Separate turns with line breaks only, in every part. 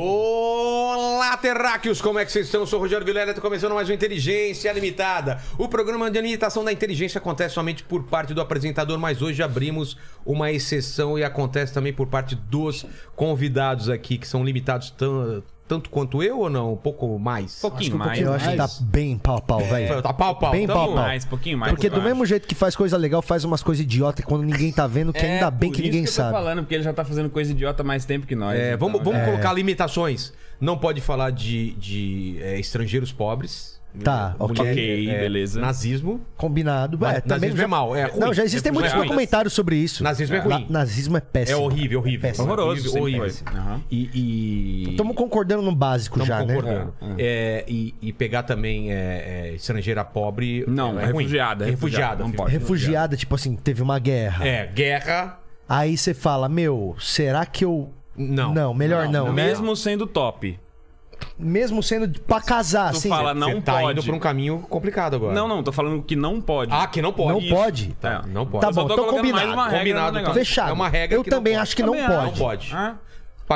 Olá, terráqueos! Como é que vocês estão? Eu sou o Rogério Vilela, está começando mais um Inteligência Limitada. O programa de limitação da inteligência acontece somente por parte do apresentador, mas hoje abrimos uma exceção e acontece também por parte dos convidados aqui, que são limitados tan- tanto quanto eu ou não? Um pouco mais?
pouquinho
Acho que um
mais.
pouquinho Eu acho que tá bem pau pau, velho.
Tá pau, pau.
Bem
tamo-
pau, pau.
mais, pouquinho mais.
Porque
eu
do
acho.
mesmo jeito que faz coisa legal, faz umas coisas idiota que quando ninguém tá vendo, que ainda bem
É, por
que
isso
ninguém
eu tô
sabe.
falando, porque ele já tá fazendo coisa idiota há mais tempo que nós.
É,
então,
vamos vamos
né?
colocar limitações. Não pode falar de, de, é, estrangeiros pobres.
Tá,
Mulher,
ok.
Ok,
é,
beleza.
Nazismo.
Combinado.
Mas
É, também
nazismo
já...
é mal, é ruim.
Não, já existem
É
muitos
ruim.
documentários sobre isso.
Nazismo é ruim.
Na- nazismo é
É
péssimo.
horrível, horrível.
Péssimo.
Horroroso,
Horrível,
sempre
horrível.
foi. Aham.
E. e...
Estamos concordando no básico
tamo
um já, né?
concordando. É, e, e pegar também é, é, estrangeira pobre.
Não,
é ruim. Refugiada.
refugiada, refugiada, não pode.
Refugiada, tipo assim, teve uma guerra.
É, guerra.
Aí você fala, meu, será que eu.
Não.
Não, melhor
Então,
não, né?
Mesmo sendo top.
Mesmo sendo pra casar,
Tu
assim.
fala,
Você
não
tá indo
pode.
pra um caminho complicado agora.
Não, não, tô falando que não pode.
Ah, que não pode.
Não
Isso.
pode?
Tá,
É.
Não pode.
Tá
Eu só
bom,
tô
então
colocando mais
combinado. então.
uma regra
Combinado,
no negócio.
Fechado.
É uma regra
Eu
que não
também
pode.
acho que não
Também
pode.
Não pode.
Ah,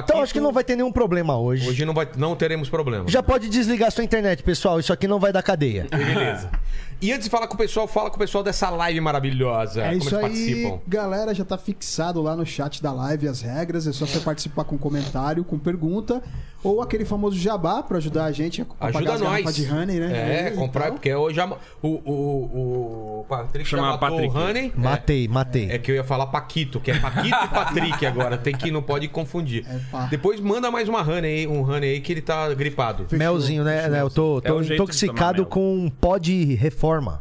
Então acho que não vai ter nenhum problema hoje.
Hoje não, vai, não teremos problema.
Já pode desligar sua internet, pessoal. Isso aqui não vai dar cadeia.
Beleza. E antes de falar com o pessoal, fala com o pessoal dessa live maravilhosa.
É
como
isso
eles
aí,
participam.
galera, já tá fixado lá no chat da live as regras, é só você participar com comentário, com pergunta, ou aquele famoso jabá pra ajudar a gente a pagar
Ajuda
as garrafas
nós.
de honey, né?
É,
E
comprar,
tal.
porque hoje a, o, o, o Patrick
Chama
já matou
Patrick.
o Honey.
Matei, matei.
É que eu ia falar Paquito, que é Paquito e Patrick agora. Tem que não pode confundir.
É, pá.
Depois manda mais uma Honey aí, um Honey aí que ele tá gripado.
Melzinho, né? né? Eu tô, tô
É o jeito de
intoxicado
tomar mel.
com um pó de reforma.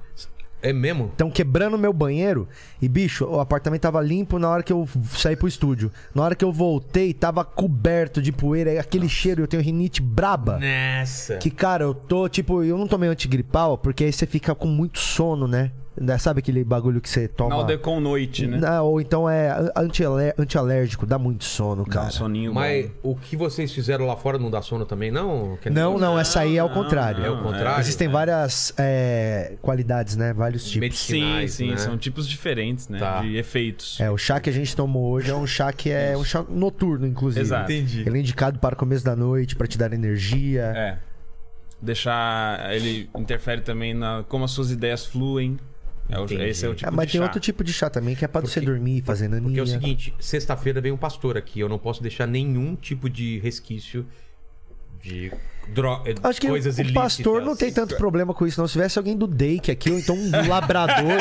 É mesmo?
Estão quebrando meu banheiro e, bicho, o apartamento tava limpo na hora que eu saí pro estúdio. Na hora que eu voltei, tava coberto de poeira, e aquele cheiro, eu tenho rinite braba.
Né.
Nessa.
Que, cara, eu tô, tipo, eu não tomei antigripal, porque aí você fica com muito sono, né? Né, Sabe aquele bagulho que você toma?
Naldecon Ah, noite, né?
Não, ou então é antialer- antialérgico, dá muito
Dá
sono,
um
cara.
soninho
Mas
bom.
o que vocês fizeram lá fora não dá sono também, não? Quer dizer,
Não, não, essa aí é o
não,
contrário.
É o contrário.
Existem várias é, qualidades, né? Vários tipos.
Sim,
medicinais,
sim,
né?
são tipos diferentes, né?
Tá.
De efeitos.
É, o chá que a gente tomou hoje é um chá que é um chá noturno, inclusive.
Exato.
Entendi.
Ele é indicado para o começo da noite, para te dar energia.
É. Deixar. Ele interfere também na como as suas ideias fluem. É o-
Entendi.
esse é o
Ah,
tipo
mas
de
tem
chá.
outro tipo de chá também que é para você dormir, fazer naninha.
Porque é o seguinte, sexta-feira vem um pastor aqui, eu não posso deixar nenhum tipo de resquício de dro... eh,
Acho que
coisas
o
ilícitas.
pastor não tem tanto problema com isso, não. Se tivesse alguém do Dake aqui, ou então um labrador.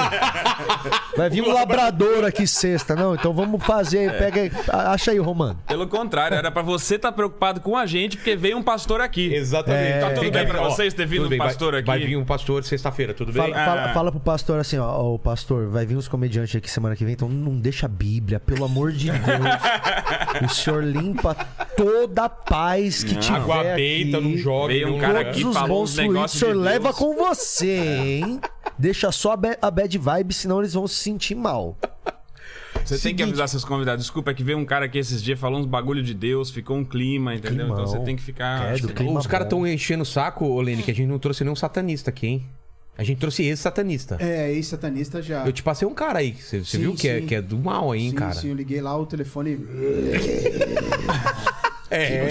Vai vir um labrador aqui sexta, não. Então vamos fazer aí, pega aí, a- acha aí, Romano.
Pelo contrário, era pra você estar preocupado com a gente, porque veio um pastor aqui.
Exatamente.
É.
Tá tudo
Tem que
bem pra
avisar, ó,
vocês ter vindo
tudo
um
bem, vai-
pastor aqui?
Vai vir um pastor sexta-feira, tudo bem? ah.
Fala, fala, fala pro pastor assim, ó, ó, o pastor, vai vir uns comediantes aqui semana que vem, então não deixa a Bíblia, pelo amor de Deus. o senhor limpa toda a paz que tiver
Água
aqui.
beita, não joga.
Veio um
não-
cara
Todos
aqui
os
falou uns
bons fluidos, o
negócios de
senhor
Deus. É.
leva com você, hein? Deixa só a, ba- a bad vibe, senão eles vão se sentir mal.
Você tem
Seguinte.
que avisar seus convidados. Desculpa, é que veio um cara aqui esses dias, falou uns bagulho de Deus, ficou um clima, entendeu?
Climão.
Então você tem que ficar.
É, do clima
Ah, Os caras
bom.
estão enchendo o saco, ô Lene, que a gente não trouxe nenhum satanista aqui, hein? A gente trouxe esse satanista.
É, e satanista já.
Eu te passei um cara aí, que você você
Sim,
viu que é,
sim.
que é do mal aí, hein,
sim,
cara?
sim, eu liguei lá o telefone.
É,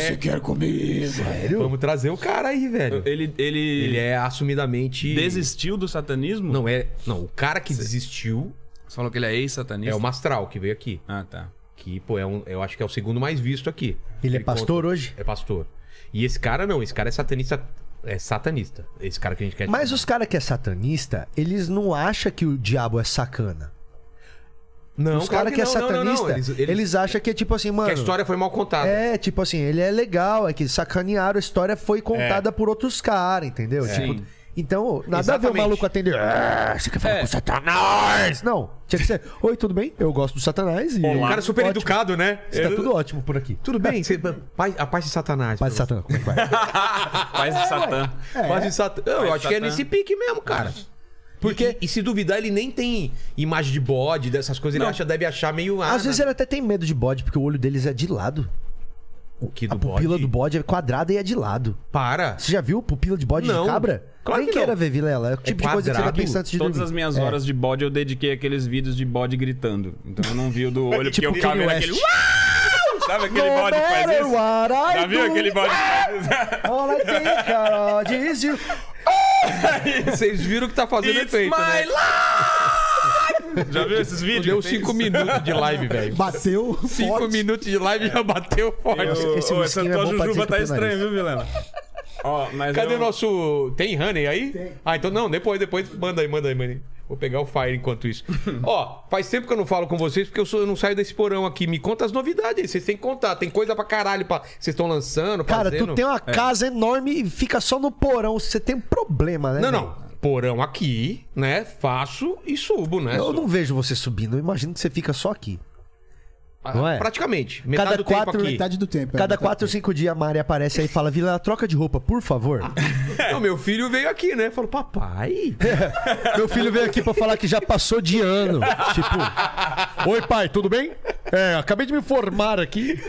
vamos trazer o cara aí, velho.
Ele, ele,
Ele é assumidamente...
desistiu do satanismo?
Não, é... Não, o cara que desistiu
Você falou que ele é ex-satanista?
é o Mastral, que veio aqui.
Ah, tá.
Que, pô, é um, eu acho que é o segundo mais visto aqui.
Ele é pastor hoje?
É pastor. E esse cara não, esse cara é satanista. É satanista. Esse cara que a gente quer.
Mas os caras que é satanista, eles não acham que o diabo é sacana.
não,
os
claro
caras que, é
não, não, não,
satanista,
não.
Eles,
Eles, eles...
acham que é tipo assim, mano.
Que a história foi mal contada.
É, tipo assim, ele é legal, é que sacanearam, a história foi contada por outros caras, entendeu?
Sim.
Tipo, então, nada a ver o
Exatamente.
maluco atender. "Ah, Você quer falar com o Satanás? Não, tinha que ser. Oi, tudo bem? Eu gosto do Satanás e.
O cara é super
Ótimo.
educado, né?
Está tudo ótimo por aqui.
Tudo bem, você- Pai- a paz de Satanás.
Mas Satanás, como é que vai?
Paz de Satã.
Paz de Satã. Eu,
Paz de
acho que é
Satã.
nesse pique mesmo, cara. Porque... E, e se duvidar, ele nem tem imagem de bode, dessas coisas. Ele
Não.
acha, deve achar meio... ah,
Às vezes ele até tem medo de bode, porque o olho deles é de lado.
O que
é a pupila do bode é quadrada e é de lado.
Para.
Você já viu pupila de bode
Não.
de cabra?
Claro
Nem
que não.
queira ver, Vilela. É o tipo de coisa que você tá
quadrado,
pensando antes de
Todas
dormir.
as minhas
É.
horas de bode eu dediquei aqueles vídeos de bode gritando. Então eu não vi o do olho, porque
Tipo
eu ficava
Kanye
vendo aquele.
West.
"Uau!" Sabe aquele
No
bode que faz
matter
isso?
what I
Já viu
do,
aquele bode que faz isso?
all I think about is you.
Vocês viram que tá fazendo
It's
efeito,
my
né?
life! Já viu esses vídeos?
Deu
Tem
cinco
isso.
minutos de live, velho.
Bateu.
Cinco
forte.
minutos de live já bateu forte.
Eu-
Esse- esse
ô,
whisky
essa
é
tua
bom pra
jujuba tá
desentupinar
estranha,
isso.
viu, Vilena? Ó, mas
Cadê
eu-
o nosso. Tem Honey aí? Ah, então não, depois, depois. Manda aí, manda aí, manda aí. Vou pegar o Fire enquanto isso. Ó, faz tempo que eu não falo com vocês porque eu, sou- eu não saio desse porão aqui. Me conta as novidades aí, vocês têm que contar. Tem coisa pra caralho pra... vocês estão lançando,
Cara,
fazendo. É.
tu tem uma casa enorme e fica só no porão. Você tem um problema, né?
Não,
meu?
não. Porão aqui, né? Faço e subo, né?
Eu não vejo você subindo. Eu imagino que você fica só aqui.
Ah,
não é?
Praticamente. Metade
Cada
do tempo
quatro-
aqui.
Metade do tempo. é,
Cada
metade
quatro ou cinco dias a Mari aparece aí e fala: Vila, troca de roupa, por favor.
Não, meu filho veio aqui, né? Falou, papai.
Meu filho veio aqui pra falar que já passou de ano. Tipo, oi pai, tudo bem? É, acabei de me formar aqui.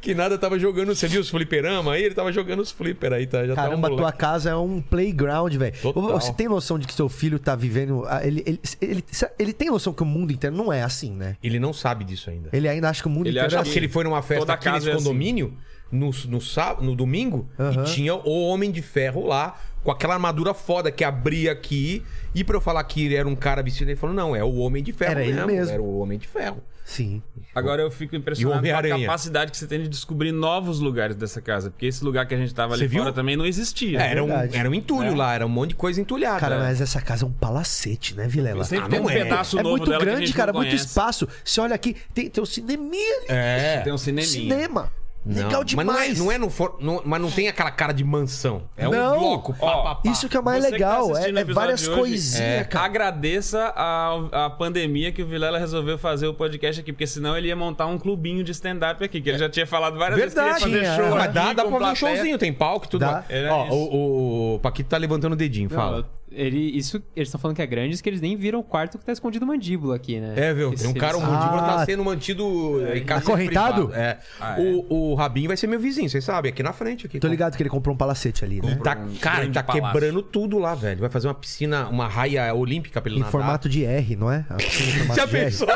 Que nada tava jogando. Você viu os fliperama aí? Ele tava jogando os flipper aí, tá? Já tava um
Caramba, tua
moleque.
casa é um playground, velho.
Total.
Você tem noção de que seu filho tá vivendo. ah, Ele, ele, ele, ele tem noção que o mundo inteiro não é assim, né?
Ele não sabe disso ainda.
Ele ainda acha que o mundo
Ele
inteiro
acha
é
Não,
que-
assim.
porque ele foi numa festa
Toda
aqui nesse
casa é assim.
condomínio no, no, sábado, no domingo
Aham.
e tinha o Homem de Ferro lá com aquela armadura foda que abria aqui e pra eu falar que ele era um cara vestido, ele falou, não, é o Homem de Ferro
Era ele mesmo.
Era o Homem de Ferro.
Sim.
Agora eu fico
E o
impressionado com a
Homem-Aranha.
capacidade que você tem de descobrir novos lugares dessa casa. Porque esse lugar que a gente tava ali
Você viu?
fora também não existia.
É, era, um,
verdade.
era um entulho
É.
lá, era um monte de coisa entulhada.
Cara, mas essa casa é um palacete, né, Vilela?
Sempre
Ah,
tem
não
um
é.
pedaço
É
novo
muito
dela que a
grande,
gente
cara,
não
muito
conhece.
espaço. Você olha aqui, tem, tem um cineminha ali.
É.
Tem um cineminha.
Cinema. Legal
Mas não é,
demais.
não é no for- não- mas não tem aquela cara de mansão. É
Não.
um bloco. Pá,
Ó,
pá, pá.
Isso que é o mais
Você que tá
legal. é-
assistindo o
é,
episódio
várias
de hoje,
coisinhas,
é,
cara.
Agradeça a, a pandemia que o Vilela resolveu fazer o podcast aqui, porque senão ele ia montar um clubinho de stand-up aqui, que ele já tinha falado várias
Verdade,
vezes que ele ia
é.
fazer show.
Mas
aqui,
dá, dá
com
pra fazer um
plateia.
showzinho, tem palco e tudo.
Dá.
mais.
Era
Ó,
isso.
o, o Paquito tá levantando o dedinho, fala.
Ele, isso, eles estão falando que é grande, isso que eles nem viram o quarto que tá escondido mandíbula aqui, né?
É, viu?
Eles-
Tem um cara, um
eles-
mandíbula tá
Ah.
sendo mantido em casa
Acorrentado?
É.
Ah, é.
O, o Rabin vai ser meu vizinho, vocês sabem, aqui na frente. Aqui,
Tô ligado que ele comprou um palacete ali, né?
Ele tá,
Um
cara, ele tá
grande palácio.
quebrando tudo lá, velho. Vai fazer uma piscina, uma raia olímpica pra ele
Em
nadar.
formato de R, não é? Assim, em formato
Já
de R.
pensou?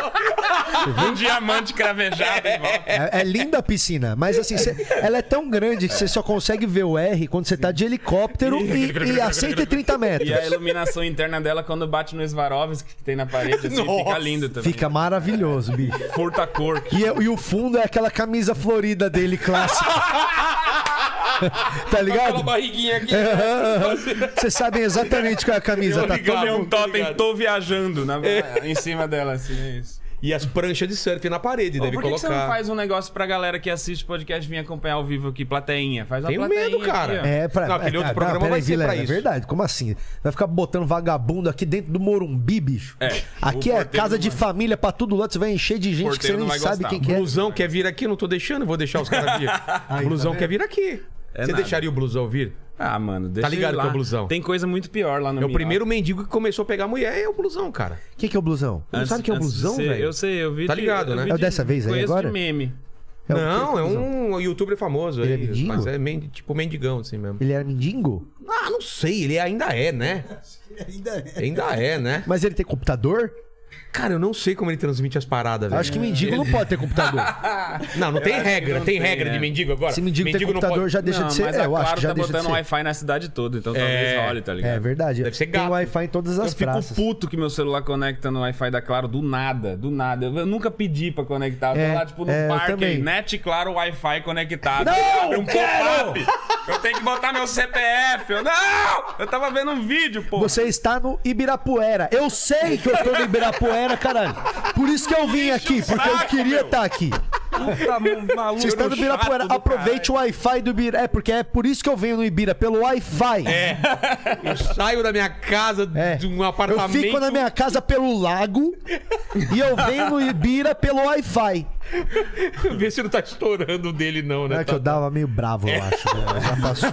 Um diamante cravejado em volta.
É, é linda a piscina, mas assim, cê- ela é tão grande que você só consegue ver o R quando você tá de helicóptero e, e a 130 metros.
E a iluminação interna dela, quando bate no Swarovski que tem na parede, assim,
Nossa.
fica lindo também.
Fica maravilhoso, bicho.
Furta a cor.
E, é- e o fundo é aquela camisa florida dele clássica. tá
Aquela
ligado?
barriguinha aqui. né?
Vocês sabem exatamente qual é a camisa, tá
Fica ali um
todo
totem, tô viajando na, É. em cima dela, assim, é isso.
E as pranchas de surf na parede,
Ô,
deve
por que, que
colocar.
você não faz um negócio pra galera que assiste o podcast vir acompanhar ao vivo aqui, plateinha? Faz uma
Tenho
plateinha
medo, cara.
aqui, ó.
É, pra,
Não, aquele
é,
outro
tá,
programa
peraí,
vai ser pra
Vilela,
isso.
É verdade, como assim? Vai ficar botando vagabundo aqui dentro do Morumbi, bicho?
É,
Aqui
o
é
porteiro
casa
não
de
vai-
família pra todo lado, você vai encher de gente que
Porteiro
você
não vai
nem sabe
gostar.
quem que é.
Blusão quer vir aqui, não tô deixando, vou deixar os caras vir. blusão quer vir aqui.
É
você
nada.
deixaria o blusão vir?
Ah, mano, deixa
Tá ligado
ele lá.
que é o blusão.
Tem coisa muito pior lá no
É o
Minhoca.
primeiro mendigo que começou a pegar mulher, é o blusão, cara.
Quem que é o blusão?
Não sabe o que é o
Antes de
blusão,
ser-
velho?
Eu sei, eu vi.
Tá
de-
ligado,
eu
né?
vi
É o
de-
dessa vez aí
conheço
agora?
de meme.
É o
não, é um youtuber famoso
Ele é
aí.
mendigo?
mas é men- tipo mendigão, assim mesmo.
Ele era mendigo?
Ah, não sei, ele ainda é, né?
do tempo. Ainda é.
Ainda é, né?
Mas ele tem computador?
Cara, eu não sei como ele transmite as paradas, velho.
Acho que mendigo não pode ter computador.
Não, não tem
acho
regra.
que não
tem,
tem,
regra
é.
de mendigo agora.
Se mendigo, tem
não
computador, já deixa
Não,
de ser.
mas
é,
a
eu acho
Claro
que já
tá
deixa de
botando
ser.
Wi-Fi na cidade toda, então
É.
talvez role, tá ligado?
É verdade.
Deve ser
Tem
gato.
Wi-Fi em todas
Eu
as
fico
praças.
puto que meu celular conecta no Wi-Fi da Claro do nada, do nada. Eu, eu nunca pedi pra conectar. Eu
É,
tô lá, tipo, no
é, eu
parque,
também.
aí, net Claro Wi-Fi conectado.
Não,
Aí abre um
quero!
pop-up. Eu tenho que botar meu CPF. Eu, não! Eu tava vendo um vídeo, pô.
Você está no Ibirapuera. Eu sei que eu tô no Ibirapuera, caralho. Por isso que eu vim aqui, porque eu
saco,
queria
meu.
estar aqui.
Puta maluco.
Se está no Ibirapuera, aproveite o Wi-Fi do Ibira. É, porque é por isso que eu venho no Ibira, pelo Wi-Fi. É,
Eu saio da minha casa, de um
Eu
apartamento.
fico na minha casa pelo lago e eu venho no Ibira pelo Wi-Fi.
Vê se não tá estourando o dele, não,
Não
né?
é que eu dava meio bravo, eu acho. né? Já passou.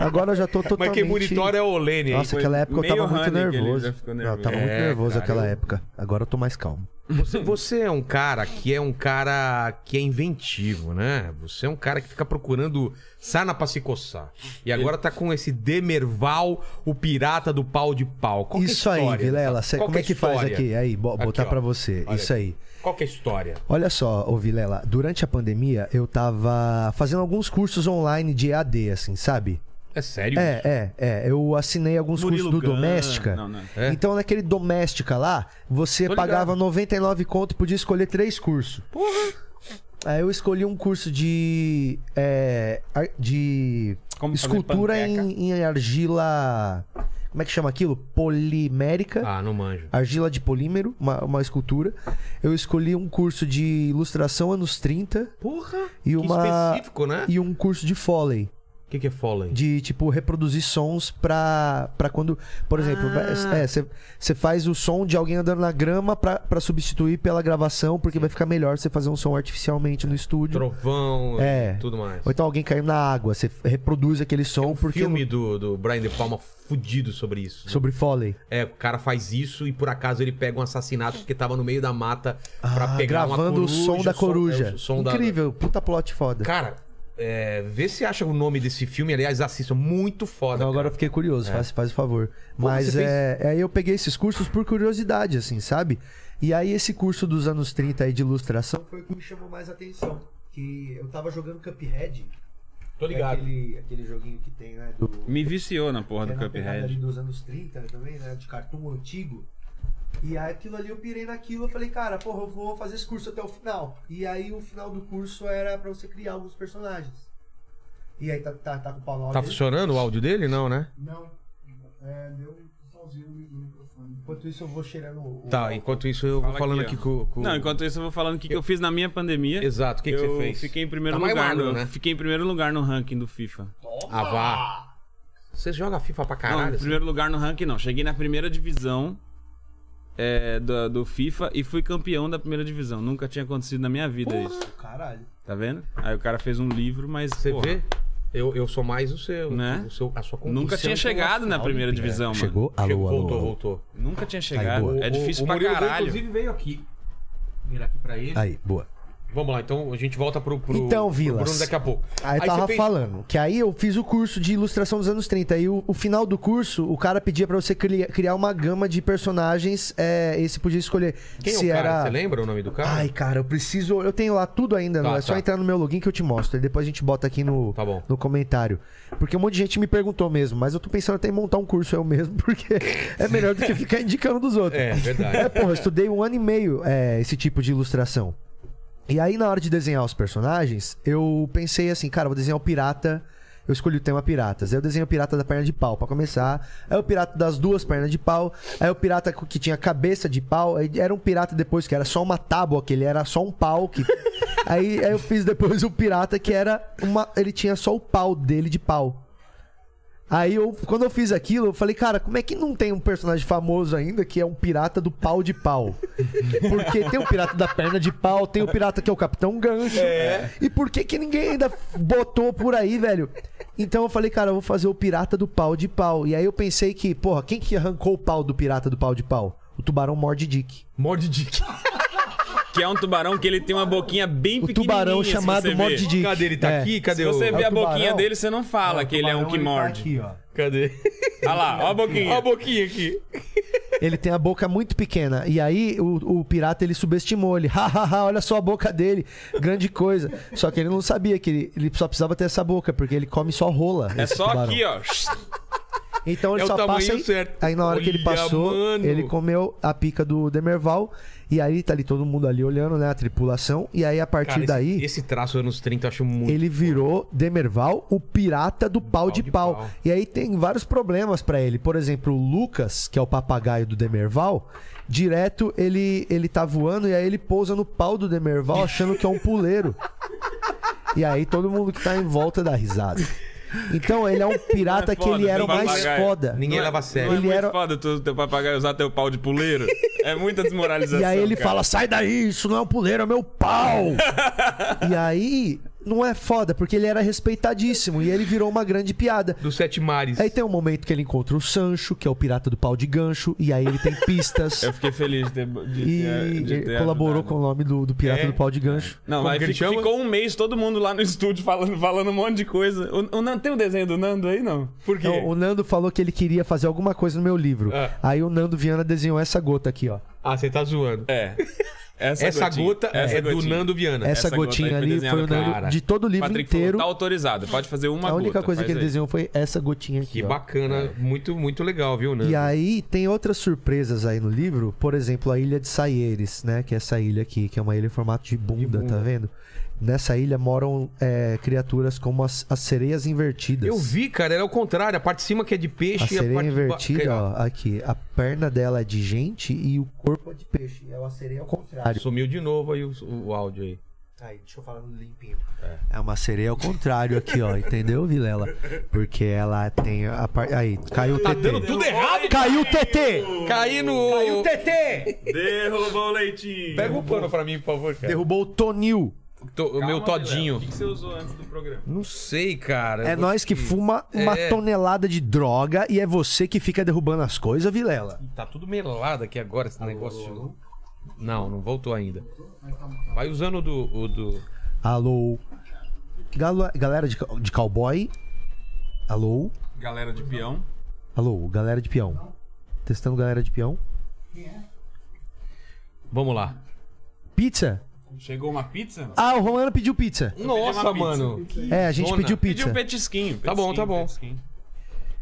Agora eu já tô totalmente...
Mas quem monitora é o Olene. hein?
Nossa,
Foi
aquela época eu
meio
tava muito
honey que ele
nervoso.
já ficou
Não, Eu
nervoso.
tava muito
É,
nervoso
cara,
naquela
eu-
época. Agora eu tô mais calmo.
Você, você é um cara que é um cara que é inventivo, né? Você é um cara que fica procurando sarna pra se coçar. E agora tá com esse Demerval, o pirata do pau de pau. Qual que é a
Isso aí,
história
Vilela.
dessa-
cê-
qual
Como é que
a
faz
história?
aqui? Aí, bo-
Aqui,
botar
ó.
pra você.
Olha
Isso aí.
Qual que é a história?
Olha só, ô Vilela, durante a pandemia eu tava fazendo alguns cursos online de EAD, assim, sabe?
É sério?
É, é, é. Eu assinei alguns
Murilo
cursos do
Gun.
Doméstica.
Não, não.
É.
Então naquele Doméstica lá, você
Tô ligado.
pagava 99 conto e podia escolher três cursos. Porra! Aí eu escolhi um curso de. É, ar- de.
Como fazer
escultura
panqueca.
em, em argila. Como é que chama aquilo? Polimérica
Ah, não manjo.
argila de polímero, uma, uma escultura. Eu escolhi um curso de ilustração anos 30
Porra!
e
que
uma
específico, né?
e um curso de Foley,
O que, que é Foley?
de tipo reproduzir sons pra, pra quando, por exemplo, você faz o som de alguém andando na grama pra, pra substituir pela gravação, porque vai ficar melhor você fazer um som artificialmente no estúdio.
Trovão
É.
e tudo mais.
Ou então alguém caindo na água, você reproduz aquele som porque
É um Filme do, do Brian De Palma fudido sobre isso. né?
sobre Foley.
É, o cara faz isso e por acaso ele pega um assassinato porque tava no meio da mata pra
Ah,
pegar uma
gravando o
coruja,
som da coruja.
é, o som da-
Incrível, puta plot foda.
Cara, é, vê se acha o nome desse filme. Aliás, assista. Muito foda.
Não, Então agora eu
cara.
fiquei curioso, faz, faz o favor. Mas
É. você
é, aí eu peguei esses cursos por curiosidade, assim, sabe? E aí esse curso dos anos 30 aí de ilustração foi o que me chamou mais atenção. Que eu tava jogando Cuphead.
Tô
É
ligado.
aquele, aquele joguinho que tem, né? Do,
Me viciou na porra
que é
do
na pegada ali
Cuphead.
dos anos 30 também, né? De cartoon antigo. E aí aquilo ali eu pirei naquilo, eu falei, cara, porra, eu vou fazer esse curso até o final. E aí o final do curso era pra você criar alguns personagens. E aí tá, tá, tá com o pau na
Tá
orelha?
funcionando o áudio dele? Não, né?
Não. É, deu sozinho no microfone.
Enquanto isso, eu vou cheirando o. o-
Tá, enquanto isso eu vou
Fala
falando
aqui,
aqui,
ó.
com, com...
Não, enquanto isso eu vou falando o que, que eu fiz na minha pandemia.
Exato, o que, que
eu
você fez?
Fiquei em primeiro
Tá mais
lugar.
magro,
no,
né?
Fiquei em primeiro lugar no ranking do FIFA.
Ah, vá. Você joga FIFA pra
Não,
assim.
caralho?
em primeiro lugar no ranking não. Cheguei na primeira divisão é, do, do FIFA e fui campeão da primeira divisão. Nunca tinha acontecido na minha vida isso.
Caralho.
Tá vendo? Aí o cara fez um livro, mas.
assim? Você
porra,
vê? Eu, eu sou mais o seu.
Né?
O seu a sua conquista.
Nunca
é
tinha chegado na primeira divisão, mano.
né, Chegou? Alô,
Chegou,
alô,
voltou,
alô.
voltou.
Nunca tinha chegado.
boa.
é
O-
difícil
o
pra
Murilo Gun,
caralho.
inclusive veio aqui. Vou Virar aqui pra ele.
Aí, boa.
Vamos lá, então a gente volta pro, pro,
Então,
pro
Vilas.
Bruno daqui a pouco.
Aí, eu
você
tava
fez-
falando que aí eu fiz o curso de ilustração dos anos 30. Aí o, o final do curso, o cara pedia pra você cri- criar uma gama de personagens. É, e você podia escolher
Quem
se
é o cara?
era.
Você lembra o nome do cara?
Ai, cara, eu preciso. Eu tenho lá tudo ainda, não.
Tá,
É só
tá.
entrar no meu login que eu te mostro. E depois a gente bota aqui no,
Tá bom.
no comentário. Porque um monte de gente me perguntou mesmo, mas eu tô pensando até em montar um curso eu mesmo, porque é melhor do que ficar indicando dos outros.
É,
É,
verdade.
porra, eu estudei um ano e meio é, esse tipo de ilustração. E aí, na hora de desenhar os personagens, eu pensei assim, cara, eu vou desenhar o pirata. Eu escolhi o tema piratas. Aí eu desenho o pirata da perna de pau pra começar. Aí o pirata das duas pernas de pau. Aí o pirata co- que tinha cabeça de pau. Aí era um pirata depois que era só uma tábua, que ele era só um pau. Que... aí, aí eu fiz depois o pirata que era uma. Ele tinha só o pau dele de pau. Aí eu, quando eu fiz aquilo, eu falei, cara, como é que não tem um personagem famoso ainda que é um pirata do pau de pau? Porque tem o pirata da perna de pau, tem o pirata que é o Capitão Gancho.
É.
E por que que ninguém ainda botou por aí, velho? Então eu falei, cara, eu vou fazer o pirata do pau de pau. E aí eu pensei que, porra, quem que arrancou o pau do pirata do pau de pau? O tubarão morde Dick.
Morde Dick.
Que é um tubarão que ele tem uma boquinha bem
O
pequenininha.
tubarão
se
chamado
você
Mord
ver.
Dick.
Cadê ele? Tá
É.
aqui? Cadê
Se
o...
você
É
vê
o
a boquinha
tubarão?
dele, você não fala que ele é um que morde.
Ele, tá aqui, ó.
Cadê?
Olha lá, ó a boquinha.
Olha a boquinha aqui.
Ele tem a boca muito pequena. E aí o, o pirata ele subestimou ele. Hahaha, olha só a boca dele. Grande coisa. Só que ele não sabia que ele, ele só precisava ter essa boca, porque ele come só rola.
É
esse
só
tubarão.
aqui, ó.
Então ele
É o
só
tamanho
passa. aí-
certo.
Aí na hora que ele
Olha,
passou,
mano.
ele comeu a pica do Demerval. E aí tá ali todo mundo ali olhando, né? A tripulação. E aí a partir
Cara, esse-
daí.
Esse, traço anos 30 eu acho muito.
Ele virou Demerval, o pirata do pau, de,
de
pau.
pau.
E aí tem vários problemas pra ele. Por exemplo, o Lucas, que é o papagaio do Demerval, direto ele ele tá voando e aí ele pousa no pau do Demerval achando que é um puleiro. E aí todo mundo que tá em volta dá risada. Então ele é um pirata
Não é
que ele
foda,
era o
tem
mais
papagaio.
foda.
Ninguém
Não é-
leva a sério.
Não é
Ele
muito
era-
foda tu, teu papagaio usar teu pau de puleiro. É muita desmoralização.
E aí ele
cara.
fala: sai daí, isso não é um puleiro, é meu pau! e aí não é foda, porque ele era respeitadíssimo e ele virou uma grande piada.
Dos Sete Mares.
Aí tem um momento que ele encontra o Sancho, que é o pirata do pau de gancho, e aí ele tem pistas.
Eu fiquei feliz de ter. De,
e
ter- de
ele
ter
colaborou
ajudado.
com o nome do, do pirata
É.
do pau de gancho.
Não,
Como
mas
que ele
fi-
chama?
ficou um mês todo mundo lá no estúdio falando, falando um monte de coisa. O, o Nando- tem o desenho do Nando aí, não? Por quê?
Então, o Nando falou que ele queria fazer alguma coisa no meu livro.
Ah.
Aí o Nando Viana desenhou essa gota aqui, ó.
Ah, você tá zoando.
É.
Essa, gota
essa
é do
gotinha.
Nando Viana.
Essa,
Essa gota
gotinha
aí foi
ali foi
desenhada
o
pelo
Nando
cara.
de todo o livro
Patrick falou,
inteiro.
tá autorizado, pode fazer uma
a única
gota,
coisa que
faz
ele
aí.
desenhou foi essa gotinha aqui.
Que
ó. É.
bacana. Muito, muito legal, viu, Nando?
E aí tem outras surpresas aí no livro, por exemplo, a ilha de Saieres, né? Que é essa ilha aqui, que é uma ilha em formato de bunda, tá vendo? Nessa ilha moram é, criaturas como as, as sereias invertidas.
Eu vi, cara, era o contrário. A parte de cima que é de
A
peixe e a
sereia
parte de ba-
invertida,
Cara,
ó, aqui. A perna dela é de gente e o corpo é de peixe. É uma sereia ao contrário.
Sumiu de novo aí o, o áudio aí.
Aí, deixa eu falar no limpinho. É. uma sereia ao contrário aqui, ó. Entendeu, Vilela? Porque ela tem a parte. Aí, caiu o
Tá Dando
TT.
tudo errado,
Caiu o TT!
Caí no. Caiu o TT!
Derrubou o leitinho.
Pega o pano pra mim, por favor, cara.
Derrubou o Tonil.
Tô- o
Calma,
meu
Vilela,
todinho.
O que que você usou antes do programa?
Não sei, cara.
É
Eu vou-
nós que fuma uma
É.
tonelada de droga e é você que fica derrubando as coisas, Vilela.
Tá tudo melado aqui agora esse negócio. Não, não voltou ainda. Vai usando o do. O do...
Alô. Galo- galera de, ca- de cowboy. Alô.
Galera de peão.
Alô, galera de peão. Testando galera de peão.
Vamos lá.
Pizza?
Chegou uma pizza?
Ah, o Romano pediu pizza.
Nossa,
pizza.
mano.
É, a gente
zona.
pediu pizza.
Pediu um petisquinho.
Tá bom, tá
petisquinho,
bom.
petisquinho.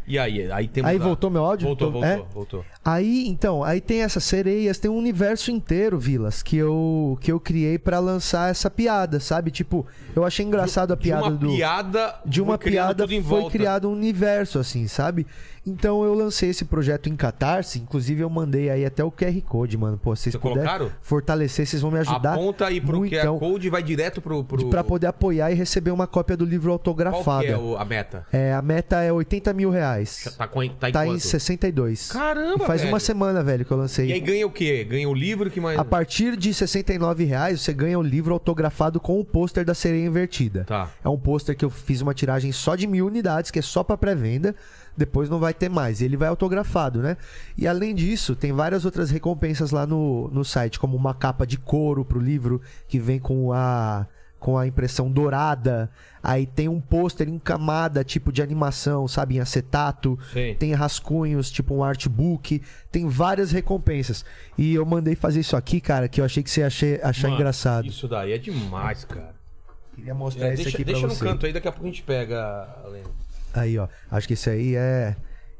E aí? Aí temos.
Aí
a-
voltou meu áudio?
Voltou,
Tô-
voltou,
é?
voltou.
Aí, então, aí tem essas sereias, tem um universo inteiro, Vilas, que eu que eu criei pra lançar essa piada, sabe? Tipo, eu achei engraçado a
De
piada
uma
do
piada.
de uma
foi criando
piada
tudo em
foi
volta.
criado um universo, assim, sabe? Então eu lancei esse projeto em Catarse, inclusive eu mandei aí até o QR Code, mano. Pô, se vocês
Você
puderem
colocaram?
fortalecer, vocês vão me ajudar.
Aponta aí pro QR
muitão,
Code e vai direto pro. pro...
Pra poder apoiar e receber uma cópia do livro autografada.
Qual que é o- a meta?
É, a meta é 80 mil reais.
Tá, com, tá em
Tá em
quanto?
62.
Caramba,
Faz
velho.
uma semana, velho, que eu lancei.
E aí ganha o quê? Ganha o livro que mais.
A partir de R$ 69 reais, você ganha o livro autografado com o pôster da sereia invertida.
Tá.
É um pôster que eu fiz uma tiragem só de mil unidades, que é só pra pré-venda. Depois não vai ter mais. Ele vai autografado, né? E além disso, tem várias outras recompensas lá no, no site, como uma capa de couro pro livro, que vem com a. Com a impressão dourada, aí tem um pôster em camada, tipo de animação, sabe, em acetato
Sim.
tem rascunhos, tipo um artbook, tem várias recompensas. E eu mandei fazer isso aqui, cara, que eu achei que você ia achar- achar
Mano,
engraçado.
Isso daí é demais, cara.
Queria mostrar É, esse
deixa
aqui
deixa
pra
no
você.
canto aí, daqui a pouco a gente pega, Lena.
Aí, ó. Acho que esse aí é.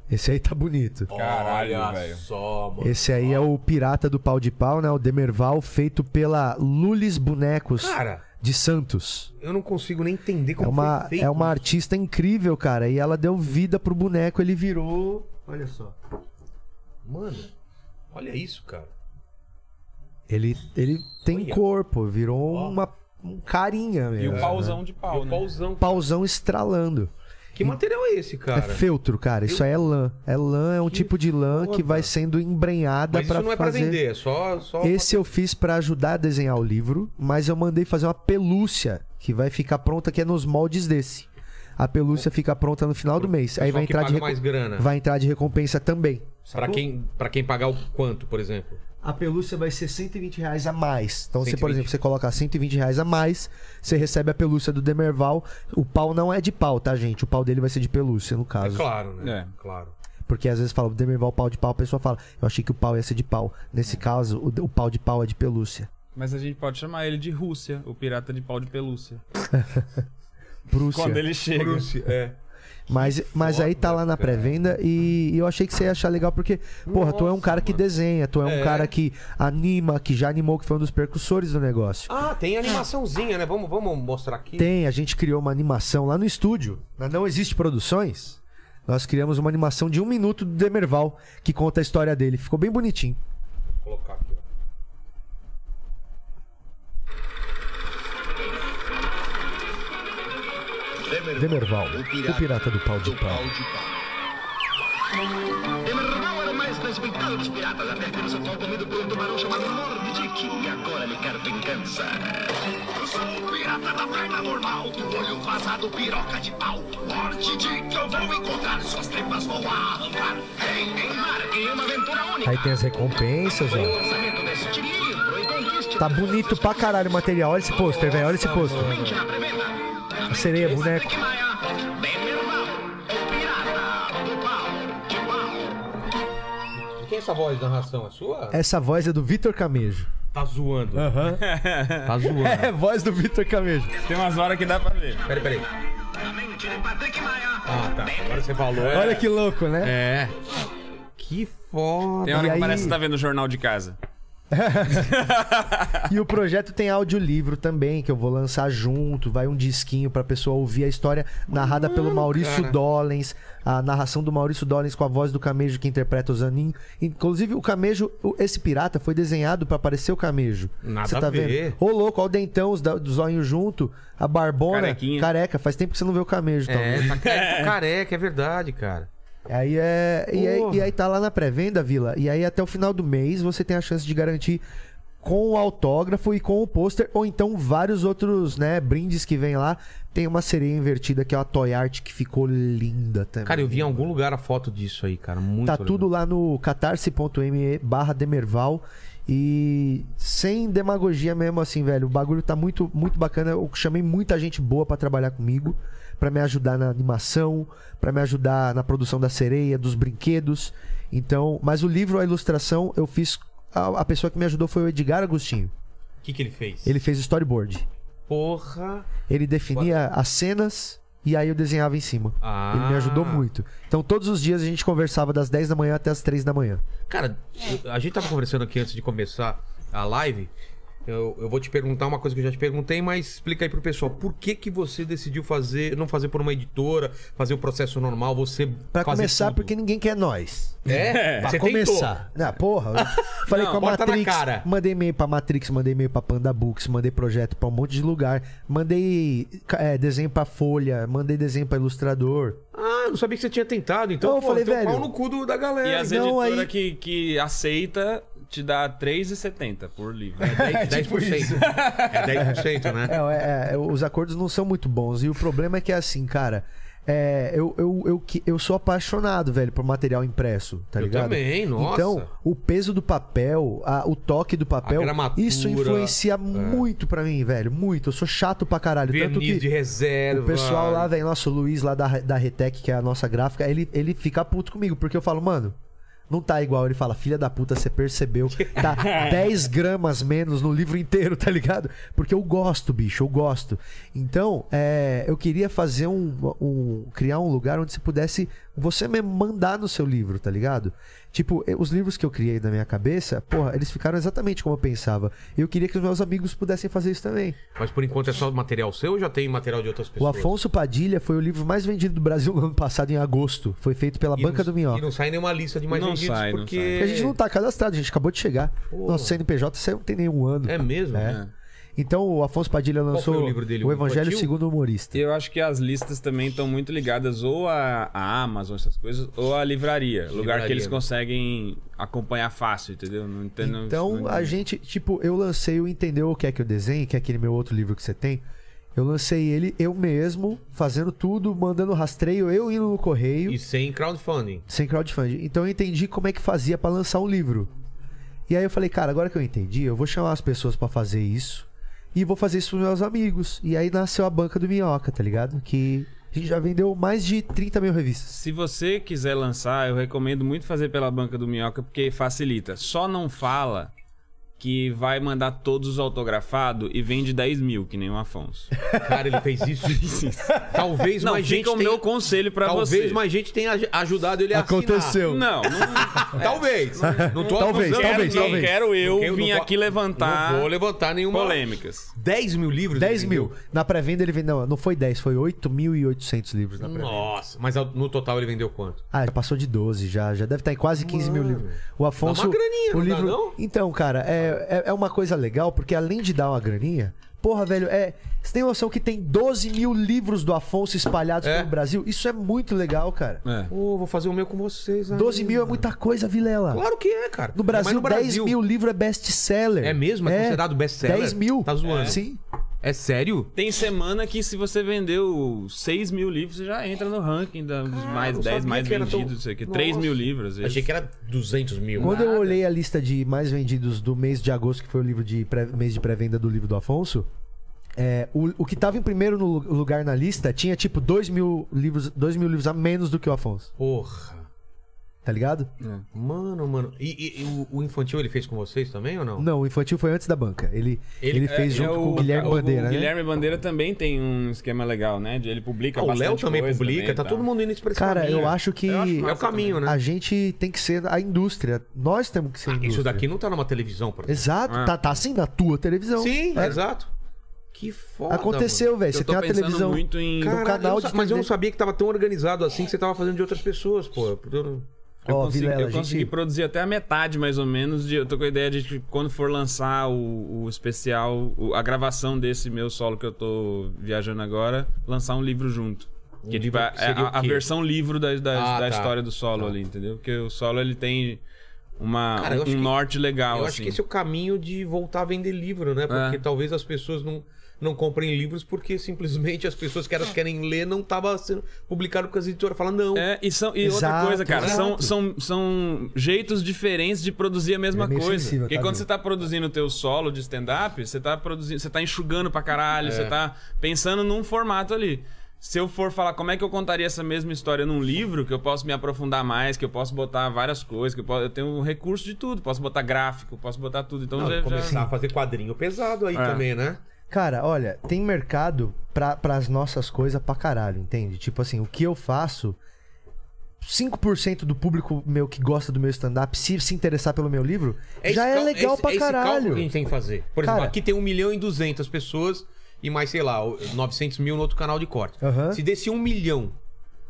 Esse aí tá bonito.
Caralho,
Olha
velho.
só, mano.
Esse aí é o Pirata do Pau de Pau, né? O Demerval, feito pela Lulis Bonecos
Cara,
de Santos.
eu não consigo nem entender
É
como
uma,
foi feito.
é uma artista incrível, cara. E ela deu vida pro boneco, ele virou. Olha só.
Mano, olha isso, cara.
Ele, ele tem
Olha.
corpo, virou
Ó.
uma, um carinha
E
mesmo.
o
né?
pauzão de pau,
o
né?
pauzão.
pauzão estralando.
Que material é esse, cara?
é feltro, cara. Isso aí é lã. É lã, é um tipo de lã
foda.
que vai sendo embrenhada
Mas
pra
isso não é pra
fazer.
vender, é só. só
Esse eu fiz pra ajudar a desenhar o livro, mas eu mandei fazer uma pelúcia que vai ficar pronta que é nos moldes desse. A pelúcia fica pronta no final do mês.
pra-
Aí
só
vai
que
entrar de
paga
reco-
mais né? grana.
vai entrar de recompensa também.
Pra quem, pra quem pagar o quanto, por exemplo?
A pelúcia vai ser 120 reais a mais. Então, você,
120.
por exemplo, você coloca 120 reais a mais, você recebe a pelúcia do Demerval. O pau não é de pau, tá, gente? O pau dele vai ser de pelúcia, no
É
caso.
claro, né?
É.
Claro.
Porque às vezes fala Demerval pau de pau, a pessoa fala, eu achei que o pau ia ser de pau.
É.
Nesse caso, o, o pau de pau é de pelúcia.
Mas a gente pode chamar ele de Rússia, o pirata de pau de pelúcia.
Prússia.
Quando ele chega.
Bruce, é.
Mas, mas aí tá lá na pré-venda e, e eu achei que você ia achar legal porque, porra, tu é um cara que desenha, tu é um
É.
cara que anima, que já animou, que foi um dos percussores do negócio.
Ah, tem animaçãozinha, né? Vamos, vamos mostrar aqui.
Tem, a gente criou uma animação lá no estúdio, na Não Existe Produções. Nós criamos uma animação de um minuto do Demerval que conta a história dele. Ficou bem bonitinho.
Vou colocar aqui, ó.
Demerval, o pirata do pau de pau.
Demerval era o mais respeitado dos piratas, até ter seu pau comido por um tubarão chamado Lord que agora ele quer vingança. Eu sou o pirata da perna normal, do olho vazado, piroca de pau. Lord Dick, eu vou encontrar, suas tripas vou arrancar. Em embarque em uma aventura única.
Aí tem as recompensas,
O
ó.
orçamento deste livro e conquiste
Tá bonito pra caralho o material. Olha esse pôster, velho. Olha esse pôster.
somente na pré-venda.
A sereia, boneco.
Maia, Demerval, o pirata do pau de pau.
De Quem é essa voz da narração? É sua?
Essa voz é do Vitor Camejo.
Tá zoando. Tá zoando.
É, voz do Vitor Camejo.
Tem umas horas que dá pra ver.
Peraí, peraí.
A mente de Patrick Maia.
Ah, tá. Agora você falou.
Olha que louco, né?
É. Que foda.
Tem hora
E
que
aí-
parece que tá vendo o jornal de casa.
E o projeto tem audiolivro também, que eu vou lançar junto. Vai um disquinho pra pessoa ouvir a história
Hum,
narrada pelo Maurício Dollens. A narração do Maurício Dollens com a voz do Camejo que interpreta o Zanin. Inclusive, o Camejo, o- esse pirata, foi desenhado pra parecer o Camejo.
Nada
Você tá
a ver.
vendo? Ô, louco, olha o dentão, os da- dos olhinhos junto, a barbona.
Carequinha.
Careca, faz tempo que você não vê o Camejo, talvez.
É, tá careca, careca, é verdade, cara.
Aí é. E aí,
Porra.
e aí tá lá na pré-venda, Vila. E aí até o final do mês você tem a chance de garantir com o autógrafo e com o pôster, ou então vários outros, né, brindes que vem lá. Tem uma sereia invertida que é uma toy art que ficou linda também.
Cara, eu vi em algum lugar a foto disso aí, cara. Muito
Tá
legal.
tudo lá no catarse.me barra Demerval. E sem demagogia mesmo, assim, velho. O bagulho tá muito, muito bacana. Eu chamei muita gente boa pra trabalhar comigo, pra me ajudar na animação, pra me ajudar na produção da sereia, dos brinquedos. Então, mas o livro, a ilustração, eu fiz. A, a pessoa que me ajudou foi o Edgar Agostinho.
O que, que ele fez?
Ele fez o storyboard.
Porra.
Ele definia as cenas e aí eu desenhava em cima.
Ah.
Ele me ajudou muito. Então, todos os dias a gente conversava das 10 da manhã até as 3 da manhã.
Cara, eu- a gente tava conversando aqui antes de começar a live. Eu, eu vou te perguntar uma coisa que eu já te perguntei, mas explica aí pro pessoal. Por que que você decidiu fazer, não fazer por uma editora, fazer o processo normal, você
Pra
fazer
começar,
tudo?
porque ninguém quer nós.
É,
Pra
você
começar. Ah, porra. eu Falei
Não,
com a
bota na
Matrix.
cara.
Mandei e-mail pra Matrix, mandei e-mail pra Panda Books, mandei projeto pra um monte de lugar. Mandei é, desenho pra Folha, mandei desenho pra Ilustrador.
tentou. Ah, eu não sabia que você tinha tentado. Então,
Não, eu
pô,
falei,
então
velho-
pau no cu do- da galera.
E as
então
editoras
aí-
que, que aceita te dá 3,70 por livro.
É 10%. é 10%, né?
É, é, é, os acordos não são muito bons. E o problema é que é assim, cara. é, eu, eu, eu, que- eu sou apaixonado, velho, por material impresso, tá
Eu
ligado?
também, nossa.
Então, o peso do papel, a- o toque do papel,
A gramatura, é.
isso influencia muito pra mim, velho. Muito. Eu sou chato pra caralho. tanto
Verniz
que
de reserva.
O pessoal lá, velho, nosso Luiz lá da, da Retec, que é a nossa gráfica, ele, ele fica puto comigo, porque eu falo, mano, não tá igual. Ele fala, filha da puta, você percebeu. Tá 10 gramas menos no livro inteiro, tá ligado? Porque eu gosto, bicho, eu gosto. Então, é, eu queria fazer um, um. criar um lugar onde você pudesse você mesmo mandar no seu livro, tá ligado? Tipo, eu- os livros que eu criei na minha cabeça, porra, eles ficaram exatamente como eu pensava. E eu queria que os meus amigos pudessem fazer isso também.
Mas por enquanto é só material seu ou já tem material de outras
O
pessoas?
Afonso Padilha foi o livro mais vendido do Brasil no ano passado, em agosto. Foi feito pela
E
Banca
não-
do
E
Minhoca.
não sai nenhuma lista de mais
Não
vendidos
sai, não
porque...
sai.
Porque a gente não tá cadastrado, a gente acabou de chegar. Nosso CNPJ saiu, não tem nenhum ano.
É mesmo?
É. Então o Afonso Padilha lançou
foi o livro dele,
o
o
Evangelho
infantil?
Segundo o Humorista.
Eu acho que as listas também estão muito ligadas ou à à Amazon, essas coisas, ou à livraria. Lugar
Livraria.
que eles conseguem acompanhar fácil, entendeu? Não entendo.
Então
não
a
entendo.
gente, tipo, eu lancei o Entendeu o que é que eu desenho, que é aquele meu outro livro que você tem. Eu lancei ele eu mesmo, fazendo tudo, mandando rastreio, eu indo no
É.
correio.
E sem crowdfunding.
Sem crowdfunding. Então eu entendi como é que fazia pra lançar um livro. E aí eu falei, cara, agora que eu entendi, eu vou chamar as pessoas pra fazer isso. E vou fazer isso pros meus amigos. E aí nasceu a banca do Minhoca, tá ligado? Que a gente já vendeu mais de 30 mil revistas.
Se você quiser lançar, eu recomendo muito fazer pela banca do Minhoca, porque facilita. Só não fala que vai mandar todos autografados e vende 10 mil, que nem o Afonso.
Cara, ele fez isso. Talvez
Não,
mais
fica
gente
o
tenha...
meu conselho pra você.
Talvez mais um. gente tenha aj- ajudado ele a
Aconteceu.
Não, não...
assinar. É. Talvez. Não tô
Talvez,
acusando
Quero,
talvez,
ninguém.
talvez.
quero eu
Não
vim
tô-
aqui levantar
Não vou levantar nenhuma...
polêmicas.
10 mil livros?
10
ele
mil.
vendeu?
Na pré-venda ele vendeu. Não, não foi 10, foi 8.800 livros na pré-venda.
Nossa, mas ao- no total ele vendeu quanto?
Ah, já passou de 12 já. Já deve estar em quase 15 mil livros. O Afonso.
Dá uma graninha,
o
não dá,
livro...
não?
Então, cara, é, é, é uma coisa legal, porque além de dar uma graninha. Porra, velho, é. Você tem noção que tem 12 mil livros do Afonso espalhados
É.
pelo Brasil? Isso é muito legal, cara.
É.
Ô, vou fazer o meu com vocês. aí,
12 mil é
mano.
muita coisa, Vilela.
Claro que é, cara.
No
Ainda mais
Brasil, 10 mil livro é best-seller.
É mesmo? É considerado best-seller?
10 mil.
Tá zoando.
É. Sim.
É sério?
Tem semana que se você vendeu 6 mil livros, você já entra no ranking dos mais
não
10
sabia
mais
que era
vendidos,
tão-
não sei o que. 3
Nossa.
mil livros.
Achei que era 200 mil.
Quando eu
Nada.
olhei a lista de mais vendidos do mês de agosto, que foi o livro de pré- mês de pré-venda do livro do Afonso, é, o, o que tava em primeiro no lu- lugar na lista tinha tipo 2 mil livros, 2 mil livros a menos do que o Afonso,
Porra.
tá ligado?
Mano, mano. E, e- e o- o infantil ele fez com vocês também ou não?
Não, o infantil foi antes da banca. Ele, ele,
é,
fez
é
junto com o Guilherme Bandeira,
O
né?
Guilherme Bandeira também tem um esquema legal, né? De Ele publica
Ah, o Léo
bastante
também
coisa
publica,
também e
tá
tal.
todo mundo indo pra esse
Cara,
caminho.
eu acho que
Eu acho
É o caminho, né?
a gente tem que ser a indústria. Nós temos que ser a indústria.
Isso daqui não tá numa televisão, por exemplo.
Exato,
É.
tá, tá assim na tua televisão.
Sim,
É.
exato. Então, Que foda.
Aconteceu,
Eu
velho. É, Você
tô
tem uma
pensando
televisão.
muito em...
Cara,
mano.
no
Caralho,
canal
eu não
de
sa- mas eu não
TV.
sabia que tava tão organizado assim que você tava fazendo de outras pessoas, pô. Eu não-
Eu,
Ó,
consegui,
Vilela,
eu
a
consegui
gente-
produzir até a metade, mais ou menos. De, eu tô com a ideia de que quando for lançar o, o especial, o- a gravação desse meu solo que eu tô viajando agora, lançar um livro junto. Que, tipo,
livro
é
que
é
seria o
a, a
quê?
versão livro da, da,
Ah, tá.
da história do solo ali, entendeu? Porque o solo ele tem uma,
Cara, eu
um
acho que-
norte legal.
eu
assim.
acho que esse é o caminho de voltar a vender livro, né? Porque
É.
talvez as pessoas não, não comprem livros porque simplesmente as pessoas que elas querem ler não tava sendo publicado porque as editoras falam, não.
É, e, são, e outra
Exato,
coisa, cara, são,
exato.
são, são jeitos diferentes de produzir a mesma
É meio
coisa.
sensível,
Porque
tá,
quando
meu?
você tá produzindo o teu solo de stand-up, você tá produzindo, você tá enxugando pra caralho, você tá pensando num formato ali. Se eu for falar como é que eu contaria essa mesma história num livro, que eu posso me aprofundar mais, que eu posso botar várias coisas, que eu, posso, eu tenho um recurso de tudo, posso botar gráfico, posso botar tudo. Então
Não,
já,
começar
já...
a fazer quadrinho pesado aí
É.
também, né?
Cara, olha, tem mercado pra, pras nossas coisas pra caralho, entende? Tipo assim, o que eu faço. 5% do público meu que gosta do meu stand-up, se se interessar pelo meu livro, já
esse
é
cal-
legal
esse-
pra
esse cálculo
caralho.
que a gente tem que fazer. Por
Cara-
exemplo, aqui tem 1 milhão e 200 pessoas e mais, sei lá, 900 mil no outro canal de corte.
Aham.
Se desse 1 milhão,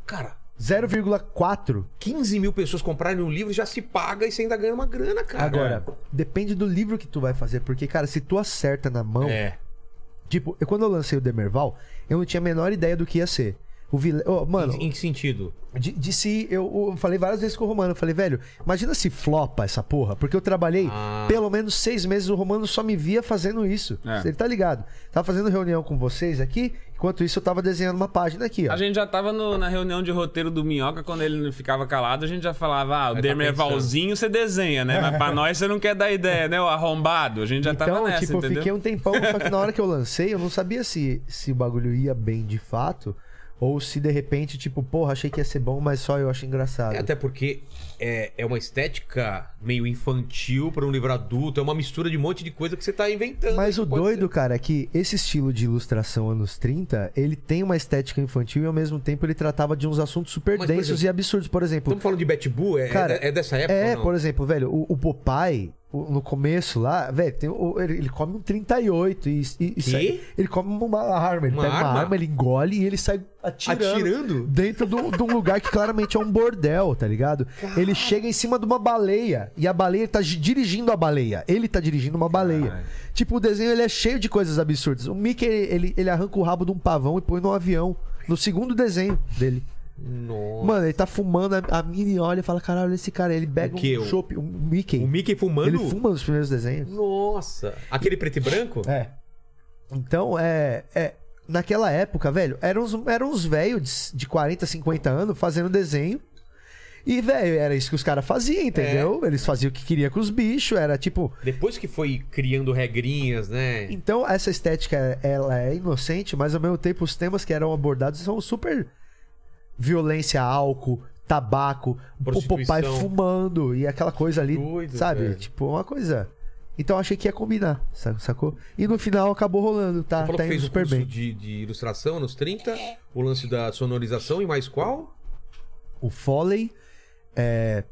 cara,
0,4.
15 mil pessoas comprarem um livro já se paga e você ainda ganha uma grana, cara. É.
Agora, depende do livro que tu vai fazer, porque, cara, se tu acerta na mão.
É.
Tipo, eu, quando eu lancei o Demerval, eu não tinha a menor ideia do que ia ser. O Vile... Ô, mano,
Em, em que sentido?
De, de se. Eu, eu falei várias vezes com o Romano. Eu falei, velho, imagina se flopa essa porra. Porque eu trabalhei
Ah.
pelo menos seis meses. O Romano só me via fazendo isso.
É.
Ele tá ligado. Tava fazendo reunião com vocês aqui. Enquanto isso, eu tava desenhando uma página aqui, ó.
A gente já tava no- na reunião de roteiro do Minhoca, quando ele não ficava calado, a gente já falava, ah, o
tá
Demervalzinho você desenha, né? Mas pra nós você não quer dar ideia, né? O arrombado, a gente já
então,
tava nessa,
tipo, eu
entendeu?
fiquei um tempão. Só que na hora que eu lancei, eu não sabia se, se o bagulho ia bem de fato. Ou se de repente, tipo, porra, achei que ia ser bom, mas só eu achei engraçado.
É, até porque é, é uma estética meio infantil pra um livro adulto, é uma mistura de um monte de coisa que você tá inventando.
Mas
aí,
o
pode
doido, cara, é que esse estilo de ilustração anos 30, ele tem uma estética infantil e ao mesmo tempo ele tratava de uns assuntos super
Mas, por
densos
exemplo,
e absurdos. Por exemplo,
Estamos falando de Betbu? É,
Cara,
é, é dessa época?
é,
ou não?
por exemplo, velho, o, o Popeye, o- no começo lá, velho, tem o- ele, ele come um 38 e, e, e sai- Ele come uma arma, ele
Uma
pega
arma?
uma arma, ele engole e ele sai atirando.
Atirando?
Dentro do- de um lugar que claramente é um bordel, tá ligado? Ele chega em cima de uma baleia e a baleia tá gi- dirigindo a baleia. Ele tá dirigindo uma baleia. Tipo, o desenho ele é cheio de coisas absurdas. O Mickey, ele, ele arranca o rabo de um pavão e põe no avião. No segundo desenho dele.
Nossa.
Mano, ele tá fumando, a, a Minnie olha e fala: caralho, olha esse cara, ele
O
bega
quê?
um chopp, um Mickey.
O Mickey fumando?
Ele fuma nos primeiros desenhos.
Nossa. Aquele preto e branco?
É. Então, é. é naquela época, velho, eram uns, eram uns velhos de, de 40, 50 anos fazendo desenho. E, velho, era isso que os caras faziam, entendeu?
É.
Eles faziam o que queria com os bichos, era tipo.
Depois que foi criando regrinhas, né?
Então, essa estética, ela é inocente, mas ao mesmo tempo os temas que eram abordados são super violência, álcool, tabaco, o
Prostituição.
papai fumando e aquela coisa ali,
Doido,
sabe?
velho.
Tipo, uma coisa Então eu achei que ia combinar, sa- sacou? E no final acabou rolando, tá?
Falou
Tá
que
indo
fez o
super
curso
bem.
de, de ilustração nos 30, o lance da sonorização e mais qual?
O Foley, é,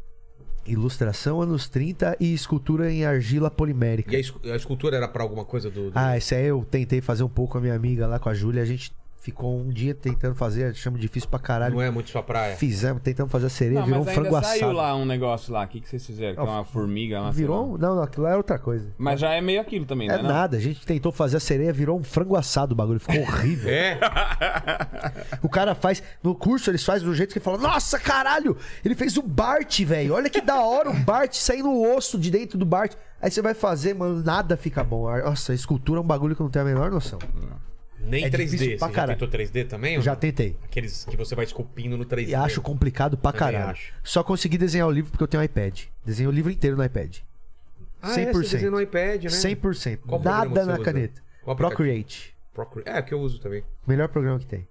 ilustração anos 30 e escultura em argila polimérica.
E a, escu- a escultura era pra alguma coisa do. do-
Ah, esse aí eu tentei fazer um pouco com a minha amiga lá com a Júlia. A gente ficou um dia tentando fazer, achamos difícil pra caralho.
não é muito sua praia.
Fizemos, tentamos fazer a sereia,
Não,
virou um
mas
frango
ainda saiu
assado.
lá um negócio lá. O que, que vocês fizeram? Que é uma formiga lá. sei lá.
Virou um... Não, não, aquilo lá é outra coisa.
Mas já é meio aquilo também, né?
É
Não?
nada, a gente tentou fazer a sereia, virou um frango assado o bagulho, ficou horrível.
É?
O cara faz, no curso eles fazem do jeito que ele fala: Nossa, caralho, ele fez o Bart, velho. Olha que da hora o Bart saindo o osso de dentro do Bart. Aí você vai fazer, mano, nada fica bom. Nossa, a escultura é um bagulho que eu não tenho a menor noção.
Nem
É
3D.
difícil pra
Você já
caralho.
tentou 3D também?
Eu
ou
já
não?
tentei.
Aqueles que você vai esculpindo no 3D.
E acho complicado pra
Também
caralho.
acho.
Só consegui desenhar o livro porque eu tenho um iPad. Desenhei o livro inteiro no iPad.
Ah, é, você desenha no iPad, né?
100%.
Qual programa
Nada
você
na
usa?
caneta.
Qual aplicativo?
Procreate.
Procre- É, que eu uso também.
Melhor programa que tem.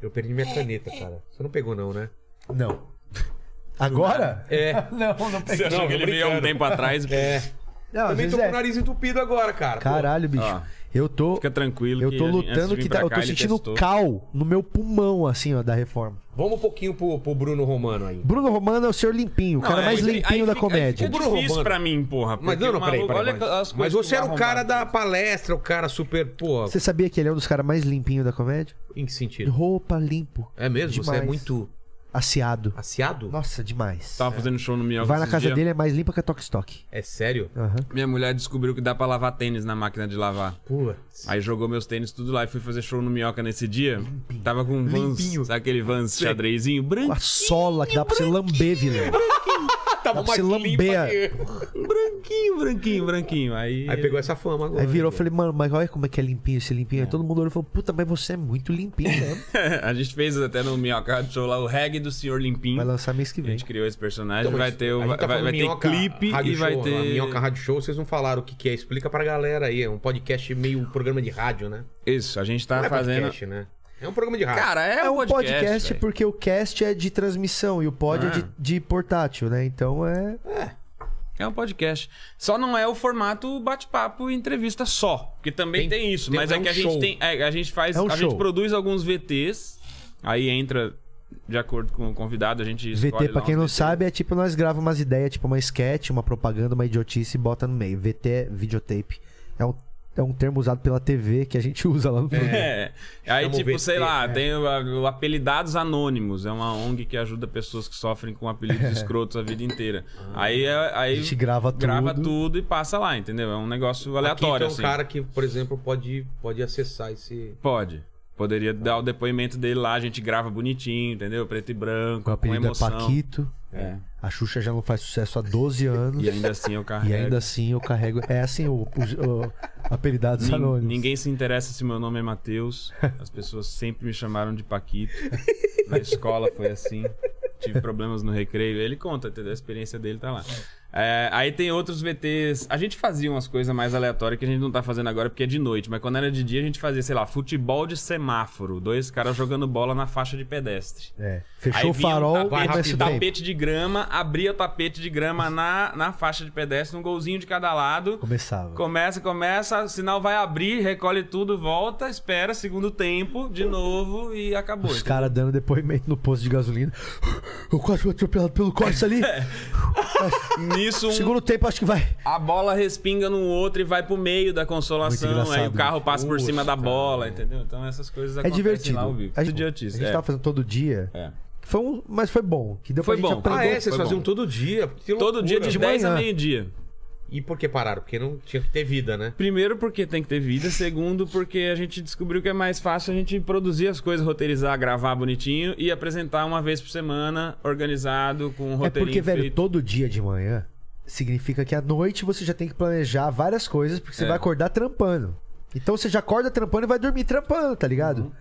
Eu perdi minha caneta, cara. Você não pegou, não, né?
Não. Agora?
É.
Não, não
Você
peguei.
achou
Não,
que ele
tô
veio há um
brincando.
tempo atrás?
É.
Não, às
Também tô
vezes
com
é.
o nariz entupido agora, cara. Pô,
Caralho, bicho.
Ó.
eu tô.
Fica tranquilo.
Eu
que
tô
a gente- antes de
lutando
vir
que
pra
tá. Eu
cá,
tô
ele
sentindo
testou.
cal no meu pulmão, assim, ó, da reforma.
Vamos um pouquinho pro, pro Bruno Romano aí.
Bruno Romano é o senhor limpinho, o
Não,
cara
aí
mais
fica-
limpinho
aí
da
fica- Aí
comédia.
fica
Bruno
difícil
Romano.
pra mim, porra.
Mas
porque
não, não,
o
peraí,
maluco-
peraí.
Olha
peraí.
as coisas
mas
que
você
o
era o cara
arrombado
da palestra, o cara super, pô.
Você sabia que ele é um dos caras mais limpinho da comédia?
Em que
De
sentido?
roupa, limpo,
É mesmo? Você é
Demais.
muito
asseado.
aciado?
Nossa, demais.
Tava fazendo show no Mioca
Vai na
esses
casa
dias.
dele, é mais limpa que a Tok Stock.
É sério?
Minha mulher descobriu que dá pra lavar tênis na máquina de lavar.
Putz.
Aí jogou meus tênis tudo lá e fui fazer show no Minhoca nesse dia. Tava com um Vans, sabe aquele Vans xadrezinho
Com a
branco?
sola que dá pra você lamber, Vilão.
Tava
Dá pra você lamber.
que-
Branquinho, branquinho, branquinho. Aí,
Aí pegou essa fama agora.
Aí virou, eu falei, mano, mas olha como é que é limpinho esse limpinho. Aí todo mundo olhou e falou, puta, mas você é muito limpinho mesmo.
a gente fez até no Minhoca Rádio Show lá o reggae do Senhor Limpinho.
Vai lançar mês que
A
vem.
gente criou esse personagem,
Então, mas
vai ter, o-
a gente tá
vai,
falando
vai ter
Minhoca
clipe
Rádio
e vai
Show,
ter...
A Minhoca Rádio Show, vocês não falaram o que, que é. Explica pra galera aí. É um podcast meio um programa de rádio, né?
Isso, a gente tá
Não é
fazendo...
podcast, né? É um programa de rádio.
Cara, é,
É um podcast,
velho.
porque o cast é de transmissão e o pod
Ah.
é de, de portátil, né? Então é.
É um podcast. Só não é o formato bate-papo e entrevista só. Porque também
Tem-
tem, isso.
tem-
mas
é
é,
um
que a
show.
gente tem. é, a gente faz.
É um
a
show.
gente produz alguns VTs. Aí entra, de acordo com o convidado, a gente escolhe.
VT, pra
lá um
quem
uns
não
VTs.
sabe, é tipo nós gravamos umas ideias, tipo uma sketch, uma propaganda, uma idiotice e bota no meio. VT é videotape. É um, é um termo usado pela TV que a gente usa lá no programa.
É. Aí,
Chama o é.
tipo,
VT,
sei lá, tem o, o Apelidados Anônimos. É uma ONG que ajuda pessoas que sofrem com apelidos escrotos a vida inteira.
Ah.
Aí, é- aí
A gente grava tudo.
grava tudo e passa lá, entendeu? É um negócio
Aqui tem um
aleatório, assim.
cara que, por exemplo, pode, pode acessar esse...
Pode. Poderia dar o depoimento dele lá, a gente grava bonitinho, entendeu? Preto e branco,
O
com
apelido é
emoção.
Paquito.
É.
A Xuxa já não faz sucesso há 12 anos.
E ainda assim eu carrego.
E ainda assim eu carrego. É assim o, o, o apelidado
Nin-
anônimos.
Ninguém se interessa se meu nome é Matheus. As pessoas sempre me chamaram de Paquito. Na escola foi assim. Tive problemas no recreio. Ele conta, entendeu? A experiência dele tá lá. É, aí tem outros VTs. A gente fazia umas coisas mais aleatórias que a gente não tá fazendo agora porque é de noite. Mas quando era de dia a gente fazia, sei lá, futebol de semáforo. Dois caras jogando bola na faixa de pedestre.
É.
Aí
Fechou o
vinha
farol,
um
começa
tapete,
o tempo.
tapete de grama, abria o tapete de grama na, na faixa de pedestre, um golzinho de cada lado.
Começava.
Começa, começa, o sinal vai abrir, recolhe tudo, volta, espera, segundo tempo, de novo e acabou.
Os caras dando depoimento no posto de gasolina. Eu quase fui atropelado pelo Corsa ali.
Nisso, um-
Segundo tempo, acho que vai. É
a bola respinga no outro e vai pro meio da
Muito
consolação,
engraçado,
aí o carro
né?
passa por
Puxa,
cima da bola, entendeu? Então essas coisas
É
acontecem
divertido.
lá ao vivo.
A gente,
Idiotice,
a gente tá-
é.
tava fazendo todo dia.
É.
Foi um, mas foi bom. Que deu
Foi
pra gente
bom.
Ah,
aprender.
é? Vocês
Foi
faziam
bom.
todo dia. Que
Todo dia
loucura.
de
De
10 a
manhã.
meio-dia.
E por que pararam? Porque não tinha que ter vida, né?
Primeiro, porque tem que ter vida. Segundo, porque a gente descobriu que é mais fácil a gente produzir as coisas, roteirizar, gravar bonitinho e apresentar uma vez por semana, organizado, com um
É
roteirinho
porque, velho,
feito.
todo dia de manhã significa que à noite você já tem que planejar várias coisas, porque você
É.
vai acordar trampando. Então você já acorda trampando e vai dormir trampando, tá ligado?
Uhum.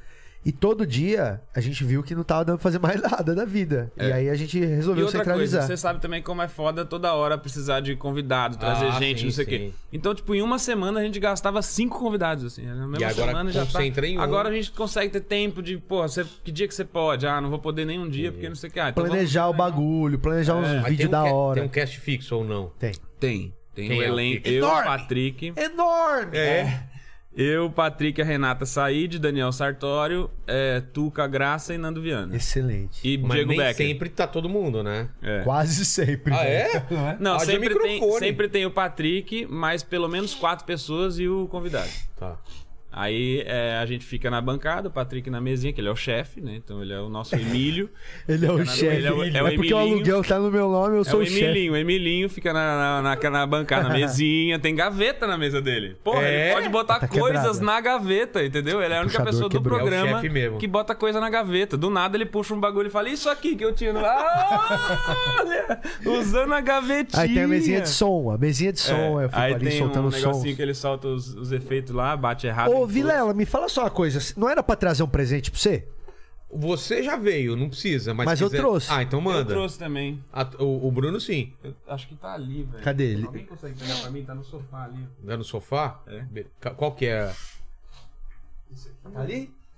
E todo dia a gente viu que não tava dando pra fazer mais nada da vida. E aí a gente
É. E
resolveu
outra
centralizar.
coisa, você sabe também como é foda toda hora precisar de convidado, trazer
Ah,
gente,
sim,
não sei o
sim.
quê. Então, tipo, em uma semana a gente gastava cinco convidados, assim. Na mesma
E agora
semana já tá.
concentra em um.
Agora a gente consegue ter tempo de, porra, você- que dia que você pode? Ah, não vou poder nenhum dia, porque não sei o que. Ah, então vamos-
Planejar o bagulho, planejar uns
é-
Mas tem
vídeos
um
da
ca-
hora.
Tem um cast fixo ou não?
Tem.
Tem. Tem
Quem
o
é?
elenco. Eu,
Enorme!
Patrick.
Enorme! É.
Eu, Patrick, a Renata Said, Daniel Sartório, é, Tuca Graça e Nando Viana.
Excelente.
E
Mas
Diego
nem
Becker.
sempre tá todo mundo, né?
É.
Quase sempre.
Ah,
velho.
é?
Não,
Haja
sempre tem,
microfone.
sempre tem o Patrick, mas pelo menos quatro pessoas e o convidado.
Tá.
Aí é, a gente fica na bancada, o Patrick na mesinha, que ele é o chefe, né? Então ele é o nosso Emílio.
Ele é o
Ele é o-
chefe.
ele é o- é o
é porque o
Emilinho.
aluguel tá no meu nome, eu
É
sou
o
o chefe.
Emilinho, o Emilinho fica na, na, na- na bancada, na mesinha, tem gaveta na mesa dele. Porra,
É?
ele pode botar
Tá quebrada.
coisas na gaveta, entendeu? Ele é a única
Puxador
pessoa do
quebrou.
É o
programa
chefe mesmo.
que bota coisa na gaveta. Do nada ele puxa um bagulho e fala, isso aqui que eu tinha no... Ah, olha, usando a gavetinha.
Aí tem a mesinha de som, a mesinha
É,
de som. Eu fico
Aí
ali
tem
soltando
um
sons.
negocinho que ele solta os, os efeitos lá, bate errado. em
Ô,
tudo.
Vilela, me fala só uma coisa. Não era pra trazer um presente pra você?
Você já veio, não precisa, mas.
Mas eu trouxe.
Ah, então
Eu
manda.
trouxe também.
A- o, o Bruno, sim.
Eu acho que tá ali, velho.
Cadê ele?
Alguém consegue pegar pra mim? Tá no sofá ali.
Lá né, no sofá?
É.
Be- ca- Qual que é?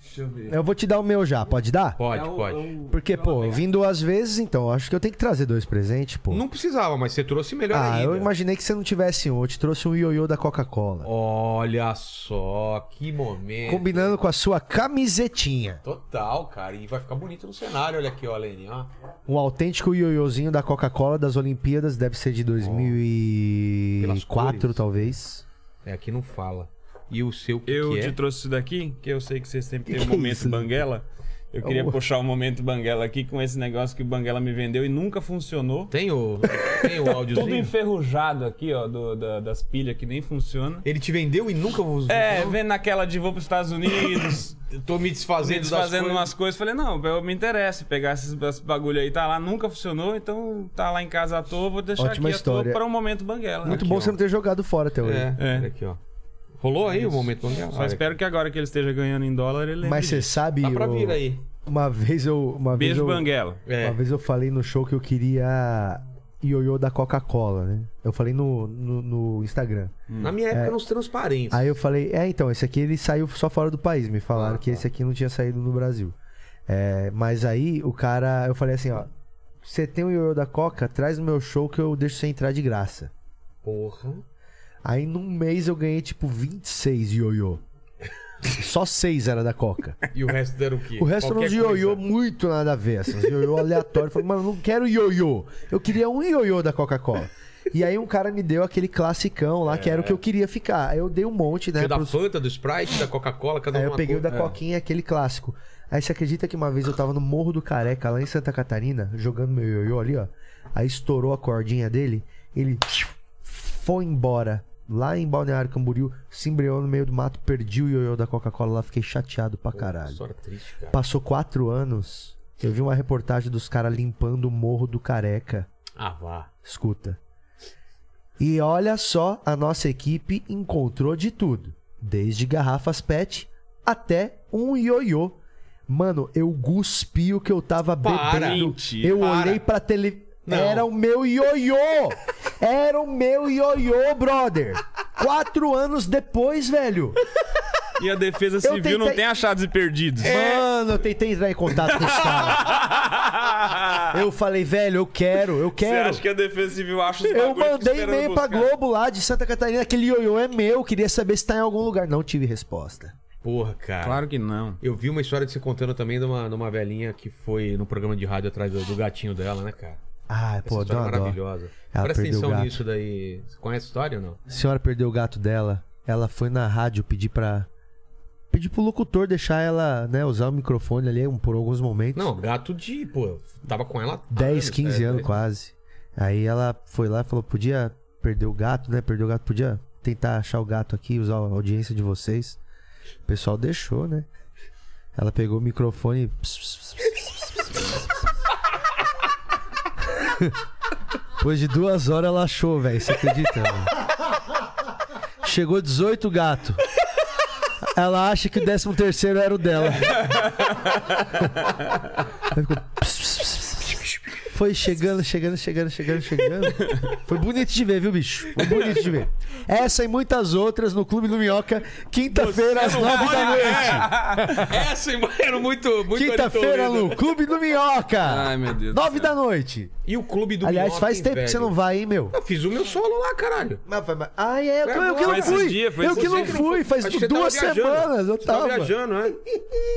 Deixa eu ver.
Eu vou te dar o meu já, Tá É, pode dar?
Pode,
É o-
pode.
é o-
Porque, pô, eu vim duas vezes, então eu acho que eu tenho que trazer dois presentes,
um-
pô.
Não precisava, mas você trouxe melhor
ah,
ainda.
eu imaginei que você não tivesse um. Eu te trouxe um ioiô da Coca-Cola.
Olha só, que momento.
Combinando com a sua camisetinha.
Total, cara. E vai ficar bonito no cenário. Olha aqui, ó, Lene, ó.
Um autêntico ioiôzinho da Coca-Cola das Olimpíadas, deve ser de
Pelas
2004,
cores.
talvez.
É, aqui não fala. E o seu que,
Eu
que
te
é?
trouxe isso daqui, que eu sei que você sempre tem um
Que que é
momento
isso?
banguela. Eu queria
Oh.
puxar o momento banguela aqui com esse negócio que o banguela me vendeu e nunca funcionou.
Tem o, tem o
Tudo
áudiozinho?
enferrujado aqui, ó, do- da- das pilhas que nem
Então?
funciona.
Ele te vendeu e nunca usou.
É, vendo naquela de vou pros Estados Unidos,
Eu tô me
me
desfazendo,
desfazendo
das coisas.
umas coisas. Falei, não, eu me interessa pegar esses, esses bagulho aí. Tá lá, nunca funcionou, então tá lá em casa à toa, vou deixar
Ótima
aqui à
história.
toa pra um momento banguela.
Muito
Aqui,
bom
ó.
você não ter jogado fora até hoje.
É,
É.
olha aqui, ó. Rolou aí o momento banguela?
Só espero que agora que ele esteja ganhando em dólar, ele lembre
Mas você
disso.
sabe,
Dá pra
eu-
vir aí.
uma vez eu... Uma vez
Beijo,
eu...
banguela.
É.
Uma vez eu falei no show que eu queria ioiô da Coca-Cola, né? Eu falei no, no, no Instagram.
Na minha época eram os transparentes.
Hum. É. Aí eu falei, é, então, esse aqui ele saiu só fora do país. Me falaram
Ah,
que
tá.
esse aqui não tinha saído no Brasil. É, mas aí o cara, eu falei assim, ó. Você tem o ioiô da Coca? Traz no meu show que eu deixo você entrar de graça.
Porra.
Aí num mês eu ganhei tipo 26 ioiô. Só seis era da Coca.
E o resto era o quê?
O resto era
Qualquer
uns ioiô
coisa.
muito nada a ver. Assim, uns ioiô aleatório. Eu Falei, mano, não quero ioiô. Eu queria um ioiô da Coca-Cola. E aí um cara me deu aquele classicão lá, que era o que eu queria ficar. Aí eu dei um monte, né?
Tinha É. da
pros-
Fanta, do Sprite, da Coca-Cola, cada um
Aí eu
uma
peguei o
cor.
da Coquinha, aquele clássico. Aí você acredita que uma vez eu tava no Morro do Careca, lá em Santa Catarina, jogando meu ioiô ali, ó. Aí estourou a cordinha dele, ele foi embora. Lá em Balneário Camboriú, se embreou no meio do mato, perdi o ioiô da Coca-Cola lá, fiquei chateado pra caralho.
História triste, cara.
Passou quatro anos, eu vi uma reportagem dos caras limpando o Morro do Careca.
Ah, vá.
Escuta. E olha só, a nossa equipe encontrou de tudo. Desde garrafas pet até um ioiô. Mano, eu cuspi o que eu tava
Para,
bebendo.
mentira.
eu
Para.
olhei pra tele...
Não.
Era o meu ioiô! Era o meu ioiô, brother! Quatro anos depois, velho!
E a defesa civil não tem
tentei- É.
achados e perdidos.
É.
Mano, eu tentei entrar em contato com os caras. Eu falei, velho, eu quero, eu
Você
quero.
acha que a defesa civil acha os
Eu
bagulho e fica
mandei
esperando
e-mail pra
buscar?
Globo lá de Santa Catarina, aquele ioiô é meu, queria saber se tá em algum lugar. Não tive resposta.
Porra, cara.
Claro que não.
Eu vi uma história de você contando também de uma, de uma velhinha que foi no programa de rádio atrás do, do gatinho dela, né, cara?
Ah,
Essa
pô, dá
história
uma
é
dó.
maravilhosa.
Ela
Presta
perdeu o
atenção
gato.
nisso daí. Você conhece a história ou não?
A senhora perdeu o gato dela, ela foi na rádio pedir pra... Pedir pro locutor deixar ela, né, usar o microfone ali um- por alguns momentos.
Não, gato de, pô, tava com ela. há
10, 15
é,
anos
é.
quase. Aí ela foi lá e falou, podia perder o gato, né, perder o gato, podia tentar achar o gato aqui, usar a audiência de vocês. O pessoal deixou, né. Ela pegou o microfone... e ps, ps, ps, Depois de duas horas ela achou, velho. Você acredita? mano? Chegou 18 gato. Ela acha que o 13 terceiro era o dela. Aí ficou... Foi chegando, chegando, chegando, chegando, chegando. Foi bonito de ver, viu, bicho? Foi bonito de ver. Essa e muitas outras no Clube do Minhoca, quinta-feira às nove da noite.
É,
Essa era muito, muito
Quinta-feira
Aristomedes.
no Clube do Minhoca.
Ai, meu Deus do
Nove
céu.
da noite.
E o clube do
Aliás,
Minhoca,
faz
hein,
tempo
velho?
que você não vai, hein, meu?
Eu fiz o meu solo lá, caralho.
Ah, é, eu, que- eu que
Foi
não
esses
fui.
dias, foi
eu
esses
que não
dias.
fui, faz tipo
Acho que você
duas
tava viajando.
semanas eu
Você
tava.
viajando, né?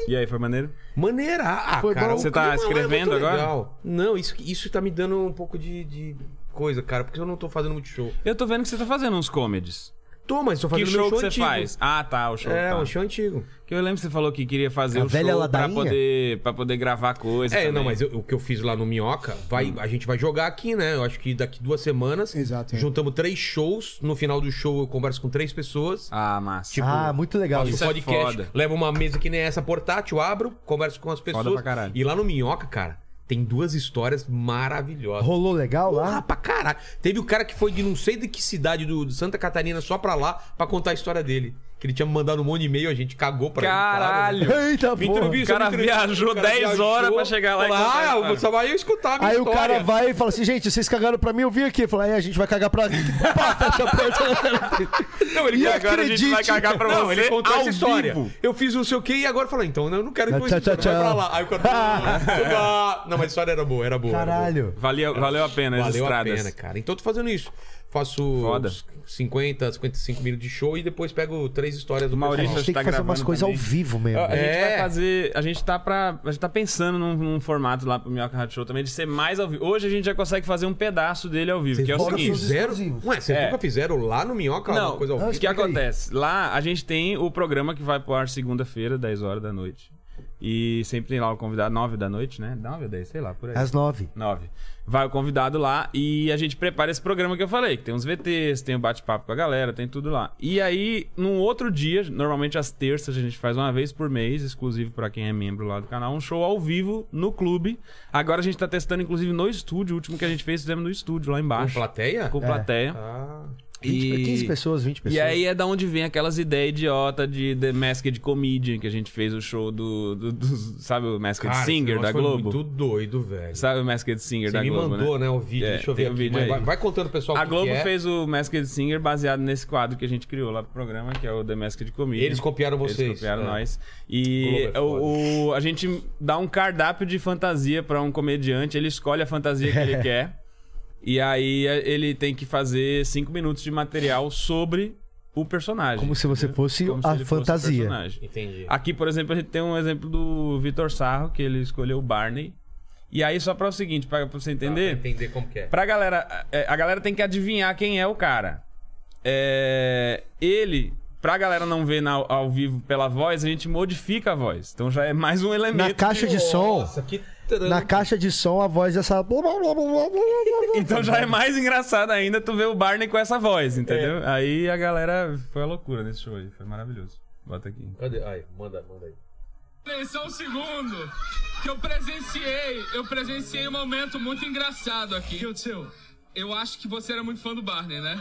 E aí, foi maneiro?
Maneira. Ah,
Foi
cara,
bom.
o
Você
tá
clima lá é
escrevendo
muito
agora?
legal. Não, isso, isso tá me dando um pouco de, de coisa, cara, porque eu não tô fazendo muito show.
Eu tô vendo que você tá fazendo uns comedies.
Tô, mas tô
Que
fazendo
show,
meu
que
show
você
antigo.
faz? Ah, tá, o show.
É,
tá.
um show antigo.
Que eu lembro que você falou que queria fazer
A
o
velha
show
ladainha?
pra poder para poder gravar coisa.
É,
também.
não, mas eu- o que eu fiz lá no Minhoca, vai, a gente vai jogar aqui, né? Eu acho que daqui duas semanas.
Exato, é.
Juntamos três shows. No final do show eu converso com três pessoas.
Ah, massa.
Tipo,
Ah, muito legal
Faço
isso.
é
podcast,
foda.
levo uma mesa que nem essa portátil, abro, converso com as pessoas.
pra caralho.
E lá no Minhoca, cara, tem duas histórias maravilhosas.
Rolou legal
Ah,
lá?
pra caralho. Teve o cara que foi de não sei de que cidade do, de Santa Catarina só pra lá pra contar a história dele. Que ele tinha mandado um monte de e-mail, a gente cagou pra ele.
Caralho.
claro, né?
Eita,
Me
porra.
entrevista,
O cara
me entrevista.
viajou
O cara
10 horas pra chegar lá e
falou,
contar a
Ah,
história."
eu só vai eu escutar a minha
Aí o
história.
cara vai e fala assim, gente, vocês cagaram pra mim, eu vim aqui. Fala, aí a gente vai cagar pra. Pá, fecha a porta.
Não, ele
E
agora a gente vai
acredite-
cagar pra
Não,
você
ele é contou
ao
essa história.
vivo.
Eu fiz não sei o quê e agora falou, então eu não quero que
Tchau,
você
tchau,
vai pra
tchau.
lá. Aí o cara falou, "Ah." não, mas a história era boa, era boa. era boa.
Caralho.
Valeu, valeu a pena as
Valeu
estradas.
a pena, cara. Então eu tô fazendo isso. Faço
Foda.
uns 50, 55 minutos de show e depois pego três histórias do
A
Maurício,
pessoal.
gente
Você
tem
tá
que fazer umas
gravando
coisas ao
também. Ah,
vivo mesmo.
Então, A gente
É.
vai fazer. A gente tá pra. A gente tá pensando num, num formato lá pro Minhoca Rádio Show também de ser mais ao vivo. Hoje a gente já consegue fazer um pedaço dele ao vivo, que é o
nunca
seguinte.
fizeram?
exclusivos.
Ué, vocês
É.
nunca fizeram lá no Minhoca
Não,
uma coisa ao
o
vivo?
que
explica aí.
acontece? Lá a gente tem o programa que vai pro ar segunda-feira, 10 horas da noite. E sempre tem lá o convidado, 9 da noite, né? 9 ou 10, sei lá, por aí.
Às nove.
9. Vai o convidado lá e a gente prepara esse programa que eu falei, que tem uns VTs, tem o bate-papo com a galera, tem tudo lá. E aí, num outro dia, normalmente às terças, a gente faz uma vez por mês, exclusivo pra quem é membro lá do canal, um show ao vivo no clube. Agora a gente tá testando, inclusive, no estúdio. O último que a gente fez, fizemos no estúdio, lá
Com
embaixo.
plateia? É.
Com plateia.
Ah,
20,
E-
15 pessoas, 20 pessoas.
e aí é da onde vem aquelas ideias idiota de The Masked Comedian, que a gente fez o show do. do- do- sabe o Masked
cara, esse
Singer
negócio
da
foi
Globo?
muito doido, velho.
Sabe o Masked Singer
Você
da
me
Globo?
mandou, né, o vídeo.
É,
Deixa eu
tem
ver
o
aqui.
vídeo
Mas
aí.
vai, vai contando pro pessoal o
A
que
Globo
que é.
fez o Masked Singer baseado nesse quadro que a gente criou lá pro programa, que é o The Masked Comedian.
Eles copiaram vocês.
Eles copiaram
É.
nós. E
Globo é
o, o- a gente dá um cardápio de fantasia pra um comediante, ele escolhe a fantasia que ele quer. E aí a- ele tem que fazer cinco minutos de material sobre o personagem.
Como se você fosse
Como se
a
ele fosse o
fantasia.
personagem.
Entendi.
Aqui, por exemplo, a gente tem um exemplo do Vitor Sarro, que ele escolheu o Barney. E aí, só pra o seguinte, pra, pra você entender.
Pra entender como que é.
Pra galera. é, A galera tem que adivinhar quem é o cara. É, ele. Pra galera não ver na- ao vivo pela voz, a gente modifica a voz. Então já é mais um elemento.
Na caixa de som,
Nossa, que
na caixa de som, a voz dessa.
Então já é mais engraçado ainda tu ver o Barney com essa voz, entendeu? Aí a galera. Foi a loucura nesse show aí. Foi maravilhoso. Bota aqui.
Cadê? Aí, manda, manda aí.
Esse é o segundo que eu presenciei. Eu presenciei um momento muito engraçado aqui. O que aconteceu? Eu acho que você era muito fã do Barney, né?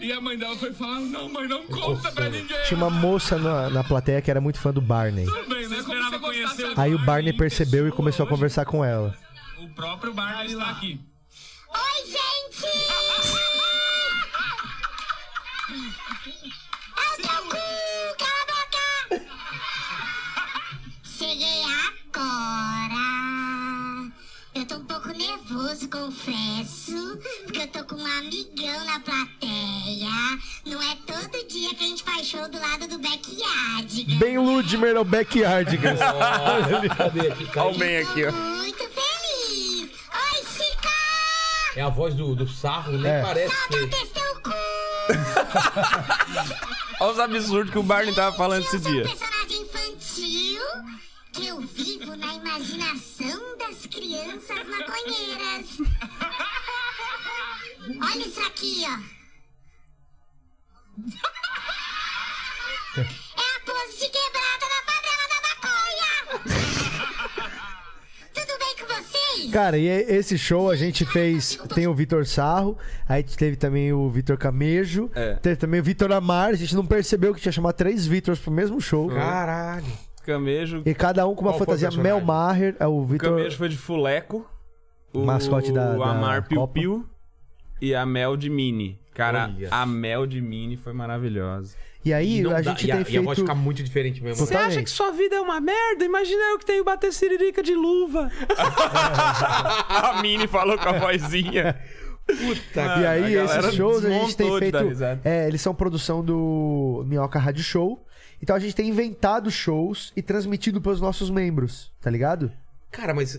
E a mãe dela foi falar: Não, mãe, não conta pra ninguém.
Tinha uma moça na, na plateia que era muito fã do Barney.
Bem, né? Como você conhecer o
Aí o Barney percebeu e começou a conversar com ela.
O próprio Barney está aqui.
Oi, gente! É o teu cu! Cala a boca! Cheguei agora! Eu tô um pouco nervoso, confesso, porque eu tô com um amigão na plateia. Não é todo dia que a gente faz show do lado do backyard. né?
Bem Ludmer ao backyard, cara.
Cadê aqui? Cadê?
aqui, ó. Muito feliz! Oi, Chica!
É a voz do, do sarro, nem
É.
parece que...
Saudades teu um cu!
Olha os absurdos que o Barney tava falando esse
Eu sou
dia.
um personagem infantil que eu vivo na imaginação das crianças maconheiras. Olha isso aqui, ó. É a pose de quebrada na favela da maconha. Tudo bem com vocês?
Cara, e é, esse show a gente fez. Tem o Vitor Sarro, aí teve também o Vitor Camejo,
É.
teve também o Vitor Amar. A gente não percebeu que tinha chamado três Vitors pro mesmo show.
Caralho.
Camejo.
E cada um com uma
Qual foi o
fantasia.
personagem?
Mel Maher, é o
O
Vitor.
Camejo foi de fuleco. o
Mascote da- da
Amar Piu
Copa.
Piu e a Mel de Mini. Cara,
Olha.
a Mel de Mini foi maravilhosa.
E aí
Não
a
dá-
gente
e
tem
a, e a voz
feito...
fica muito diferente mesmo. Tá
Você acha que
sua vida é uma merda? Imagina eu que tenho bater siririca de luva. a Mini falou com a vozinha.
Puta
E
Ah, a
aí,
galera
esses shows a gente tem
desmontou de
feito.
dar risada.
É, eles são produção do Minhoca Rádio Show. Então a gente tem inventado shows e transmitido pros nossos membros, tá ligado?
Cara, mas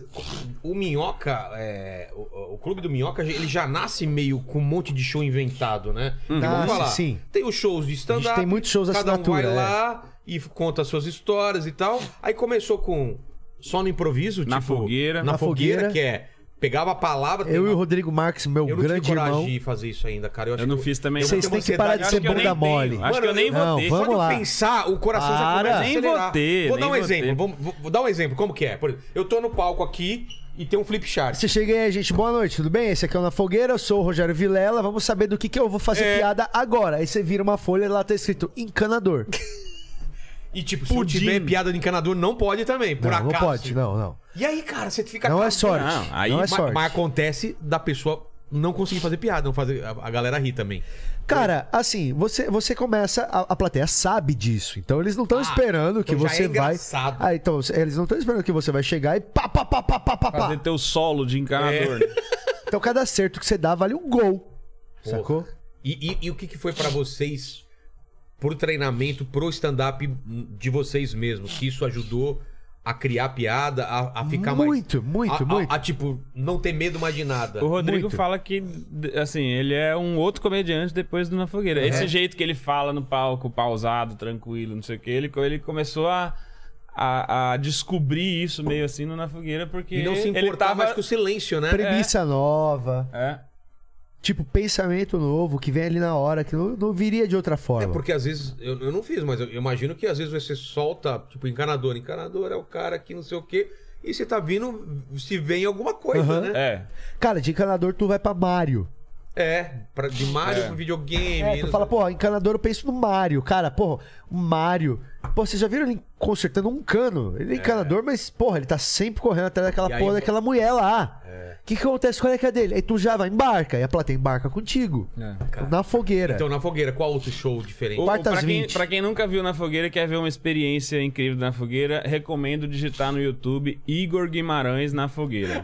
o Minhoca, é, o, o clube do Minhoca, ele já nasce meio com um monte de show inventado, né? Então,
Uhum. Nasce, sim.
Tem os shows de
A
stand-up.
gente tem muitos shows
Cada um vai
assinatura, é.
lá e conta suas histórias e tal. Aí começou com só no improviso,
Na
tipo,
fogueira.
Na,
Na
fogueira,
fogueira.
que é pegava a palavra. tem
Eu e
uma-
o Rodrigo Marques, meu
eu não tive
grande
coragem
irmão.
de fazer isso ainda, cara. acho
Eu não
que
fiz também.
eu
Vocês
tenho uma
têm que parar de
ansiedade
ser
que eu
que eu
bunda
nem tenho.
mole.
Acho que eu nem
Não,
votei.
Só
vamos
de
lá.
pensar, o coração já
Para.
começa a
Nem
acelerar.
vou ter,
vou dar
nem
um
vou
exemplo.
ter.
Vamos- vou, vou dar um exemplo. Como que é? Por exemplo, eu tô no palco aqui e tem um flip chart.
Você chega aí, gente. Boa noite, tudo bem? Esse aqui é o Na Fogueira, eu sou o Rogério Vilela. Vamos saber do que, que eu vou fazer
É.
piada agora. Aí você vira uma folha e lá tá escrito encanador.
E tipo, se eu
Pudim.
tiver piada de encanador, não pode também, por
não,
acaso.
não pode, não, não.
E aí, cara, você fica...
Não é sorte.
Não,
Não,
aí-
é
Mas,
sorte.
mas acontece da pessoa não conseguir fazer piada, não fazer... A, a galera ri também.
Cara, assim, você, você começa. A, a plateia sabe disso. Então eles não estão
Ah,
esperando que
então já
você
é
vai.
engraçado.
Ah, então, eles não estão esperando que você vai chegar e pá, pá, pá, pá, pá, pá, pá.
Fazer teu solo de encanador. né?
Então cada acerto que você dá vale um gol.
Porra.
Sacou?
E, e- e o que, que foi pra vocês, pro treinamento, pro stand-up de vocês mesmos? Que isso ajudou a criar piada, a, a ficar mais...
muito, muito,
a- a-
muito.
A, tipo, não ter medo mais de nada.
O Rodrigo
Muito.
fala que, d- assim, ele é um outro comediante depois do Na
Uhum.
Fogueira. Esse jeito que ele fala no palco, pausado, tranquilo, não sei o que, ele, ele começou a, a, a descobrir isso meio assim no Na Fogueira, porque
E não se
ele
importar
tava...
mais com o silêncio, né?
Premissa nova.
É.
Tipo, pensamento novo que vem ali na hora, que não, não viria de outra
É
forma.
porque às vezes, eu, eu não fiz, mas eu, eu imagino que às vezes você solta, tipo, encanador. Encanador é o cara que não sei o quê. E você tá vindo, se vem alguma coisa, né?
É.
Cara, de encanador tu vai pra Mario.
É, pra, de Mario pro videogame.
É, tu
não
fala,
sei-
pô, encanador eu penso no Mario, cara, porra, o Mario. Pô, vocês já viram ele consertando um cano? Ele é encanador, mas, porra, ele tá sempre correndo atrás
E
daquela
aí,
porra
pô-
daquela mulher lá. O que, que acontece? Qual é que é dele? Aí tu já vai, embarca, e a plateia embarca contigo.
É,
Tipo, Na fogueira.
Então, na fogueira, qual outro show diferente?
O-
Quartas
pra, quem,
20.
pra quem nunca viu Na Fogueira e quer ver uma experiência incrível do Na Fogueira, recomendo digitar no YouTube Igor Guimarães Na Fogueira.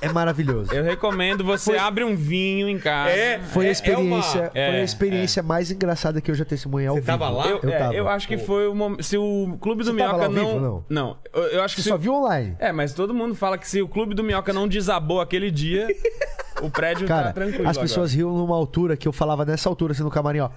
É maravilhoso.
Eu recomendo, você abre um vinho em casa.
Foi
é- é
a experiência,
uma-
é,
foi a experiência mais engraçada que eu já testemunhei ao
Você
vivo.
tava lá?
Eu,
Eu
é,
tava.
eu acho que foi o momento. Se o Clube do
Você tava lá
Minhoca
ao
não.
vivo, não?
eu, eu acho que se.
Você só viu online.
É, mas todo mundo fala que se o Clube do Minhoca não desabou aquele dia, o prédio tá
Cara,
tranquilo.
as pessoas riam numa altura que eu falava nessa altura, assim, no camarim, ó.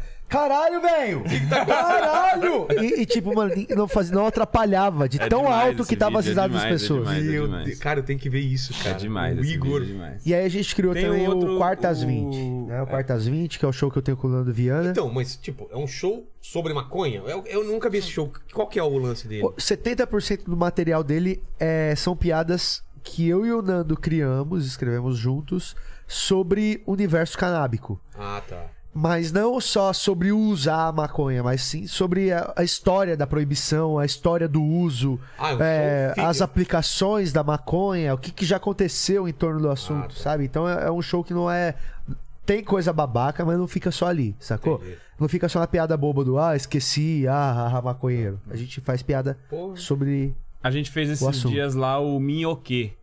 Caralho, velho!
tá
Caralho! E, e, tipo, mano, não, faz, não atrapalhava de
É
tão
demais
alto
esse
que tava as
vídeo, é
risadas das
demais, é
pessoas.
demais.
Meu
demais.
Deus, cara, eu tenho que ver isso,
agora.
cara.
É demais,
O
esse
Igor.
vídeo é demais.
E aí a gente criou
Tem
também
outro-
o Quartas
o-
20, né? O Quartas 20, que é o show que eu tenho com o Nando Viana.
Então, mas, tipo, é um show sobre maconha? Eu, eu nunca vi esse show. Qual que é o lance dele?
Então,
O- 70% do material dele é- são piadas que eu e o Nando criamos, escrevemos juntos, sobre o universo canábico.
Ah, tá.
Mas não só sobre usar a maconha, mas sim sobre a, a história da proibição, a história do uso,
Ah, é um
é,
show fi-
as aplicações da maconha, o que, que já aconteceu em torno do assunto,
tá.
sabe? Então é, é um show que não é. Tem coisa babaca, mas não fica só ali, sacou?
Entendi.
Não fica só na piada boba do ah, esqueci, ah, ah, ah, maconheiro. A gente faz piada
Porra.
sobre.
A gente fez
O
esses
assunto.
dias lá o Minhoque,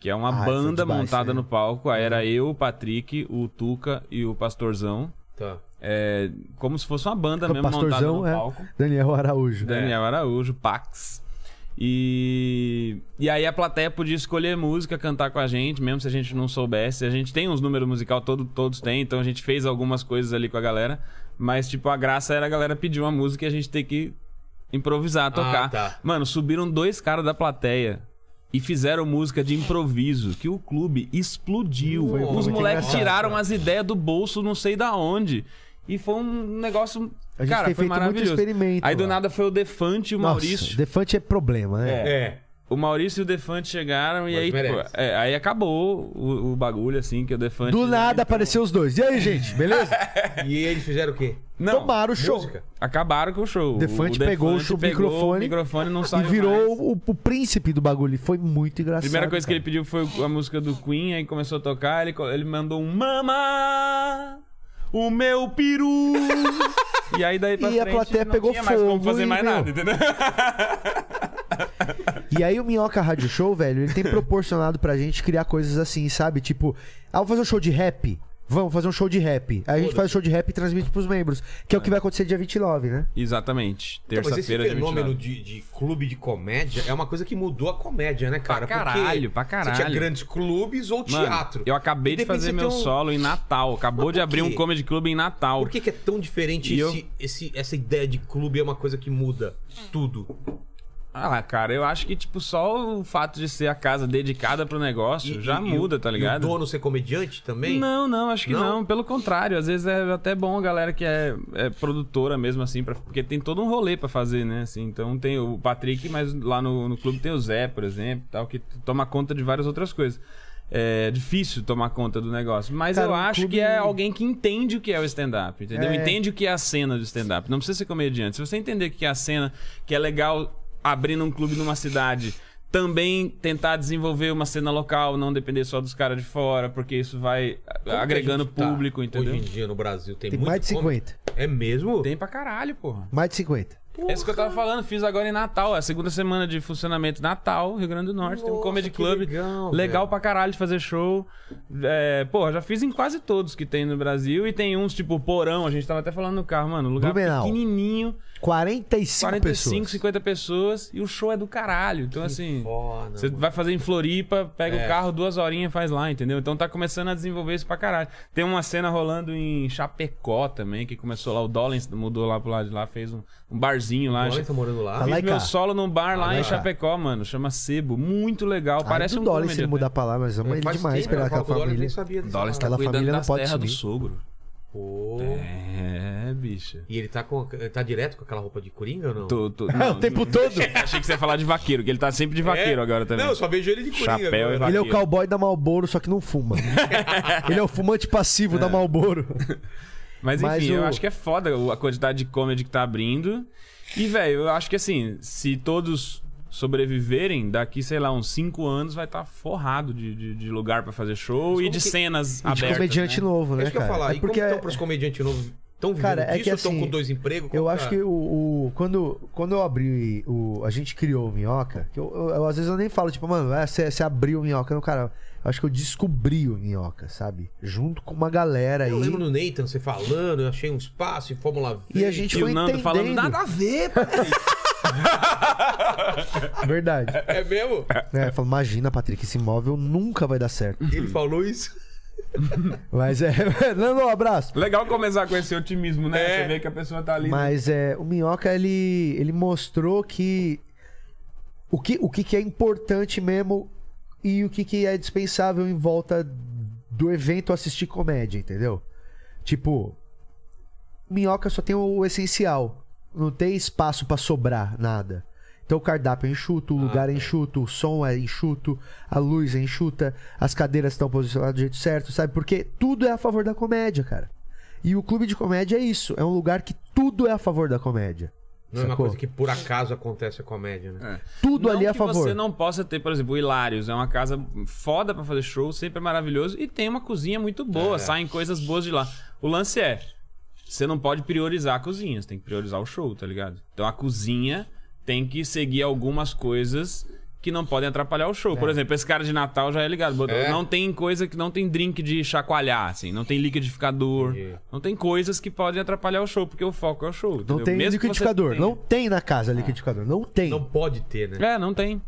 que é uma
Ah, foi
banda
demais,
montada
né?
no palco. Aí era eu, o Patrick, o Tuca e o Pastorzão.
Tá.
É, como se fosse uma banda
O
mesmo montada
Pastorzão
no
é
palco.
Daniel Araújo.
Daniel Araújo, Pax. E, e aí a plateia podia escolher música, cantar com a gente, mesmo se a gente não soubesse. A gente tem uns números musical, todo, todos têm, então a gente fez algumas coisas ali com a galera. Mas, tipo, a graça era a galera pedir uma música e a gente ter que improvisar, tocar.
tá.
Mano, subiram dois caras da plateia e fizeram música de improviso, que o clube explodiu.
Foi- foi
Os
muito
moleques
engraçado.
tiraram as ideias do bolso, não sei da onde. E foi um negócio.
A gente
cara,
tem
foi
feito muito
maravilhoso.
experimento
Aí do
lá.
nada foi o Defante e o
Nossa,
Maurício.
Defante é problema, né?
É.
O Maurício e o Defante chegaram e
Mas
aí,
merece.
pô, é, aí acabou o, o bagulho, assim, que o Defante.
Do nada apareceu os dois. E aí, gente, beleza?
E eles fizeram o quê?
Não,
Tomaram o show.
Música?
acabaram com o show. O
Defante pegou o show-
pegou
microfone
o microfone não
E
saiu mais.
virou o, o príncipe do bagulho. E Foi muito engraçado.
Primeira coisa que ele
cara.
pediu foi a música do Queen, aí começou a tocar, ele, co- ele mandou um Mama! O meu peru! e aí daí pra
E a
frente,
plateia
não
pegou
tinha mais
fogo
como fazer
e,
mais
meu,
nada, entendeu?
E aí o Minhoca Rádio Show, velho, ele tem proporcionado pra gente criar coisas assim, sabe? Tipo, ah, vamos fazer um show de rap? Vamos fazer um show de rap. Aí a gente faz um show de rap e transmite pros membros. Que é o que vai acontecer dia 29, né?
Exatamente.
Então, mas esse
Terça-feira de
fenômeno
29.
de, de clube de comédia é uma coisa que mudou a comédia, né, cara?
Pra
Porque
caralho, pra
Você tinha
caralho.
grandes clubes ou
Mano,
teatro.
Eu acabei
E
de
repente
fazer
você
meu
tem um-
solo em Natal. Acabou
Mas
de
por
abrir
quê?
um comedy club em Natal.
Por que, que é tão diferente
E
esse- esse- essa ideia de clube é uma coisa que muda tudo?
Ah, cara, eu acho que, tipo, só o fato de ser a casa dedicada pro negócio
E-
já
e- e o-
muda, tá ligado?
E o dono ser comediante também?
Não, não, acho que
Não?
não? Pelo contrário, às vezes é até bom a galera que é, é produtora mesmo, assim, pra- porque tem todo um rolê pra fazer, né? Assim, então tem o Patrick, mas lá no, no clube tem o Zé, por exemplo, tal, que toma conta de várias outras coisas. É difícil tomar conta do negócio, mas
Cara,
eu
um
acho
clube-
que é alguém que entende o que é o stand-up, entendeu?
É.
Entende o que é a cena do stand-up. Não precisa ser comediante. Se você entender o que é a cena, que é legal abrindo um clube numa cidade, também tentar desenvolver uma cena local, não depender só dos caras de fora, porque isso vai
Como que a
agregando
gente tá
público, entendeu?
Hoje em dia no Brasil tem,
Tem
muito
mais de
cômico?
50.
É mesmo?
Tem pra caralho, porra.
Mais de 50.
É isso que eu tava falando, fiz agora em Natal, é a segunda semana de funcionamento Natal, Rio Grande do Norte, tem um
Nossa,
comedy
que
club.
legal, velho.
pra caralho de fazer show. É, porra, já fiz em quase todos que tem no Brasil e tem uns tipo Porão, a gente tava até falando no carro, mano, um lugar
Blumenau.
pequenininho,
45,
45,
pessoas.
50 pessoas e o show é do caralho. Então assim,
Foda,
Você
mano.
vai fazer em Floripa, pega
É.
o carro, duas horinhas faz lá, entendeu? Então tá começando a desenvolver isso pra caralho. Tem uma cena rolando em Chapecó também, que começou lá, o Dollins mudou lá pro lado de lá, fez um, um barzinho lá.
Olha, tá morando lá.
Tá lá
Fiz
e
meu
cá.
solo num bar lá
Lá e
em
cá.
Chapecó, mano. Chama Sebo. Muito legal.
Ai,
Parece
do
um
Dolly se
comedy
ele
até.
mudar pra lá, mas ama
É,
ele
faz
demais
tempo,
pela
eu falo
aquela
com o Dória, eu nem
família.
sabia dessa
Dollins tá
parada.
Aquela
cuidando
família não
das
pode
terras do
sumir.
sogro.
Pô.
É, bicha.
E ele tá, com, tá direto com aquela roupa de coringa ou não?
Tô, tô,
Ah, o tempo todo.
Achei que você ia falar de vaqueiro, que ele tá sempre de vaqueiro agora também.
É. Não, eu só vejo ele de coringa.
Chapéu
agora.
e
Ele é o
Vaqueiro.
cowboy da Malboro, só que não fuma. ele é o fumante passivo
É.
da Malboro.
Mas enfim,
Mas o-
eu acho que é foda o- a quantidade de comedy que tá abrindo. E, velho, eu acho que assim, se todos sobreviverem, daqui, sei lá, uns 5 anos vai estar forrado de, de, de lugar pra fazer show e de cenas
E de
abertas.
comediante
né?
novo,
É
né,
isso que eu ia
cara?
falar.
É
e
porque
tá
como estão pros comediantes novos? Estão vivendo
Cara, é
disso?
que
Estão
assim,
com dois empregos?
Eu
Como
acho
tá?
que o, o- quando, quando eu abri o. A gente criou o minhoca, que eu, eu- eu, às vezes eu nem falo, tipo, mano, ah, você você abriu o minhoca. Não, cara, eu acho que eu descobri o minhoca, sabe? Junto com uma galera aí.
Eu lembro do Nathan, você falando, eu achei um espaço em Fórmula V.
E a gente
E
foi
o Nando
entendendo.
falando, nada a ver,
Verdade.
É mesmo?
É, falou, imagina, Patrick, esse imóvel nunca vai dar certo.
Ele falou isso?
Mas é. Nando, um abraço.
Legal começar com esse otimismo, né?
É.
Você vê que a pessoa tá ali.
Mas é, o Minhoca, ele, ele mostrou que o, que o que que é importante mesmo e o que, que é dispensável em volta do evento assistir comédia, entendeu? Tipo, Minhoca só tem o essencial. Não tem espaço pra sobrar nada. Então o cardápio é enxuto,
Ah,
o lugar é enxuto, o som é enxuto, a luz é enxuta, as cadeiras estão posicionadas do jeito certo, sabe? Porque tudo é a favor da comédia, cara. E o clube de comédia é isso. É um lugar que tudo é a favor da comédia.
Não é uma
sacou?
coisa que por acaso acontece a comédia, né?
Tudo
não
ali é a
que
favor.
você não possa ter, por exemplo, o Hilários. É uma casa foda pra fazer show, sempre é maravilhoso. E tem uma cozinha muito boa, saem coisas boas de lá. O lance é, você não pode priorizar a cozinha, você tem que priorizar o show, tá ligado? Então a cozinha tem que seguir algumas coisas que não podem atrapalhar o
É.
show. Por exemplo, esse cara de Natal já é ligado. botou,
É.
Não tem coisa que não tem drink de chacoalhar, assim, não tem liquidificador,
Entendi.
não tem coisas que podem atrapalhar o show, porque o foco é o show.
Não
entendeu?
tem
Mesmo que você
liquidificador.
tenha- Ah.
Não tem na casa liquidificador. Não tem.
Não pode ter, né?
É, não tem.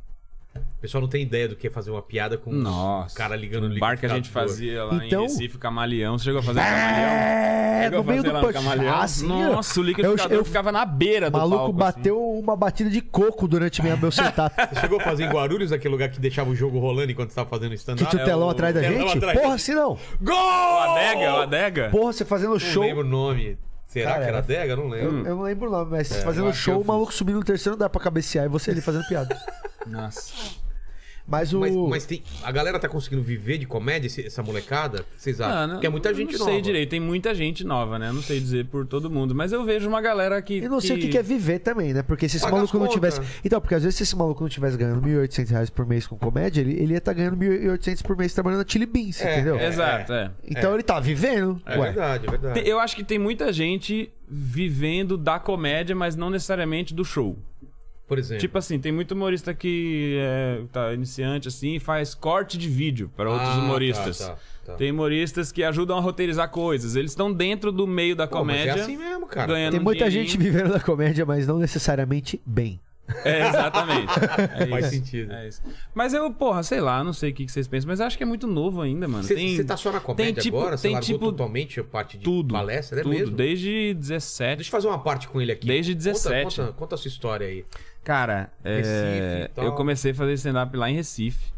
O pessoal não tem ideia do que é fazer uma piada com
Nossa.
um cara ligando no
O bar que a gente
liquidificador.
fazia lá
Então-
em Recife, Camaleão. Você chegou a fazer Camaleão?
É,
Chegou
no
a
meio
fazer
do
lá no
punch.
Camaleão?
Ah, sim,
Nossa, o liquidificador
eu- eu-
ficava na beira
O
do
maluco
palco, assim.
bateu uma batida de coco durante minha, meu setup.
Você chegou a fazer em Guarulhos, aquele lugar que deixava o jogo rolando enquanto você tava fazendo
que
stand-up?
tinha o telão
É
atrás da
É, telão
gente?
atrás.
Porra, assim não.
Gol!
O Adega, o Adega.
Porra, você fazendo
Não
show.
lembro o nome. Será
Cara,
que era
era-
Adega? Não
Hum.
lembro.
Eu não lembro o nome, mas
É, eu
fazendo
acho que
show,
eu
o maluco subindo no terceiro andar pra cabecear e você ali fazendo piada.
Nossa.
Mas o.
Mas, mas tem- a galera tá conseguindo viver de comédia, esse- essa molecada? Vocês acham?
Ah, não-
Porque é muita gente
não
nova.
sei direito, tem muita gente nova, né? Eu não sei dizer por todo mundo, mas eu vejo uma galera que.
Eu não sei o que, que é viver também, né? Porque se esse
Pagar
maluco
as
não
contas.
tivesse. Então, porque às vezes se esse maluco não tivesse ganhando 1.800 reais por mês com comédia, ele, ele ia estar ganhando 1.800 por mês trabalhando na Chili Beans, entendeu?
Exato, é.
Então ele tá vivendo.
É
ué.
verdade, é verdade.
Te- Eu acho que tem muita gente vivendo da comédia, mas não necessariamente do show.
Por exemplo.
Tipo assim, tem muito humorista que é, tá iniciante assim e faz corte de vídeo para outros
Ah,
humoristas.
tá, tá, tá.
Tem humoristas que ajudam a roteirizar coisas. Eles estão dentro do meio da
Pô, mas
comédia.
é assim mesmo, cara.
Ganhando
Tem
um
muita
dinheirinho.
gente vivendo da comédia, mas não necessariamente bem.
É, exatamente. É
Faz
isso.
sentido.
É isso. Mas eu, porra, sei lá, não sei o que que vocês pensam, mas eu acho que é muito novo ainda, mano.
Você
Tem-
você tá só na comédia
tem tipo,
agora? Você
tem
largou
tipo
totalmente a parte de
tudo.
palestra? É
tudo,
mesmo?
desde 17.
Deixa eu fazer uma parte com ele aqui.
Desde
Conta-
17.
Conta, conta a sua história aí.
Cara, é,
Recife e tal.
eu comecei a fazer stand-up lá em Recife.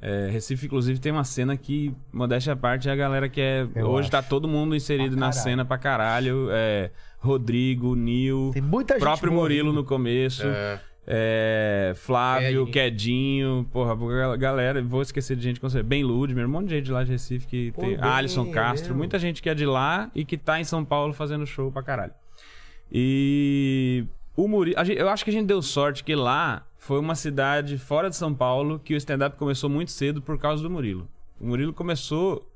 É, Recife, inclusive, tem uma cena que, modéstia à parte, é a galera que é.
Eu
hoje tá todo mundo inserido na cena pra caralho. É, Rodrigo, Nil,
Tem muita gente.
próprio
boa
Murilo
né?
vindo.
no começo.
É.
é, Flávio,
Quedinho.
Quedinho, porra, gal- galera, vou esquecer de gente que eu sei. Ben Ludmer, um monte de gente lá de Recife que
Pô,
tem.
bem,
Alisson
é
Castro,
mesmo.
muita gente que é de lá e que tá em São Paulo fazendo show pra caralho. E o Murilo, a gente- eu acho que a gente deu sorte que lá foi uma cidade fora de São Paulo que o stand-up começou muito cedo por causa do Murilo. O Murilo começou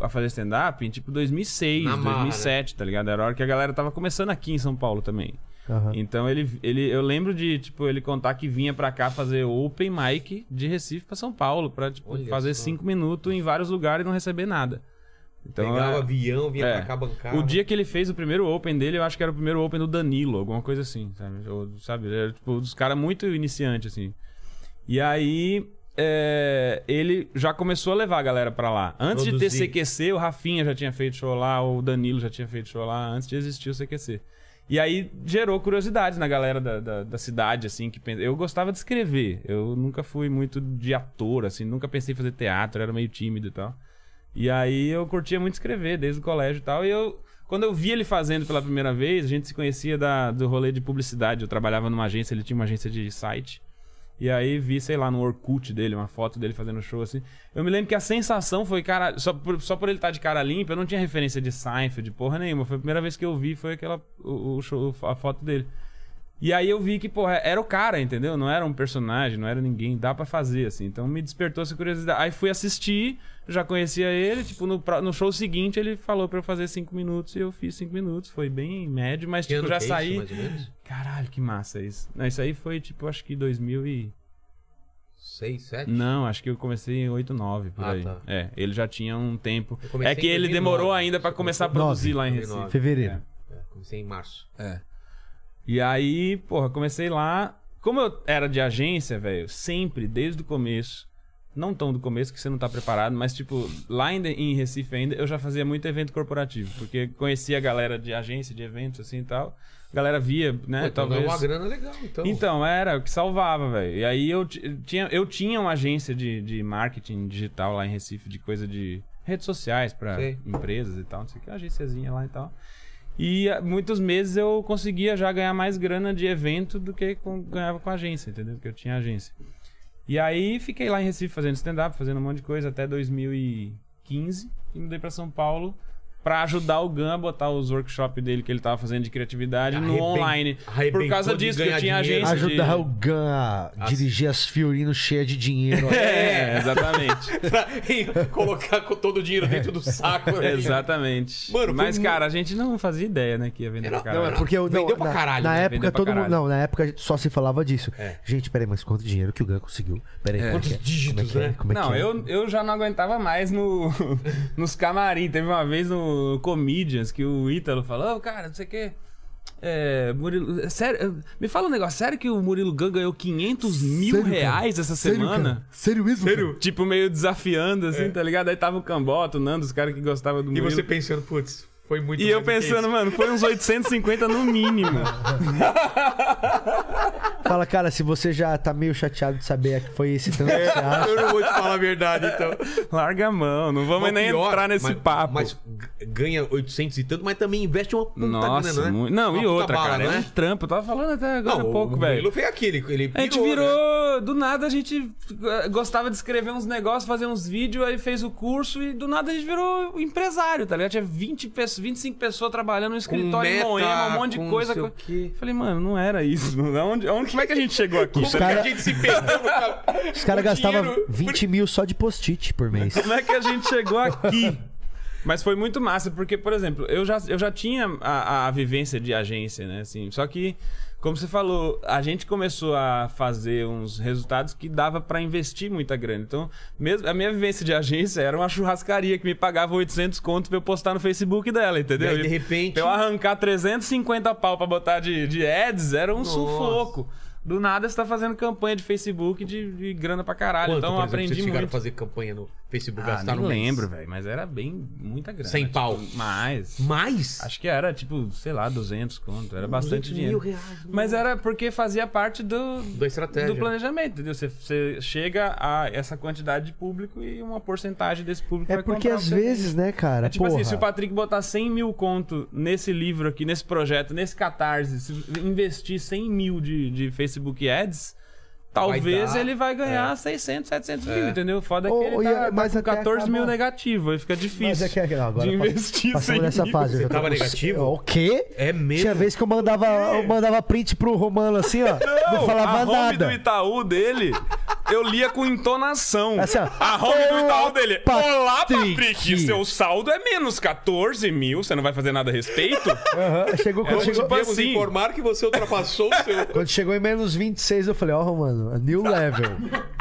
a fazer stand-up em tipo 2006,
Na marra,
2007, tá ligado? Era a hora que a galera tava começando aqui em São Paulo também.
Aham.
Então ele, ele eu lembro de, tipo, ele contar que vinha pra cá fazer open mic de Recife pra São Paulo, pra tipo,
Olha
fazer
só.
cinco minutos em vários lugares e não receber nada. Então,
Pegava
é-
avião, vinha
é.
pra cá bancar.
o dia que ele fez o primeiro open dele, eu acho que era o primeiro open do Danilo, alguma coisa assim, sabe? Ou, sabe? Era, tipo, dos caras muito iniciantes, assim. E aí, é, ele já começou a levar a galera pra lá. Antes
Produzir.
de ter CQC, o Rafinha já tinha feito show lá, o Danilo já tinha feito show lá, antes de existir o CQC. E aí gerou curiosidades na galera da, da, da cidade, assim, que pensa- eu gostava de escrever. Eu nunca fui muito de ator, assim, nunca pensei em fazer teatro, era meio tímido e tal. E aí eu curtia muito escrever desde o colégio e tal. E eu, quando eu vi ele fazendo pela primeira vez, a gente se conhecia da, do rolê de publicidade. Eu trabalhava numa agência, ele tinha uma agência de site. E aí vi, sei lá, no Orkut dele, uma foto dele fazendo show assim. Eu me lembro que a sensação foi, cara, só por, só por ele estar de cara limpa, eu não tinha referência de Seinfeld, porra nenhuma. Foi a primeira vez que eu vi, foi aquela o, o show, a foto dele. E aí eu vi que, porra, era o cara, entendeu? Não era um personagem, não era ninguém, dá pra fazer, assim. Então me despertou essa curiosidade. Aí fui assistir, já conhecia ele, tipo, no, pro- no show seguinte ele falou pra eu fazer cinco minutos e eu fiz cinco minutos. Foi bem médio, mas
Que
tipo,
ano
já
que é isso,
saí.
mais ou menos?
Caralho, que massa isso. Não, isso aí foi, tipo, acho que 2000 e...
Seis, sete?
Não, acho que eu comecei em 8, 9, por
Ah,
aí.
tá.
É, ele já tinha um tempo.
Eu comecei
É que
em
ele
2009,
demorou ainda pra
você
começar a
começou-
produzir lá em
2009.
Recife.
Fevereiro.
É, comecei em março.
E aí, porra, comecei lá. Como eu era de agência, velho, sempre, desde o começo. Não tão do começo, que você não tá preparado, mas, tipo, lá ainda em Recife ainda, eu já fazia muito evento corporativo. Porque conhecia a galera de agência, de eventos, assim e tal. A galera via, né?
Pô, então
talvez.
dá uma grana legal, então.
Então, era o que salvava, velho. E aí eu ti- tinha, eu tinha uma agência de, de marketing digital lá em Recife, de coisa de redes sociais pra
Sei.
empresas e tal, não sei o que, uma agênciazinha lá e tal. E ah, muitos meses eu conseguia já ganhar mais grana de evento do que com- ganhava com a agência, entendeu? Porque eu tinha agência. E aí fiquei lá em Recife fazendo stand-up, fazendo um monte de coisa até 2015 e mudei pra São Paulo pra ajudar o Gan a botar os workshops dele que ele tava fazendo de criatividade
Arreben-
no online. Por
arrebentou
causa
de
disso que
ganhar
eu tinha
dinheiro.
agência de-
Ajudar o Gun a dirigir as Fiorino cheias de dinheiro.
É, exatamente.
pra colocar co- todo o dinheiro dentro do saco. né?
exatamente.
Mano, foi
Mas,
muito-
cara, a gente não fazia ideia, né, que ia vender pra
não,
caralho.
era-
Porque eu,
Vendeu
não,
pra
na,
caralho,
Na
né?
época
Vendeu pra
todo mundo.
caralho.
Não, na época a gente só se falava disso.
É.
Gente, peraí, mas quanto dinheiro que o Gun conseguiu? Peraí, quanto
Quantos
que é?
dígitos,
Como é que é?
né?
Como é que
Não,
é?
eu, eu já não aguentava mais no, nos camarim. Teve uma vez no Comedians que o Ítalo falou, "Ô, cara, não sei o quê. É, Murilo, é sério, é, me fala um negócio, sério que o Murilo Gun ganhou 500 mil
Sério, cara?
reais essa
Sério,
semana?
cara? Sério mesmo? cara?
Tipo, meio desafiando, assim, tá ligado? Aí tava o Cambota, o Nando, os caras que gostavam do
É. E
Murilo.
você pensando, putz, foi muito
E
mais do
eu
que
pensando, mano, foi uns 850 no mínimo.
Fala, cara, se você já tá meio chateado de saber que foi esse tanto que
É.
você acha.
Eu não vou te falar a verdade, então.
Larga a mão, não vamos
Mas
nem
pior,
entrar nesse
mas-
papo.
Mas g- ganha 800 e tanto, mas também investe uma puta
Nossa,
grana, né?
muito. Não,
Uma
e
puta
outra,
bala, né?
cara. É um trampo. Eu tava falando até agora há
Não,
pouco,
o
velho.
Murilo foi aquele. Ele
A gente
né?
virou, do nada a gente eh, gostava de escrever uns negócios, fazer uns vídeos, aí fez o curso e do nada a gente virou empresário, tá ligado? Tinha 20 pessoas, 25 pessoas trabalhando no escritório em
meta,
Moema, um monte de
com
coisa.
não sei o
co-
quê.
Falei, mano, não era isso. não- Aonde, aonde- como é que a gente chegou aqui?
Como
tá
que
ligado?
a gente se perdeu no caminho?
Os caras gastavam
dinheiro-
20 mil só de post-it por mês.
Como é que a gente chegou aqui? Mas foi muito massa, porque, por exemplo, eu já, eu já tinha a, a vivência de agência, né? Assim, só que, como você falou, a gente começou a fazer uns resultados que dava pra investir muita grana. Então, mesmo a minha vivência de agência era uma churrascaria que me pagava 800 conto pra eu postar no Facebook dela, entendeu?
E aí, de repente-
Pra eu arrancar 350 pau pra botar de, de ads era um sufoco. Do nada você tá fazendo campanha de Facebook de, de grana pra caralho.
Quanto,
então,
por
eu
exemplo,
aprendi
vocês
muito.
chegaram a fazer campanha no Facebook,
Ah,
gastaram
não
mês?
lembro, velho, mas era bem muita grana.
100
tipo,
pau.
Mais.
Mais?
Acho que era tipo, sei lá, 200 conto, era bastante dinheiro. mas era porque fazia parte do
Da estratégia.
do planejamento, entendeu? Você, você chega a essa quantidade de público e uma porcentagem desse público
É
vai
porque
comprar o
às
seu
vezes, né, cara?
é tipo
porra,
assim, se o Patrick botar 100 mil conto nesse livro aqui, nesse projeto, nesse catarse, se investir 100 mil de, de Facebook Ads, talvez
dar,
ele vai ganhar 600, 700 mil, entendeu? Foda que
É. Ô,
ele
ô,
tá,
Ian,
tá
mas
com
até
14 mil
acabou.
negativo, aí fica difícil
Mas é que não, agora
de
pa-
investir 100
Passamos nessa
mil.
fase. eu já tô
tava
com-
negativo?
O quê?
É mesmo?
Tinha vez que eu mandava, eu mandava print pro Romano assim, ó. Não, falava
a home
nada.
do Itaú dele, eu lia com entonação.
Assim, ó.
a home do Itaú dele.
Olá,
Olá,
Patrick."
Patrick, seu saldo é menos 14 mil, você não vai fazer nada a respeito?
Aham, Chegou quando
Hoje
chegou.
podemos
assim.
informar que você ultrapassou o seu
Quando chegou em menos 26, eu falei, ó, Romano, new level.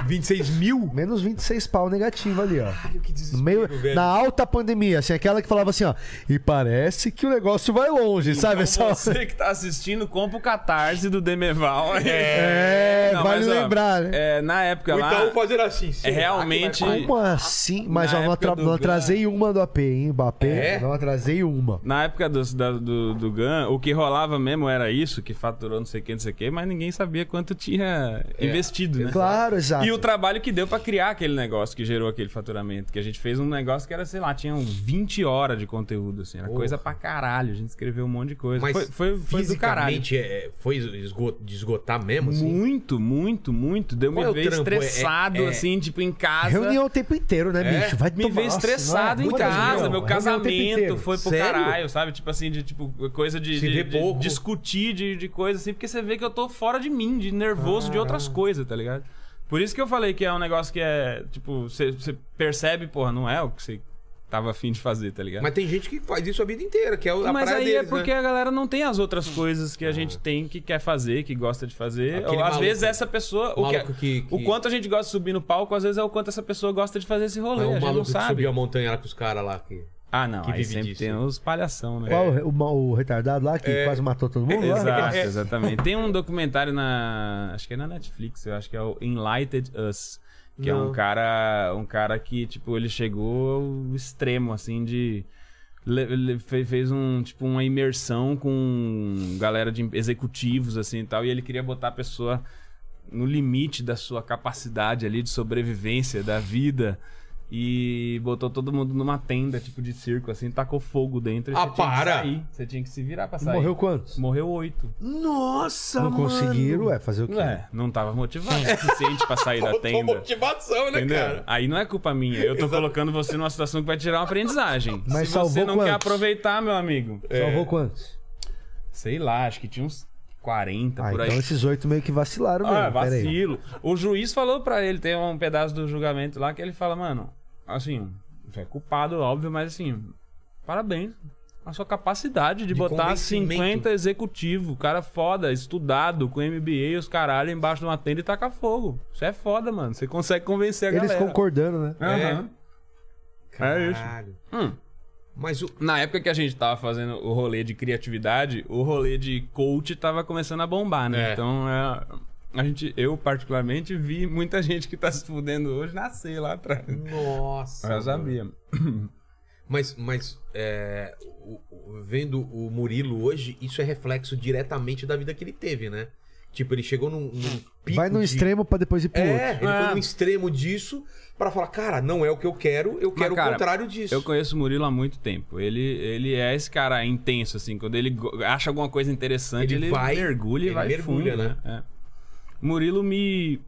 26 mil.
Menos 26 pau negativo ali, ó.
Que
No
desespero,
meio,
velho.
na alta pandemia, assim, aquela que falava assim, ó. E parece que o negócio vai longe, sabe?
Então,
Só...
você que tá assistindo, compra o catarse do Demerval.
É, vale
ó,
lembrar, né?
é, na época
Ou
lá.
então fazer assim.
É
será que
realmente.
vai-
Como assim? Mas
Na
ó, não,
época
atra...
do
não
Gun-
atrasei uma do AP, hein? Do AP,
É?
não atrasei uma.
Na época do, da- do, do GAN, o que rolava mesmo era isso, que faturou não sei o que, não sei o que, mas ninguém sabia quanto tinha investido, né?
É, Claro, exato.
E o trabalho que deu pra criar aquele negócio que gerou aquele faturamento. Que a gente fez um negócio que era, sei lá, tinham 20 horas de conteúdo, assim. Era coisa pra caralho. A gente escreveu um monte de coisa.
Mas
foi, foi, foi do caralho.
fisicamente é, foi esgo- de esgotar mesmo, assim?
Muito, muito, muito. Deu
Qual
me
é o
ver
trampo? É-
estressado,
é-
assim, tipo, em casa. É,
Reunião o tempo inteiro, né, bicho? Vai
me
tomar-
ver
Nossa,
estressado
não é?
em
Muita
casa,
reunião.
meu
Reunião o tempo
casamento
inteiro.
foi pro
Sério?
caralho, sabe? Tipo assim, de tipo, coisa de,
Se
de-
vê
de
pouco.
discutir de, de coisa assim, porque você vê que eu tô fora de mim, de nervoso de outras coisas, tá ligado? Por isso que eu falei que é um negócio que é, tipo, você você percebe, porra, não é o que você tava afim de fazer, tá ligado?
Mas tem gente que faz isso a vida inteira, que é o- a
Mas
praia
aí
deles,
é porque
né? Ah.
a galera não tem as outras coisas que a gente tem, que quer fazer, que gosta de fazer.
Aquele
Ou, às
maluco-
vezes essa pessoa. O,
maluco que- que-
é- o quanto a gente gosta de subir no palco, às vezes é o quanto essa pessoa gosta de fazer esse rolê.
Não,
a
o
gente não
É um maluco que
sabe.
subiu a montanha lá com os caras lá. Que...
Ah, não.
que
aí
vive
sempre
disso.
tem os palhação, né?
Qual o, o- o retardado lá que quase matou todo mundo? lá?
É. Exato, exatamente. Tem um documentário na. Acho que é na Netflix, eu acho que é o Enlighted Us. Que é um cara. Um cara que, tipo, ele chegou ao extremo, assim, de. le- Ele fe- fez um tipo uma imersão com galera de executivos assim e tal e ele queria botar a pessoa no limite da sua capacidade ali de sobrevivência da vida e botou todo mundo numa tenda tipo de circo assim tacou fogo dentro e
Ah,
você tinha que
para!
sair, você tinha que se virar pra sair
Morreu quantos?
Morreu oito.
Nossa,
Não conseguiram, ué, fazer o quê?
Ué, não tava motivado o É. suficiente pra sair da
Faltou
tenda.
motivação, né,
Entendeu?
cara?
Aí não é culpa minha. Eu tô colocando você numa situação que vai tirar uma aprendizagem.
Mas
Se
salvou
você não quer
quantos?
aproveitar, meu amigo.
Salvou quantos?
Sei lá, acho que tinha uns 40
Ah,
Tá por aí.
então esses oito meio que vacilaram mesmo.
Ah,
pera aí.
vacilo. O juiz falou pra ele, tem um pedaço do julgamento lá que ele fala, mano, assim, você é culpado, óbvio, mas assim, parabéns. A sua capacidade de, botar
convencimento.
50 executivo, cara foda, estudado, com MBA, os caralho, embaixo de uma tenda e tacar fogo. Isso é foda, mano. Você consegue convencer a
Eles
galera.
concordando, né?
Aham. É isso.
Caralho.
Hum.
Mas o...
Na época que a gente tava fazendo o rolê de criatividade, o rolê de coach tava começando a bombar, né?
É.
Então, é, a gente, eu particularmente vi muita gente que tá se fudendo hoje nascer lá atrás.
Ah, Nossa.
Eu sabia.
Mas, mas é, o- o- vendo o Murilo hoje, isso é reflexo diretamente da vida que ele teve, né? Tipo, ele chegou num, num pico
Vai no
de-
extremo pra depois ir pro
É,
outro.
ele foi
Ah.
no extremo disso pra falar, cara, não é o que eu quero, eu quero
cara,
o contrário disso.
Eu conheço o Murilo há muito tempo. Ele, ele é esse cara intenso, assim. Quando ele go- acha alguma coisa interessante,
Ele
ele,
vai-
mergulha e
ele
vai
mergulha,
fundo,
né?
É. Murilo me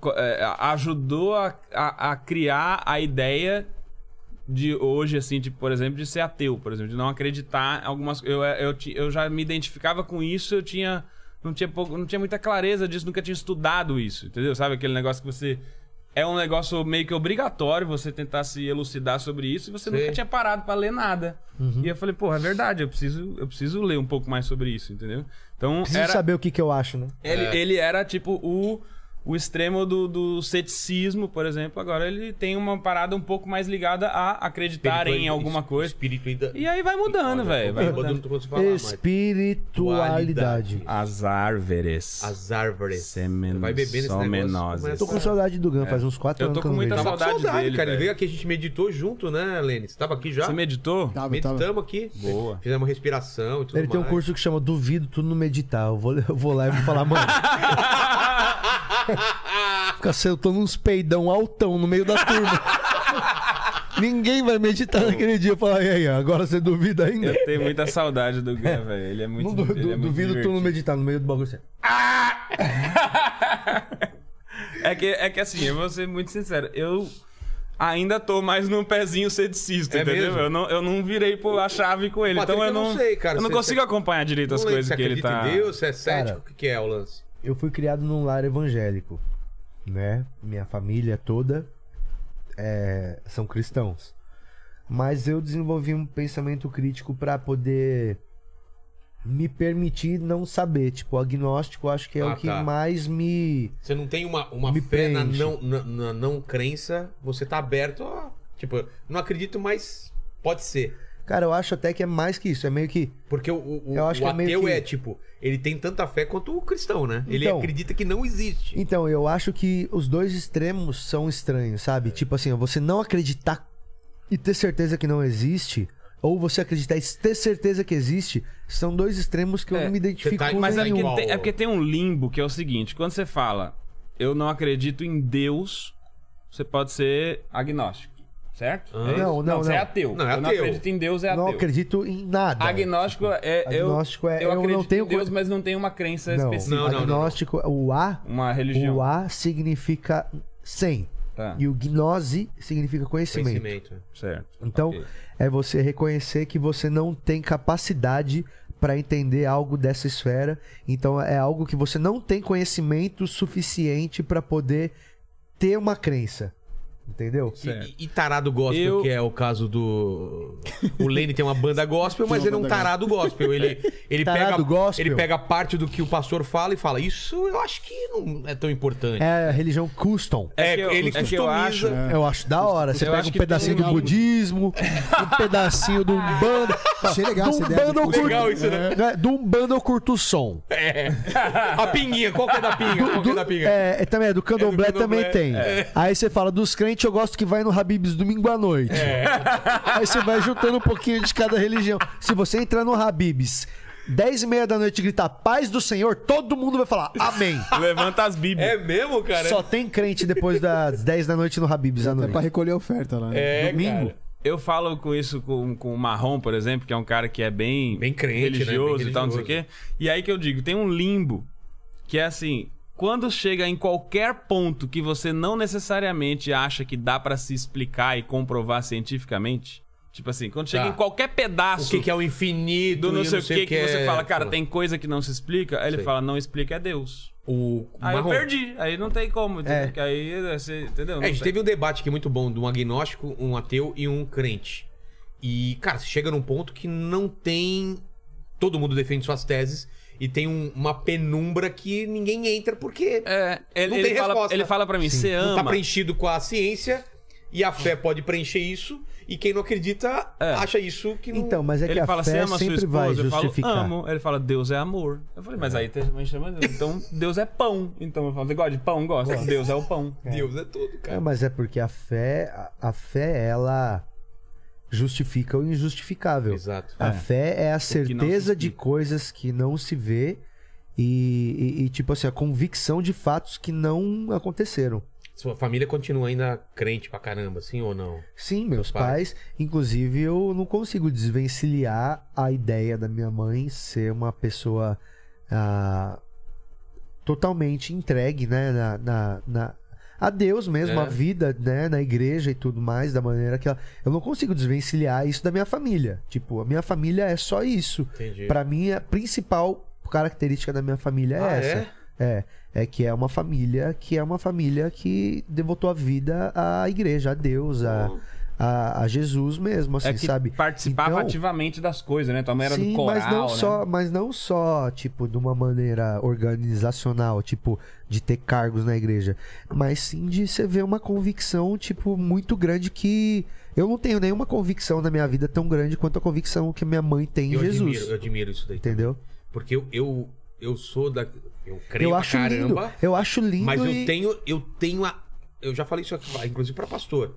co- é, ajudou a, a- a criar a ideia de hoje, assim, de, por exemplo, de ser ateu, por exemplo, de não acreditar em algumas eu, é, eu, ti- eu já me identificava com isso, eu tinha. Não tinha, pouco, não tinha muita clareza disso, nunca tinha estudado isso, entendeu? Sabe aquele negócio que você. É um negócio meio que obrigatório você tentar se elucidar sobre isso e você nunca tinha parado pra ler nada. E eu falei, porra, é verdade, eu preciso, eu preciso ler um pouco mais sobre isso, entendeu? Então,
Preciso
era,
saber o que, que eu acho, né?
ele,
É.
ele era tipo o, o extremo do, do ceticismo, por exemplo. Agora ele tem uma parada um pouco mais ligada a acreditar
Espiritualidade-
em alguma coisa.
Espiritualidade.
E aí vai mudando,
Olha,
velho.
eu
Vai
tô mudando
mudando.
tudo quanto você falar, mas-
Espiritualidade.
As árvores.
As árvores.
Semen-
Vai bebendo esse negócio.
somenoses.
começa-
Tô com saudade do Gun, faz uns 4
Eu
anos
tô
que eu
com
não
muita
vejo.
Tava com
Saudade
saudade,
dele,
cara. Ele
velho.
veio aqui, a gente meditou junto, né, Lene? Você tava aqui já?
Você meditou?
Tava, tava.
Meditamos aqui.
Boa.
Fizemos respiração e tudo
Ele tem um
mais.
curso que chama Duvido Tudo no Meditar. Eu vou, eu vou lá e vou falar, mano. Fica soltando uns peidão altão no meio da turma. Ninguém vai meditar naquele dia. Falar, e aí, agora você duvida ainda?
Eu tenho muita saudade do Gun, velho. Ele é muito.
Não
ele
du-
é
du-
muito
duvido tu não
divertido.
meditar no meio do bagulho. assim.
É que, é que assim, eu vou ser muito sincero. Eu ainda tô mais num pezinho ceticista,
É
entendeu?
mesmo?
Eu não, eu não virei pô, a chave com ele.
Patrick,
então
eu
eu
não
não.
sei, cara,
Eu não
você-
consigo acompanhar direito as
Não lembro
coisas
se
que ele
acredita
tá.
em Deus, se é cético,
Cara.
o que que é o lance?
Eu fui criado num lar evangélico, né? Minha família toda é, são cristãos. Mas eu desenvolvi um pensamento crítico pra poder me permitir não saber. Tipo, o agnóstico eu acho que é
Ah,
o que
tá.
mais me.
Você não tem uma, uma
Me
fé na
preenche.
não, na, na não crença, você tá aberto a. Tipo, não acredito, mas pode ser.
Cara, eu acho até que é mais que isso. É meio que.
Porque o, o,
Eu acho
o
que é meio
ateu
que-
é, tipo, ele tem tanta fé quanto o cristão, né? ele
Então.
acredita que não existe.
Então, eu acho que os dois extremos são estranhos,
É.
sabe? Tipo assim, ó, você não acreditar e ter certeza que não existe, ou você acreditar e ter certeza que existe, são dois extremos que eu
É,
não me identifico
tá-
com
Mas é
Nenhum.
porque,
nenhum.
tem, é porque tem um limbo que é o seguinte: quando você fala, eu não acredito em Deus, você pode ser agnóstico, certo? É isso?
Não, não,
Você é
não.
ateu.
Não, é
Eu não
ateu.
acredito em Deus, é
Não
ateu.
acredito em nada.
Agnóstico é.
Agnóstico
eu,
é,
Eu
eu não
acredito
tenho
em Deus,
co-
mas não tenho uma crença
não.
específica.
Não, não, não, não.
Agnóstico, o A,
é Uma religião.
o A significa sem.
Tá,
E o gnose significa conhecimento.
Conhecimento.
certo.
Então,
Tá, Ok.
é você reconhecer que você não tem capacidade para entender algo dessa esfera. Então, é algo que você não tem conhecimento suficiente para poder ter uma crença. Entendeu?
E-
Certo.
E, e tarado gospel,
Eu-
que é o caso do. O Lene tem uma banda gospel, mas
Tem
ele é
uma
um
banda
tarado gospel. Ele, ele,
Tarado
pega,
gospel?
ele pega parte do que o pastor fala e fala: Isso eu acho que não é tão importante.
É a religião custom.
É que eu-
ele
é que eu acho-
customiza.
Eu acho da hora. Você
Eu
pega
acho
um
que
pedacinho
tem
do
algo-
budismo, um pedacinho do Umbanda.
Achei legal
do
essa ideia
Umbanda
do
eu
custom.
curto.
Legal isso, né?
É, Do Umbanda eu curto o som.
A pinguinha, qual que é da pinga? Qual que é da pinga?
É, é, também é do candomblé,
candomblé,
também tem.
é.
Aí você fala dos crentes, eu gosto que vai no Habib's domingo à noite.
É.
Aí você vai juntando um pouquinho de cada religião. Se você entrar no Habib's 10 e meia da noite e gritar paz do Senhor, todo mundo vai falar amém.
Levanta as
É,
bíblias.
mesmo, cara?
é.
Só tem crente depois das 10 da noite no Habib's à
É pra
noite.
recolher oferta lá, né?
É,
Domingo?
cara.
Eu falo com isso com, com o Marrom, por exemplo, que é um cara que é bem,
Bem crente, né? Bem
religioso e tal, não sei o quê.
religioso.
E aí que eu digo, tem um limbo que é assim, quando chega em qualquer ponto que você não necessariamente acha que dá pra se explicar e comprovar cientificamente, tipo assim, quando chega
Tá.
em qualquer pedaço
O que, que é o infinito?
do
e
não sei o que, que, você
é-
fala, cara, tem coisa que não se explica, aí ele fala, não explica, é Deus.
O
Aí
Marrom.
Ah, eu perdi, aí não tem
É.
como, entendeu? Que aí você,
É,
entendeu? Não
a gente
tem.
teve um debate aqui muito bom de um agnóstico, um ateu e um crente. E, cara, você chega num ponto que não tem. Todo mundo defende suas teses e tem um- uma penumbra que ninguém entra porque
É, ele,
Não
ele
tem
fala,
resposta.
Ele fala pra mim, você
não
ama. É.
tá preenchido com a ciência e a fé pode preencher isso. E quem não acredita acha isso que não.
Então, mas é que
ele
a
fala, você
fé
ama sua
sempre
esposa?
vai
eu falo,
justificar. É.
amo. Ele fala, Deus é amor. Eu falei, mas aí também chama Deus. Então, Deus é pão. Então eu falo, você gosta de pão? Gosta. Deus é o pão.
Deus é tudo,
É,
cara.
mas é porque a fé, a, a fé, ela justifica o
É
injustificável.
Exato.
A fé é a
se
certeza de
explica.
coisas que não se vê E, e- e, tipo assim, a convicção de fatos que não aconteceram.
Sua família continua ainda crente pra caramba, sim ou não?
Sim, meus
Seus pais.
pais. Inclusive, eu não consigo desvencilhar a ideia da minha mãe ser uma pessoa ah, totalmente entregue, né? Na, na- na- a Deus mesmo,
É.
a vida, né? Na igreja e tudo mais, da maneira que ela. Eu não consigo desvencilhar isso da minha família. Tipo, a minha família é só isso.
Entendi.
Pra mim, a principal característica da minha família é
Ah,
essa.
é?
É, é que é uma família que é uma família que devotou a vida à igreja, a Deus, a, a, a Jesus mesmo, assim,
Hum. é que
sabe?
participava
Então-
ativamente das coisas, né? Tua mãe era
Sim,
do coral,
mas não
né?
só, mas não só tipo de uma maneira organizacional, tipo de ter cargos na igreja, mas sim de você ver uma convicção tipo muito grande que eu não tenho nenhuma convicção na minha vida tão grande quanto a convicção que minha mãe tem em
eu
Jesus,
Admiro, eu admiro isso daí.
entendeu?
Porque eu, eu, eu sou da. Eu creio
eu
pra
acho
caramba.
lindo, eu acho lindo
Mas eu
e-
tenho, eu tenho a. Eu já falei isso aqui, inclusive pra pastor.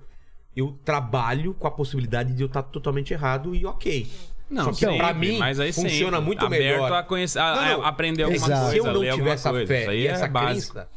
Eu trabalho com a possibilidade de eu estar totalmente errado e ok.
Não,
Só
Então,
que
sempre,
pra mim
mas aí
funciona
sempre.
muito
Aberto
melhor.
a conhecer, a,
Não, não.
a Ah, é, aprender alguma
Exato.
coisa.
Se eu não
ler
tiver
alguma
essa
coisa.
fé
Isso aí
e essa
é básico.
crença,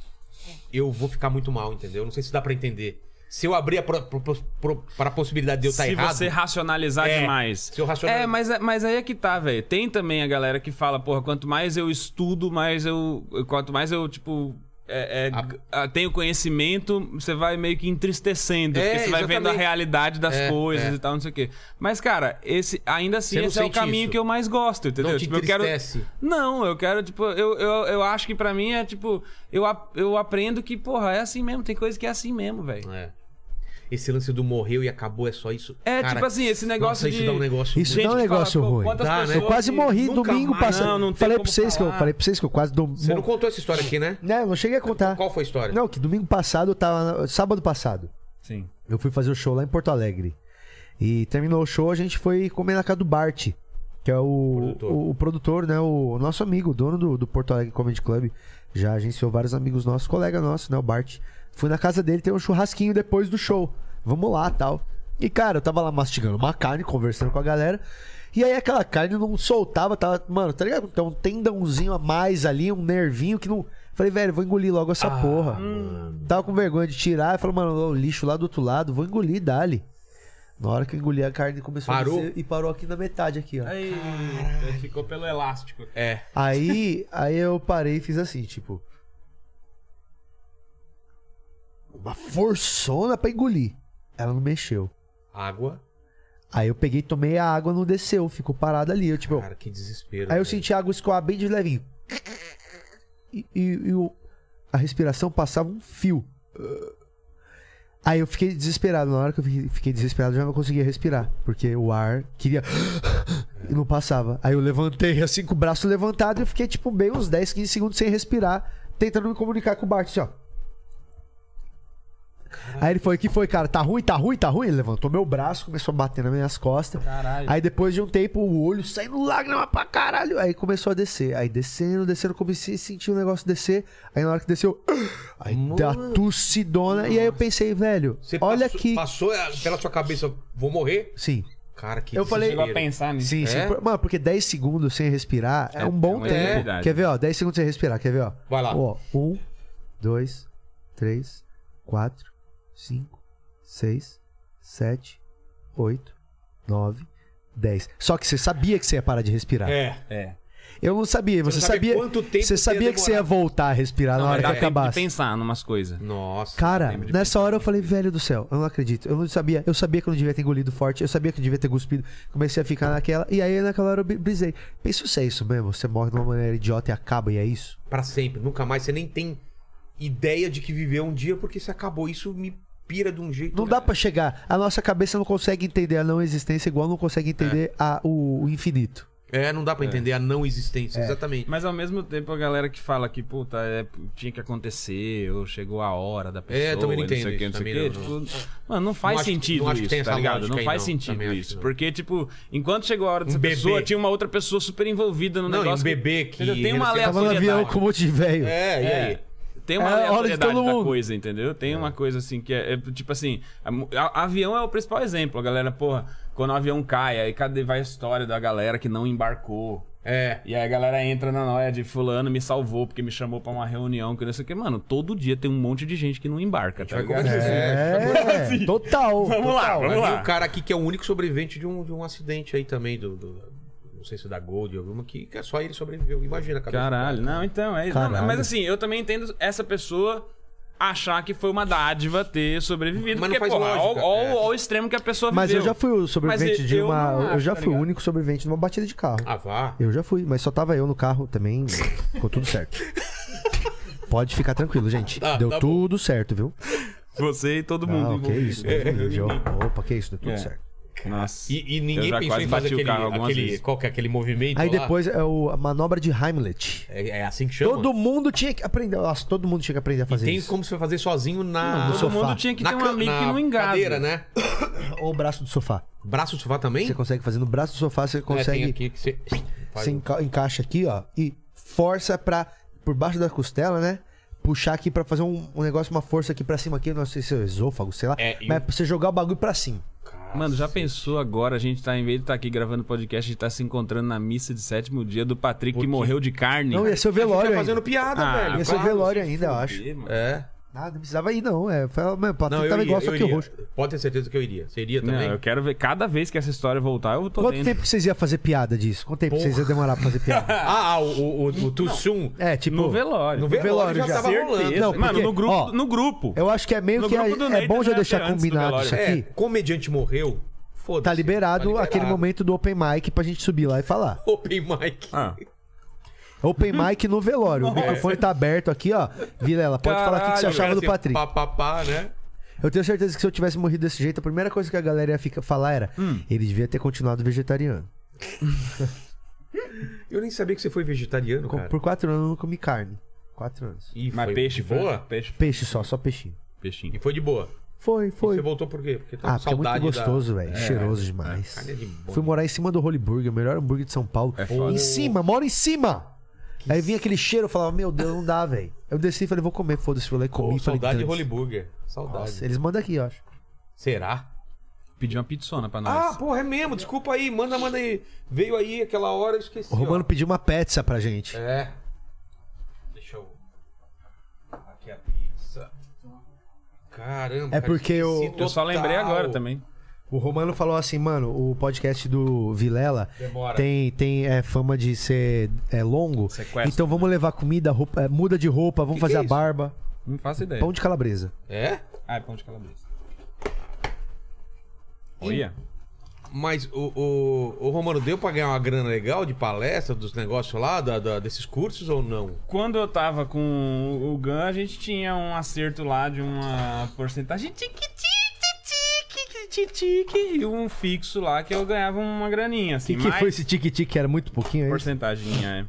eu vou ficar muito mal, entendeu? Não sei se dá pra entender. Se eu abrir a pro, pro- pro- pra possibilidade de eu estar
se
tá errado.
você racionalizar
É,
demais.
se eu racionalizar.
É, mas, mas aí é que tá, velho. Tem também a galera que fala, porra, quanto mais eu estudo, mais eu. Quanto mais eu, tipo. é- é, g- ah, tenho conhecimento, você vai meio que entristecendo,
É,
porque você vai vendo a
exatamente.
realidade das
É,
coisas
é.
e tal, não sei o quê. Mas, cara, esse, ainda assim,
Você não
esse é o
sente
caminho
isso?
que eu mais gosto, entendeu? Tipo,
Não te
eu quero.
entristece?
Não, eu quero, tipo, eu, eu, eu acho que pra mim é tipo, eu, ap- eu aprendo que, porra, é assim mesmo, tem coisa que é assim mesmo, velho.
É. Esse lance do morreu e acabou é só isso.
É,
Cara,
tipo assim, esse negócio
nossa, isso
de-
dá um negócio.
Isso
muito-
dá um
que
negócio
"Pô,
ruim."
quantas
Dá, né?
pessoas
Eu quase
que-
morri
nunca
domingo
mais-
passado.
Não, não tem
falei
como
pra vocês que
falar.
eu falei pra vocês que eu quase dou.
Você não contou essa história aqui, né?
Não, eu é não cheguei a contar.
Qual foi a história?
Não, que domingo passado eu tava. Sábado passado.
Sim.
Eu fui fazer o show lá em Porto Alegre. E terminou o show, a gente foi comer na casa do Bart, que é
Produtor.
o produtor, o, o produtor né? O nosso amigo, o dono do, do Porto Alegre Comedy Club. Já agenciou vários amigos nossos, colega nosso, né? O Bart. Fui na casa dele, tem um churrasquinho depois do show. Vamos lá tal. E, cara, eu tava lá mastigando uma carne, conversando com a galera. E aí aquela carne não soltava, tava. Mano, tá ligado? Então um tendãozinho a mais ali, um nervinho que não. Falei, velho, vou engolir logo essa porra. Tava com vergonha de tirar. Falei, mano, o lixo lá do outro lado, vou engolir, dali. Na hora que eu engoli a carne começou
Parou?
a descer e parou aqui na metade aqui, ó.
Aí, ficou pelo elástico.
É.
Aí, aí eu parei e fiz assim, tipo. Uma forçona pra engolir. Ela não mexeu.
Água.
Aí eu peguei, tomei a água, não desceu, ficou parada ali. Eu, tipo,
Cara, que desespero.
aí eu
velho.
senti a água escoar bem de levinho. E, e- e o- a respiração passava um fio. Aí eu fiquei desesperado. Na hora que eu fiquei- fiquei desesperado, eu já não conseguia respirar. Porque o ar queria. E não passava. Aí eu levantei, assim, com o braço levantado, e eu fiquei, tipo, bem uns 10, 15 segundos sem respirar, tentando me comunicar com o Bart, assim, ó. Aí ele foi, que foi, cara? Tá ruim, tá ruim, tá ruim? Ele levantou meu braço, começou a bater nas minhas costas.
Caralho.
Aí depois de um tempo, o olho saindo lágrima pra caralho. Aí começou a descer. Aí descendo, descendo, comecei a sentir o negócio descer. Aí na hora que desceu, aí da tossidona. E aí eu pensei, velho,
Você
olha
passou,
que.
Passou pela sua cabeça, vou morrer?
Sim.
Cara, que
Eu falei-
Chegou a
desespero.
pensar nisso.
Sim, sim.
É?
Por- Mano, porque 10 segundos sem respirar é,
É,
um bom
é uma
tempo.
eternidade.
Quer ver, ó? 10 segundos sem respirar, quer ver, ó?
Vai lá.
Ó, 1, 2, 3, 4, 5, 6, 7, 8, 9, 10. Só que você sabia que você ia parar de respirar.
É.
É.
Eu não sabia. Você,
não sabia
sabia.
quanto tempo
você
que
sabia
ia
que você ia
demorar.
voltar a respirar na hora que
dá tempo de
acabasse.
pensar numas coisas.
Nossa.
Cara,
lembro de-
nessa hora eu falei, velho do céu, eu não acredito. Eu não sabia, eu sabia que eu não devia ter engolido forte, eu sabia que eu devia ter cuspido. Comecei a ficar naquela, e aí naquela hora eu bri- brisei. Pensa se é isso mesmo, você morre de uma maneira idiota e acaba, e é isso?
Pra sempre, nunca mais. Você nem tem ideia de que viveu um dia porque você acabou. Isso me pira de um jeito.
Não dá pra chegar. A nossa cabeça não consegue entender a não existência, igual não consegue entender
É.
a- o, o infinito.
É, não dá pra entender a não existência. Exatamente.
Mas ao mesmo tempo a galera que fala que, puta, é, tinha que acontecer, ou chegou a hora da pessoa,
É, eu também não
e sei
entendo
o quê,
isso,
não sei o
também
quê.
não-
Tipo, mano, não faz
Não acho que-
sentido
não acho que
isso,
tem
tá
essa
ligado?
lógica
Não
aí,
faz
não.
sentido
Também acho que
isso.
não.
Porque, tipo, enquanto chegou a hora dessa
Um bebê.
pessoa, tinha uma outra pessoa super envolvida no
Não, e um
negócio.
bebê que
Entendeu? Tem uma
recém-
Tava no avião
aleatoriedade.
com um monte de velho.
É, e
É.
aí?
Tem uma
É a hora de
aleatoriedade
todo
da
mundo.
coisa, entendeu? Tem uma coisa assim que é, é tipo assim: a mu- a- avião é o principal exemplo. A galera, porra, quando o avião cai, aí cadê vai a história da galera que não embarcou?
É.
E aí a galera entra na noia de fulano me salvou porque me chamou pra uma reunião, que não sei o que. Mano, todo dia tem um monte de gente que não embarca, tá
Vai
ligado?
conversar.
É,
Assim.
total.
Vamos lá,
total.
vamos
Mas
lá.
tem um cara aqui que é o único sobrevivente de um, de um acidente aí também, do, do- não sei se da Gold ou alguma, que que é só ele sobreviveu. Imagina a cabeça.
Caralho, não, então, é isso. Não,
Caralho.
Mas assim, eu também entendo essa pessoa achar que foi uma dádiva ter sobrevivido.
Mas não
porque,
faz
porra,
lógica,
ao,
é.
ao- ao extremo que a pessoa
Mas eu
viveu.
já fui o sobrevivente
Mas
de
eu
uma.
não
Eu,
acho,
já
tá
fui o
ligado?
único sobrevivente de uma batida de carro.
Ah, vá.
Eu já fui, mas só tava eu no carro também. Ficou tudo certo. Pode ficar tranquilo, gente.
Tá,
Deu
tá bom. Tá
tudo certo, viu?
Você e todo mundo.
Ah, que
envolvido.
isso.
É,
Deus me livre, ó. Opa, que isso, deu tudo
É.
certo.
Nossa.
E, e
Eu
ninguém
já
pensou
quase
em fazer
bati o
aquele,
carro algumas
aquele,
vezes.
qual que é aquele movimento
Aí
lá?
depois é o, a manobra de Heimlich.
É, é assim que chama?
Todo mundo tinha que aprender. Nossa, todo mundo tinha que aprender a fazer
Tem
isso.
como você fazer sozinho na...
no
todo
sofá.
mundo tinha que
na
ter um
ca-
amigo
na
que não engada.
cadeira, né?
Ou o braço do sofá.
Braço do sofá também?
Você consegue fazer no braço do sofá, você
É, tem
consegue.
aqui um. que você...
Você enca- encaixa aqui, ó, e força pra. Por baixo da costela, né? Puxar aqui pra fazer um, um negócio, uma força aqui pra cima aqui, não sei se é o esôfago, sei lá.
É, e
mas
o-
pra você jogar o bagulho pra cima.
Mano, já pensou agora? A gente tá, em vez de estar aqui gravando podcast, a gente tá se encontrando na missa de sétimo dia do Patrick que morreu de carne.
Não, ia ser o
A gente
velório
tá fazendo
ainda.
piada,
Ah,
velho.
Ia ser o
claro.
velório ainda, eu acho.
Ih, mano.
É.
Ah, não precisava ir, não. É, foi, mano, o Patrick
Não, eu
tava
iria,
igual,
eu
só que o
iria.
roxo.
Pode ter certeza que eu iria. Você iria
Não,
também?
eu quero ver. Cada vez que essa história voltar, eu tô
Quanto
dentro.
tempo vocês iam fazer piada disso? Quanto tempo vocês iam demorar pra fazer piada?
Ah, ah, o, o, o, o Tussum.
É, tipo.
No velório.
No
velório
velório já
já.
tava rolando. né?
Certeza.
Não,
Mano,
porque,
no grupo.
ó,
no grupo.
Eu acho que é meio
No
que. é-
grupo do
é
Nathan
bom já
já
deixar
era antes do
combinado
velório.
isso
É,
aqui.
comediante morreu, foda-se.
Tá liberado, aquele momento do open mic pra gente subir lá e falar.
Open mic.
Ah.
Open mic no velório. O microfone tá aberto aqui, ó. Vilela, pode falar o que que você
Caralho,
achava do
Assim,
Patrick.
Pá, pá, pá, né?
Eu tenho certeza que se eu tivesse morrido desse jeito, a primeira coisa que a galera ia ficar, falar era: ele devia ter continuado vegetariano.
Eu nem sabia que você foi vegetariano,
Com-
cara.
Por quatro anos eu não comi carne. Quatro anos.
E
Mas peixe,
de boa?
foi? Peixe,
Peixe só, só peixinho.
E
peixinho.
foi de boa.
Foi,
E você
foi.
voltou por quê? Porque tá
Ah,
com
porque é muito
saudade
gostoso,
da...
velho. Cheiroso demais.
carne é de bom.
Fui morar em cima do Holy Burger, o melhor hambúrguer de São Paulo.
É foda.
Em cima, moro em cima! Aí vinha aquele cheiro, eu falava, meu Deus, não dá, velho. Eu desci e falei, vou comer, foda-se, fui lá e
Pô,
comi. falei,
saudade de
"Dane-se."
Holy Burger. Saudade.
Nossa, eles mandam aqui, eu acho.
Será?
Pedi uma pizzona pra
Ah,
nós.
porra, é mesmo. Desculpa aí. Manda, manda aí. Veio aí aquela hora, eu esqueci.
O Romano
ó.
pediu uma pizza pra gente.
É. Deixa eu. Aqui a pizza. Caramba.
É porque eu-
esqueci
eu só lembrei
total.
agora também.
O Romano falou assim, mano, o podcast do Vilela
Demora.
tem, tem é, fama de ser é, longo.
Sequestro.
Então vamos levar comida, roupa- é, muda de roupa, vamos
Que
fazer
que é
a
isso?
barba.
Não faço ideia.
Pão de calabresa.
É?
Ah, é pão de calabresa. Olha.
Mas o, o, o Romano deu pra ganhar uma grana legal de palestra, dos negócios lá, da, da- desses cursos ou não?
Quando eu tava com o Gun, a gente tinha um acerto lá de uma porcentagem tique tique tique tique e um fixo lá que eu ganhava uma graninha
O que,
assim,
que
mas-
foi esse tique-tique? Era muito pouquinho, hein?
porcentagem, é.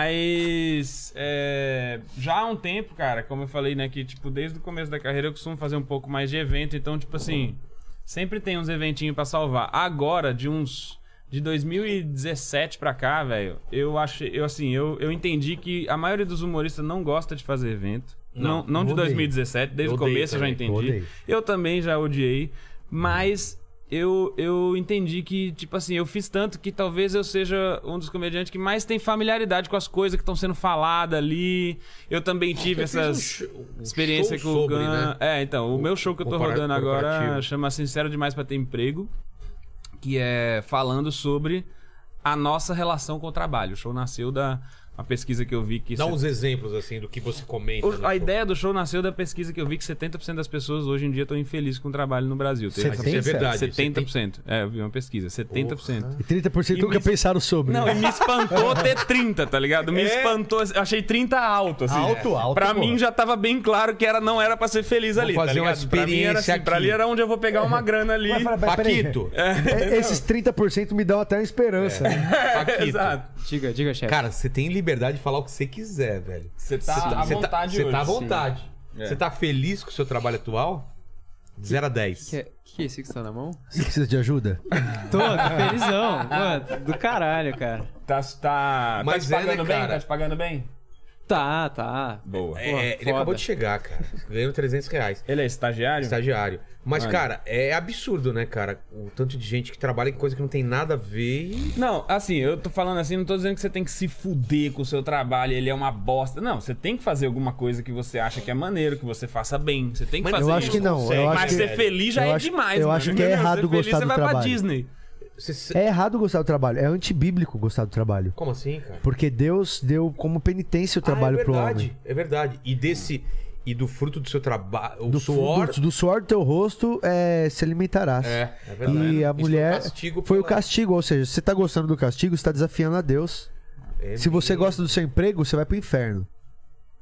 Mas é, já há um tempo, cara, como eu falei, né, que tipo desde o começo da carreira eu costumo fazer um pouco mais de evento, então tipo assim, sempre tem uns eventinhos pra salvar. Agora de uns de 2017 pra cá, velho, eu achei, eu assim, eu, eu entendi que a maioria dos humoristas não gosta de fazer evento. Não, não, de
odeio.
2017, desde o
Odeio
começo eu já
também,
entendi.
odeio.
Eu também já odiei, mas eu, eu entendi que, tipo assim, eu fiz tanto que talvez eu seja um dos comediantes que mais tem familiaridade com as coisas que estão sendo faladas ali. Eu também tive
Você fez um
essas
show- um
experiência com
show
o
sobre,
Gun.
né?
É, então, o, meu show que eu tô
compara-
rodando agora
corporativo.
chama Sincero Demais pra Ter Emprego, que é falando sobre a nossa relação com o trabalho. O show nasceu da uma pesquisa que eu vi que...
Dá
set-
uns exemplos, assim, do que você comenta.
o-
no
a
show.
ideia do show nasceu da pesquisa que eu vi que 70% das pessoas hoje em dia estão infelizes com o trabalho no Brasil. Tem
Mas isso é
70?
verdade.
70%. É, eu vi uma pesquisa, 70%.
E 30% nunca pensaram sobre. né?
Não, e me espantou ter 30, tá ligado?
É?
Me espantou, eu achei 30 alto, assim.
Alto, alto,
Pra
pô.
mim já tava bem claro que era, não era pra ser feliz ali, tá
fazer uma
ligado? Pra mim era assim,
experiência
pra
aqui. É.
ali era onde eu vou pegar uma grana ali.
Mas, mas, mas, peraí.
Paquito.
É, Esses 30% me dão até uma esperança. né?
Paquito.
Exato.
Diga, diga, chefe.
É. Cara, você tem liberdade de falar o que você quiser, velho.
Você tá à
Você tá,
vontade
você
hoje,
tá à
sim.
vontade.
É.
Você tá feliz com o seu trabalho atual? De 0 a 10.
Que, que é isso que você tá na mão?
Você precisa de ajuda?
Tô, tô felizão. Mano, do caralho, cara.
Tá, tá,
Mas
tá te
é,
pagando
né,
bem?
cara?
Tá te pagando bem?
Tá, tá.
Boa.
É, ele
foda.
acabou de chegar, cara. Ganhando 300 reais.
Ele é estagiário?
Estagiário. Mas,
Olha.
cara, é absurdo, né, cara? O tanto de gente que trabalha em coisa que não tem nada a ver e.
Não, assim, eu tô falando assim, não tô dizendo que você tem que se fuder com o seu trabalho, ele é uma bosta. Não, você tem que fazer alguma coisa que você acha que é maneiro, que você faça bem. Você tem que
Mas
fazer
eu
acho
isso.
que não, eu
Consegue.
acho
Mas
que-
ser feliz já
eu
é
acho-
demais,
eu
mano,
acho que é
entendeu?
errado
Ser feliz,
gostar do
você vai pra
trabalho.
Disney.
Você se-
É errado gostar do trabalho, é antibíblico gostar do trabalho.
Como assim, cara?
Porque Deus deu como penitência o trabalho
ah, é
pro
verdade,
homem.
É verdade. E desse. E do fruto do seu trabalho. O
Do,
suor.
do, do suor do teu rosto é, se alimentarás.
É, é verdade.
E
Isso
a
foi
mulher.
o castigo
foi o
pela-
castigo, ou seja, se você tá gostando do castigo, você tá desafiando a Deus.
É
Se você
mesmo.
gosta do seu emprego, você vai pro inferno.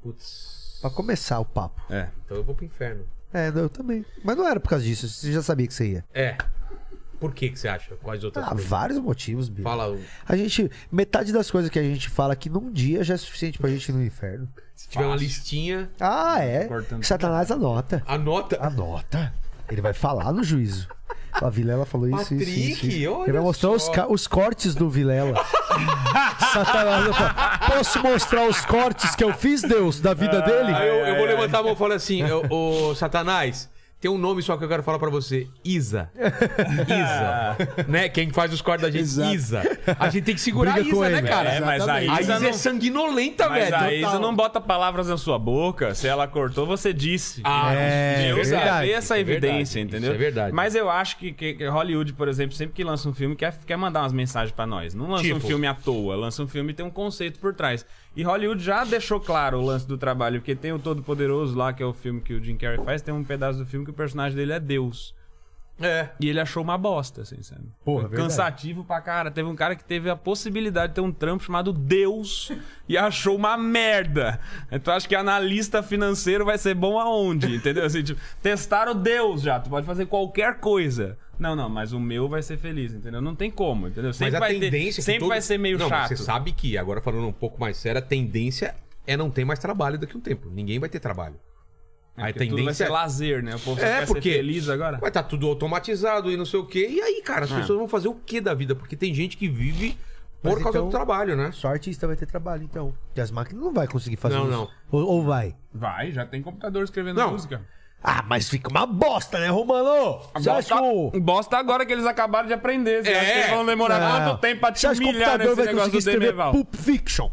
Putz.
Pra começar o papo.
É.
Então eu vou pro inferno.
É, eu também. Mas não era por causa disso, você já sabia que você ia.
É. Por que, que você acha? Quais outras
Ah,
coisas?
vários motivos, Bia.
Fala um. o.
A gente. Metade das coisas que a gente fala aqui num dia já é suficiente pra gente ir no inferno.
Se tiver uma listinha,
Ah, é.
Cortando.
Satanás anota.
anota.
Anota. Ele vai falar no juízo. A Vilela falou isso, isso,
Patrick,
isso, isso.
olha
Ele vai mostrar os,
só.
ca- os cortes do Vilela. Satanás vai falar, Posso mostrar os cortes que eu fiz, Deus, da vida dele?
Aí Ah, eu, eu vou levantar a mão e falar assim: ô, ô, Satanás, tem um nome só que eu quero falar pra você: Isa. Isa. né? Quem faz os cortes da gente?
Exato.
Isa. A gente tem que segurar
Briga
a
com
Isa, né,
ele.
cara?
É, mas a
A
Isa,
Isa
não...
é sanguinolenta,
Mas
velho.
a Isa não bota palavras na sua boca. Se ela cortou, você disse.
Ah,
É,
Deus
verdade.
sabe essa
Isso é
evidência,
verdade,
entendeu?
isso é verdade.
Mas eu acho que, que- que Hollywood, por exemplo, sempre que lança um filme, quer, quer mandar umas mensagens pra nós. Não lança um
Tipo?
filme à toa, lança um filme e tem um conceito por trás. E Hollywood já deixou claro o lance do trabalho, porque tem o Todo Poderoso lá, que é o filme que o Jim Carrey faz, tem um pedaço do filme que o personagem dele é Deus.
É.
E ele achou uma bosta, assim, sabe?
Porra,
Foi
verdade.
cansativo pra cara. Teve um cara que teve a possibilidade de ter um trampo chamado Deus e achou uma merda. Então acho que analista financeiro vai ser bom aonde, entendeu? Assim, tipo, testar o Deus já. Tu pode fazer qualquer coisa. Não, não, mas o meu vai ser feliz, entendeu? Não tem como, entendeu? Sempre,
mas a
vai, ter-
tendência. é que
sempre
todo-
vai ser meio
não, mas
chato.
Você sabe que, agora falando um pouco mais sério, a tendência é não ter mais trabalho daqui a um tempo. Ninguém vai ter trabalho. a
Porque né? tudo vai
tendência
ser lazer, né? O povo só
É,
quer
porque-
ser feliz agora.
Vai estar tudo automatizado e não sei o quê. E aí, cara, as
É.
pessoas vão fazer o que da vida? Porque tem gente que vive por
Mas
causa
então-
do trabalho, né?
Só artista vai ter trabalho, então. E as máquinas não vai conseguir fazer
Não,
isso.
não.
Ou, ou vai.
Vai, já tem computador escrevendo
Não.
música.
Ah, mas fica uma bosta, né, Romano? Você acha que
Bosta,
o...
Tá um bosta agora que eles acabaram de aprender. Você
É.
acha que eles vão demorar
Não.
quanto tempo pra te
É. Você acha que o
humilhar
computador
nesse
vai
negócio
conseguir
do
escrever
Demerval?
Pulp Fiction?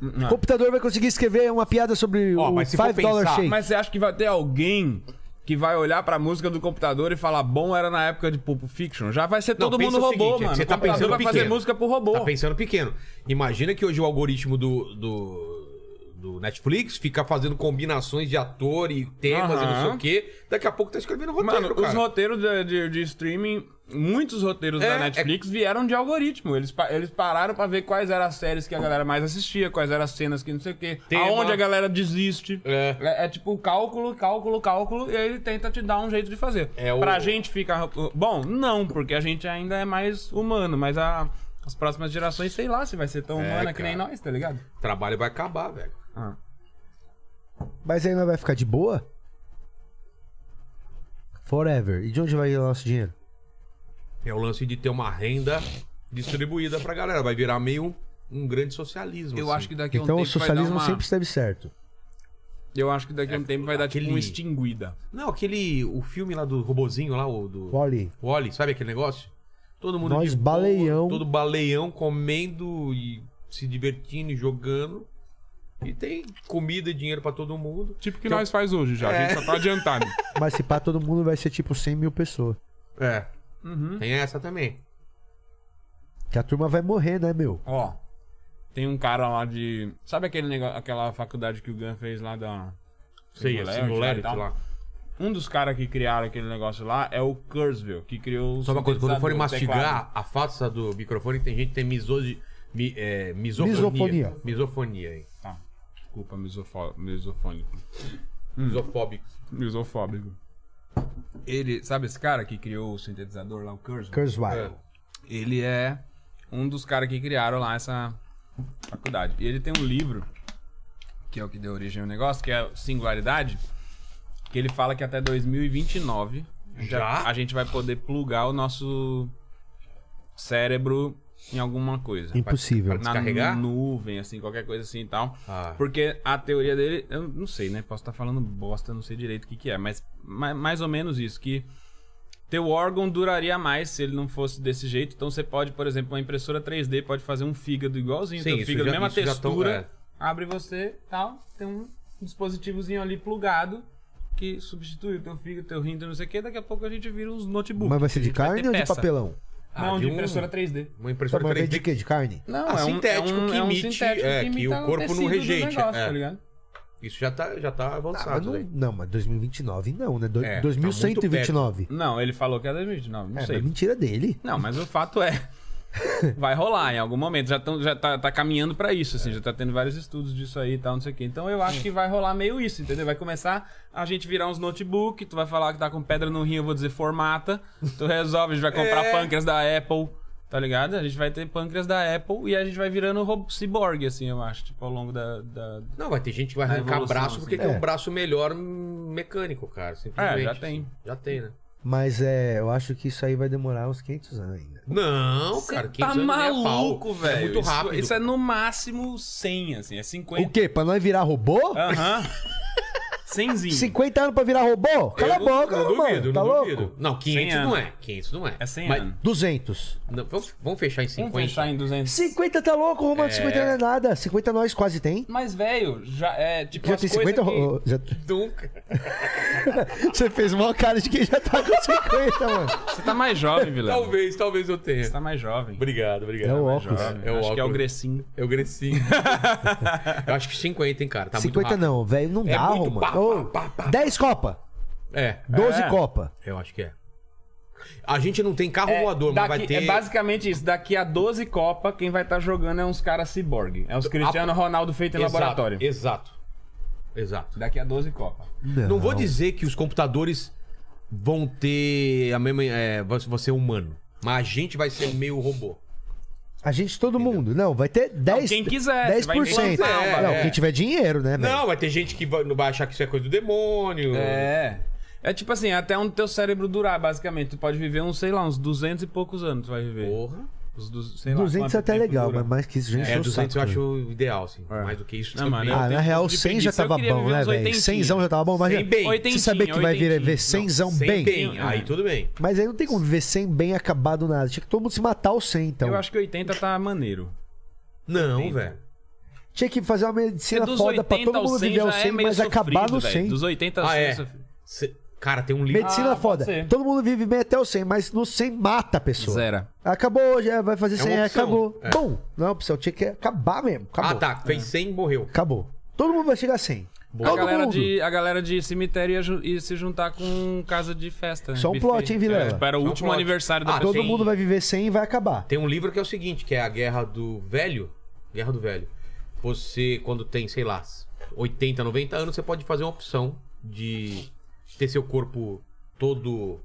O computador vai conseguir escrever uma piada sobre
Ó,
o
mas se for
5 Dollar
pensar-
Shake?
Mas você acha que vai ter alguém que vai olhar pra música do computador e falar bom era na época de Pulp Fiction? Já vai ser todo
pensa
mundo
o
robô,
seguinte, é que
mano.
Você tá
o computador
pensando
vai
pequeno.
fazer música pro robô.
Tá pensando pequeno. Imagina que hoje o algoritmo do, do, do Netflix fica fazendo combinações de ator e temas e não
Aham.
sei o quê. Daqui a pouco tá escrevendo roteiro,
Mano,
cara.
os roteiros de, de- de streaming, muitos roteiros
É,
da
é-
Netflix vieram de algoritmo. Eles, pa- eles pararam pra ver quais eram as séries que a galera mais assistia, quais eram as cenas que não sei o quê,
Tema.
aonde a galera desiste.
É.
é tipo cálculo, cálculo, cálculo, e aí ele tenta te dar um jeito de fazer.
É o-
Pra gente ficar. Bom, não, porque a gente ainda é mais humano, mas a- As próximas gerações, sei lá se vai ser
É,
tão humana que nem
cara.
nós, tá ligado? Ah,
O trabalho vai acabar, velho.
Mas aí não vai ficar de boa? Forever. E de onde vai ir o nosso dinheiro?
É o lance de ter uma renda distribuída pra galera. Vai virar meio um grande socialismo.
Eu
assim.
acho que daqui a um
Então o
tempo vai dar
socialismo
uma...
sempre esteve certo.
Eu acho que daqui a um tempo vai dar tipo
É, aquele-
uma extinguida.
Não, aquele. O filme lá do robozinho lá, o do.
Olha,
Wally, sabe aquele negócio? Todo mundo.
Nós
de boa,
baleião.
Todo baleião comendo e se divertindo e jogando. E tem comida e dinheiro pra todo mundo.
Tipo que nós faz hoje já, a gente só tá adiantado.
mas se pá, todo mundo vai ser tipo 100 mil pessoas.
É. Tem essa também.
Que a turma vai morrer, né, meu?
Ó, tem um cara lá de... Sabe aquele negócio, aquela faculdade que o Gun fez lá da...
Sei,
Singularity
esse
e tal?
lá.
Um dos caras que criaram aquele negócio lá é o Kurzweil, que criou o
Só uma coisa, quando forem
sintetizador,
mastigar a face do microfone, tem gente que tem misogi... mi- é, misofonia.
Misofonia.
Misofonia, hein?
o teclado. Tá. Desculpa, misofó- misofônico. Hum.
Misofóbico.
Misofóbico. Ele, sabe esse cara que criou o sintetizador lá, o Kurzweil?
Kurzweil.
Ele é um dos caras que criaram lá essa faculdade. E ele tem um livro, que é o que deu origem ao negócio, que é Singularidade, que ele fala que até 2029 a gente-
Já?
a gente vai poder plugar o nosso cérebro em alguma coisa.
Impossível.
Pra descarregar?
Na nuvem, assim, qualquer coisa assim e tal.
Ah.
Porque a teoria dele, eu não sei, né? Posso estar falando bosta, eu não sei direito o que, que é, mas ma- mais ou menos isso, que teu órgão duraria mais se ele não fosse desse jeito. Então você pode, por exemplo, uma impressora 3D pode fazer um fígado igualzinho,
Sim,
teu
isso
fígado,
já-
mesma
isso já tão-
textura.
é.
Abre você, tal, tem um dispositivozinho ali plugado que substitui o teu fígado, teu rim, teu não sei o que, daqui a pouco a gente vira uns notebooks.
Mas vai ser
A
de
gente vai
carne
ter
ou de
peça.
papelão?
Ah,
Não,
de
de,
um-
impressora 3D.
Uma
Tá
impressora
bom, de
3D
quê? De carne?
Não,
Ah,
é um,
sintético
é um,
que
é um
imite-
sintético
é, que o
imita
corpo não
tecido do
rejeite,
negócio,
é.
tá ligado?
Isso já tá, já tá
Ah, mas
avançado.
não,
velho.
não, mas 2029 não, né? Do,
É, tá
2129.
Não, ele falou que é 2029, não
é,
sei.
mas mentira dele.
Não, mas o fato é. Vai rolar em algum momento. Já, tão, já tá, tá caminhando pra isso, assim, já tá tendo vários estudos disso aí e tal, não sei o quê. Então eu acho que vai rolar meio isso, entendeu? Vai começar a gente virar uns notebook, tu vai falar que tá com pedra no rim, eu vou dizer formata. Tu resolve, a gente vai comprar
É.
pâncreas da Apple, tá ligado? A gente vai ter pâncreas da Apple e a gente vai virando robô ciborgue, assim, eu acho, tipo, ao longo da. da-
Não, vai ter gente que vai arrancar
evolução,
braço porque
assim.
quer um
É.
braço melhor hum, mecânico, cara. Simplesmente.
É, já
assim.
tem.
Já tem, né?
Mas é, eu acho que isso aí vai demorar uns 500 anos ainda.
Não,
Cê
cara. 500
tá
anos nem é pau.
maluco,
Isso é
velho.
muito
Isso-
rápido.
Isso, é no máximo 100, assim, é 50.
O quê? Pra nós virar robô?
Ah,
Aham. 100zinho.
50 anos pra virar robô? Cala a boca,
não
mano.
duvido,
tá
não
louco?
duvido. Não, 500
100
não
anos.
é. 500 não é.
É 100
Mas-
anos.
200.
não, vamos, vamos fechar em 50.
Vamos fechar em 200.
50 tá louco, Romano. 50 não é nada. 50 nós quase tem.
Mas, velho, já é tipo.
Já
as
tem
coisas
50.
que-
ro- já-
Nunca.
Tá
Você fez uma cara de quem já tá com 50, mano.
Você tá mais jovem, Vilela.
Talvez, talvez eu tenha.
Você tá mais jovem.
Obrigado, obrigado.
É o
Mas-
óculos.
É o
Acho que é o
óculos.
Grecinho.
Eu cresci. eu acho que 50, hein, cara. Tá
50
muito rápido.
não, velho. Não
É
dá,
muito
Romano.
pá, pá,
Ô,
pá, pá.
10 Copa.
É,
12
É.
Copa.
eu acho que é. A gente não tem carro voador, mas
daqui,
vai ter.
é basicamente isso. Daqui a 12 Copa, quem vai estar jogando é uns caras ciborgue. É os Cristiano Ronaldo feito em
Exato,
laboratório.
Exato. Exato.
Daqui a 12 Copa.
Não vou dizer que os computadores vão ter a mesma. É, você ser humano. Mas a gente vai ser meio robô.
A gente, todo mundo. Não, vai ter 10.
quem quiser, você vai
10%.
implantar
uma,
não,
é.
quem tiver dinheiro, né, velho?
Não, vai ter gente que vai, não vai achar que isso é coisa do demônio.
É. É tipo assim, até onde teu cérebro durar, basicamente. Tu pode viver uns, sei lá, uns 200 e poucos anos, tu vai viver.
Porra.
Os du- sei lá,
200 é
quanto
até
tempo
legal,
dura.
mas mais que isso, gente.
É, 200 eu acho ideal, assim. Mais do que isso.
Não, mano,
também.
eu
Ah, na
tenho um
real,
pouco de
100 já
preguiça, eu
tava
queria
bom,
viver
né,
uns
velho?
80.
100 já tava bom, mas
Cem bem.
você
Oitentinha,
saber que vai vir ver
oitentinha.
100
Sem
bem.
bem. Aí tudo bem.
Mas aí não tem como viver 100 bem acabado nada. Tinha que todo mundo se matar o 100, então.
Eu acho que 80 tá maneiro.
Não, velho.
Tinha que fazer uma medicina foda pra todo mundo viver
é
o 100, mas acabar no 100.
Dos 80 ao
Ah,
100
é.
é.
Cê- Cara, tem um livro.
Medicina
Ah, pode
foda.
ser.
Todo mundo vive bem até o 100, mas no 100 mata a pessoa.
Zera.
Acabou hoje, é, vai fazer
É
100,
uma
é,
opção.
acabou.
É.
Bom, não é opção, tinha que acabar mesmo. Acabou.
Ah, tá. Fez 100 e morreu.
Acabou. Todo mundo vai chegar a 100.
A
Todo
galera,
mundo.
de, a galera de cemitério ia, ju- ia se juntar com casa de festa. Né?
Só um
Buffet.
plot, hein, Vilela?
É, para o
Só um
último
plot.
aniversário da
Ah,
pessoa.
Todo mundo vai viver 100 e vai acabar.
Tem um livro que é o seguinte, que é a Guerra do Velho. Guerra do Velho. Você, quando tem, sei lá, 80, 90 anos, você pode fazer uma opção de ter seu corpo todo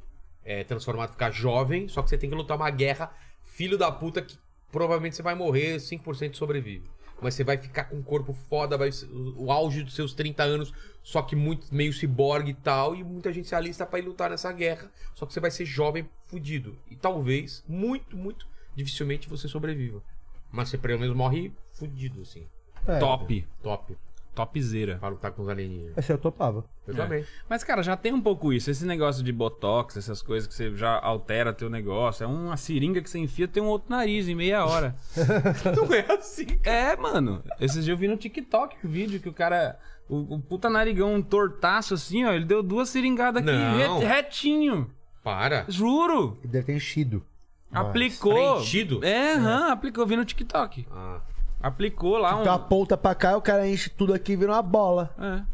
é, transformado, ficar jovem, só que você tem que lutar uma guerra, filho da puta, que provavelmente você vai morrer, 5% sobrevive. Mas você vai ficar com um corpo foda, vai ser o- o auge dos seus 30 anos, só que muito, meio ciborgue e tal, e muita gente se alista pra ir lutar nessa guerra, só que você vai ser jovem fudido. E talvez, muito, muito, dificilmente você sobreviva. Mas você pelo menos morre fudido, assim.
É,
Top.
Top.
Topzera.
Pra lutar com os alienígenas.
Essa Assim, eu topava.
Eu
É.
também.
Mas, cara, já tem um pouco isso. Esse negócio de botox, essas coisas que você já altera teu negócio. É uma seringa que você enfia, tem um outro nariz em meia hora.
Não é assim.
É, mano. Esses dias eu vi no TikTok o vídeo que o cara. O, o puta narigão, um tortaço assim, ó. Ele deu duas seringadas aqui,
Não.
re- retinho.
Para.
Juro.
E Deve ter enchido.
Aplicou.
Preenchido?
É, aham, aplicou. Vi no TikTok.
Ah.
Aplicou lá
Tipo,
um.
Então a ponta pra cá, o cara enche tudo aqui e vira uma bola.
É.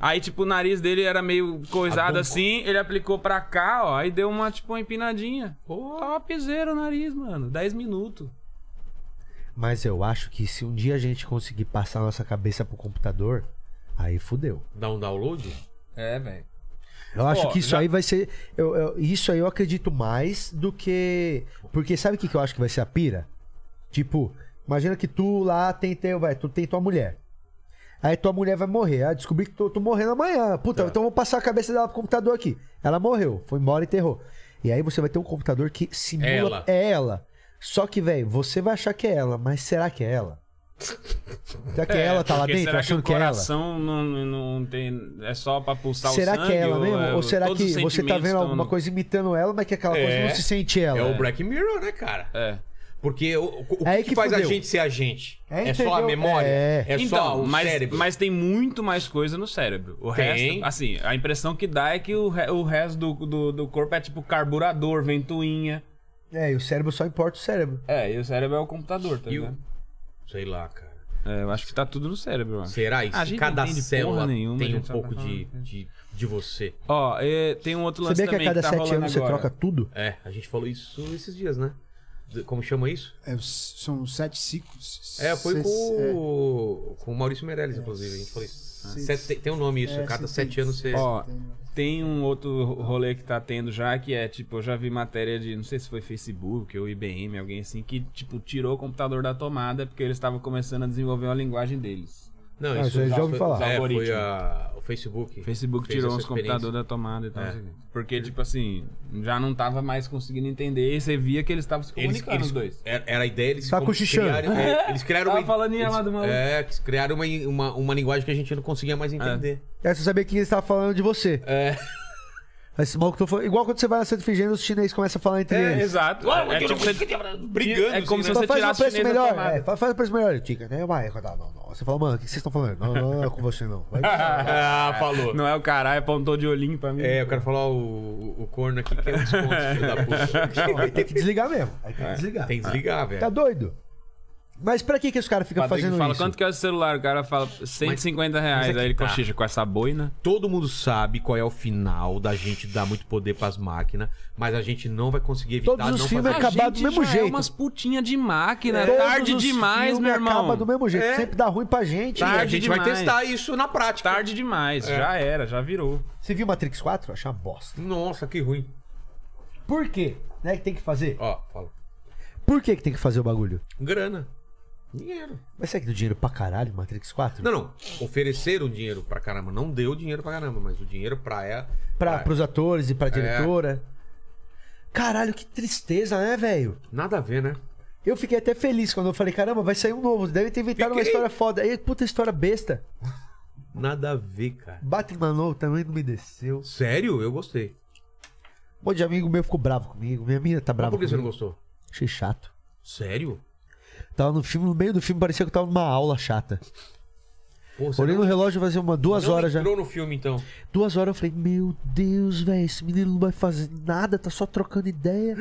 Aí, tipo, o nariz dele era meio coisado
Adunco.
assim, ele aplicou pra cá, ó, aí deu uma, tipo, uma empinadinha. Topzera o nariz, mano. 10 minutos.
Mas eu acho que se um dia a gente conseguir passar nossa cabeça pro computador, aí fudeu.
Dá um download?
É, velho.
Eu acho
Ó,
que isso
já-
aí vai ser. eu- eu- isso aí eu acredito mais do que. Porque sabe o que, que eu acho que vai ser a pira? Tipo, imagina que tu lá tem teu, vai, tu tem tua mulher. Aí tua mulher vai morrer. Ah, descobri que tô, tô morrendo amanhã.
É.
Puta, então vou passar a cabeça dela pro computador aqui. Ela morreu, foi embora e enterrou. E aí você vai ter um computador que simula.
Ela.
É ela. Só que, velho, você vai achar que é ela, mas será que é ela? Será que é, ela tá lá
porque
dentro
será
achando
que
que
o
é ela?
coração Não, não tem. É só pra pulsar o
Será
sangue?
que é ela mesmo?
é-
Ou será
todos
que
os
você tá
sentimentos
vendo
estão
alguma
no-
coisa imitando ela, mas que aquela coisa
É.
não se sente ela?
É o Black Mirror, né, cara?
É.
Porque o, o- o
É aí
que, que
que
faz a
fudeu.
gente ser a gente?
É,
É, só a
entendeu?
memória?
É.
É só o
Então, mas,
cérebro?
mas tem muito mais coisa no cérebro. O
Tem.
resto, assim, a impressão que dá é que o, re- o resto do, do, do corpo é tipo carburador, ventoinha.
É, e o cérebro só importa o cérebro.
É, e o cérebro é o computador, tá
E o-
ligado?
Sei lá, cara.
É, eu acho que tá tudo no cérebro, eu acho.
Será
A
isso?
gente
Cada
não entende
célula
porra nenhuma, a
tem um
gente só tá
pouco de,
falando.
de, de você.
Ó, é, tem um outro lance
Sabia que a
também
cada
tá
sete
rolando
anos você
agora.
troca tudo?
É, a gente falou isso esses dias, né? Do- Como chama isso?
É, são sete ciclos.
É, foi
Seis-
com,
é.
o- com o Maurício Meirelles, inclusive. A gente falou
É.
isso.
Sim.
Sete- tem- tem um nome isso.
É,
Cada
sim,
sete
sim.
anos você.
Ó, tem um outro rolê que tá tendo já, que é, tipo, eu já vi matéria de, não sei se foi Facebook ou IBM, alguém assim, que, tipo, tirou o computador da tomada porque eles estavam começando a desenvolver uma linguagem deles.
não,
Ah, isso eu já
foi-
ouvi falar.
É, foi
Algoritmo.
a- o Facebook.
O Facebook
fez
tirou
essa
os
experiência.
computadores da tomada e tal.
É.
não sei o quê. Porque, tipo assim, já não tava mais conseguindo entender e você via que eles estavam se
Eles,
comunicando
eles,
os dois.
Era era a ideia eles
Tá
como-
cochichando.
criaram, é, eles criaram
Tava
uma
falando em
eles-
amado maluco.
É, eles criaram uma, uma, uma linguagem que a gente não conseguia mais entender.
É, você sabia que ele estava falando de você.
É.
Esse maluco tô falando. Igual quando você vai na Santa Figênia, os chineses começam a falar entre eles.
Exato.
É. Uau,
é, tipo, você-
brigando,
É como
assim,
se
né?
você
Fala, faz
tirasse
um
o
preço
chinês da
melhor.
tomada.
É, fa- faz um preço melhor. Ele Fica, né? Vai, não, não, não. Você fala, mano, o que vocês estão falando? Não, não, não, é com você não. Vai,
Ah, falou.
Não é o caralho, apontou de olhinho pra mim.
É, eu quero falar o, o, o corno aqui que é um desconto, filho da puta.
Aí tem que desligar mesmo. Aí
É,
tem que desligar.
Tem que desligar,
Tá
velho.
doido? Mas pra que que os caras ficam
Patrick
fazendo
fala,
isso?
quanto que é o celular? O cara fala 150 reais.
mas é
aí ele
que tá.
cochicha com essa boina.
Todo mundo sabe qual é o final da gente dar muito poder pras máquinas, mas a gente não vai conseguir evitar
Todos os
não
filmes
fazer
acabam- Acabar do mesmo
já É
jeito.
umas putinhas de máquina.
Todos
Tarde
os
demais,
filmes
meu irmão.
Acaba do mesmo jeito.
É.
Sempre dá ruim pra gente.
isso. E
Tá.
a
tarde
gente vai
demais.
testar isso na prática.
Tarde demais. Já era, já virou.
Você viu Matrix 4? Achar bosta.
Nossa, que ruim.
Por quê? Né, que tem que fazer?
Ó, fala.
Por que que tem que fazer o bagulho?
Grana. Dinheiro.
Mas será que deu dinheiro pra caralho Matrix 4?
Não, não. Ofereceram dinheiro pra caramba. Não deu dinheiro pra caramba, mas o dinheiro pra ela.
Pra,
pra-
pros atores e
É.
pra diretora. Caralho, que tristeza, né, velho?
Nada a ver, né?
Eu fiquei até feliz quando eu falei, caramba, vai sair um novo. Deve ter inventado uma
Fiquei.
história foda. Aí, puta história besta.
Nada a ver, cara.
Batman novo também não me desceu.
Sério? Eu gostei.
Um monte de amigo meu ficou bravo comigo. Minha mina tá
Mas
brava
por que
comigo.
você não gostou?
Achei chato.
Sério?
Tava no filme, no meio do filme, parecia que eu tava numa aula chata.
Pô, você
Olhei
não-
no relógio fazia uma duas
não
horas já.
entrou no filme, então.
Duas horas eu falei, meu Deus, velho, esse menino não vai fazer nada, tá só trocando ideia.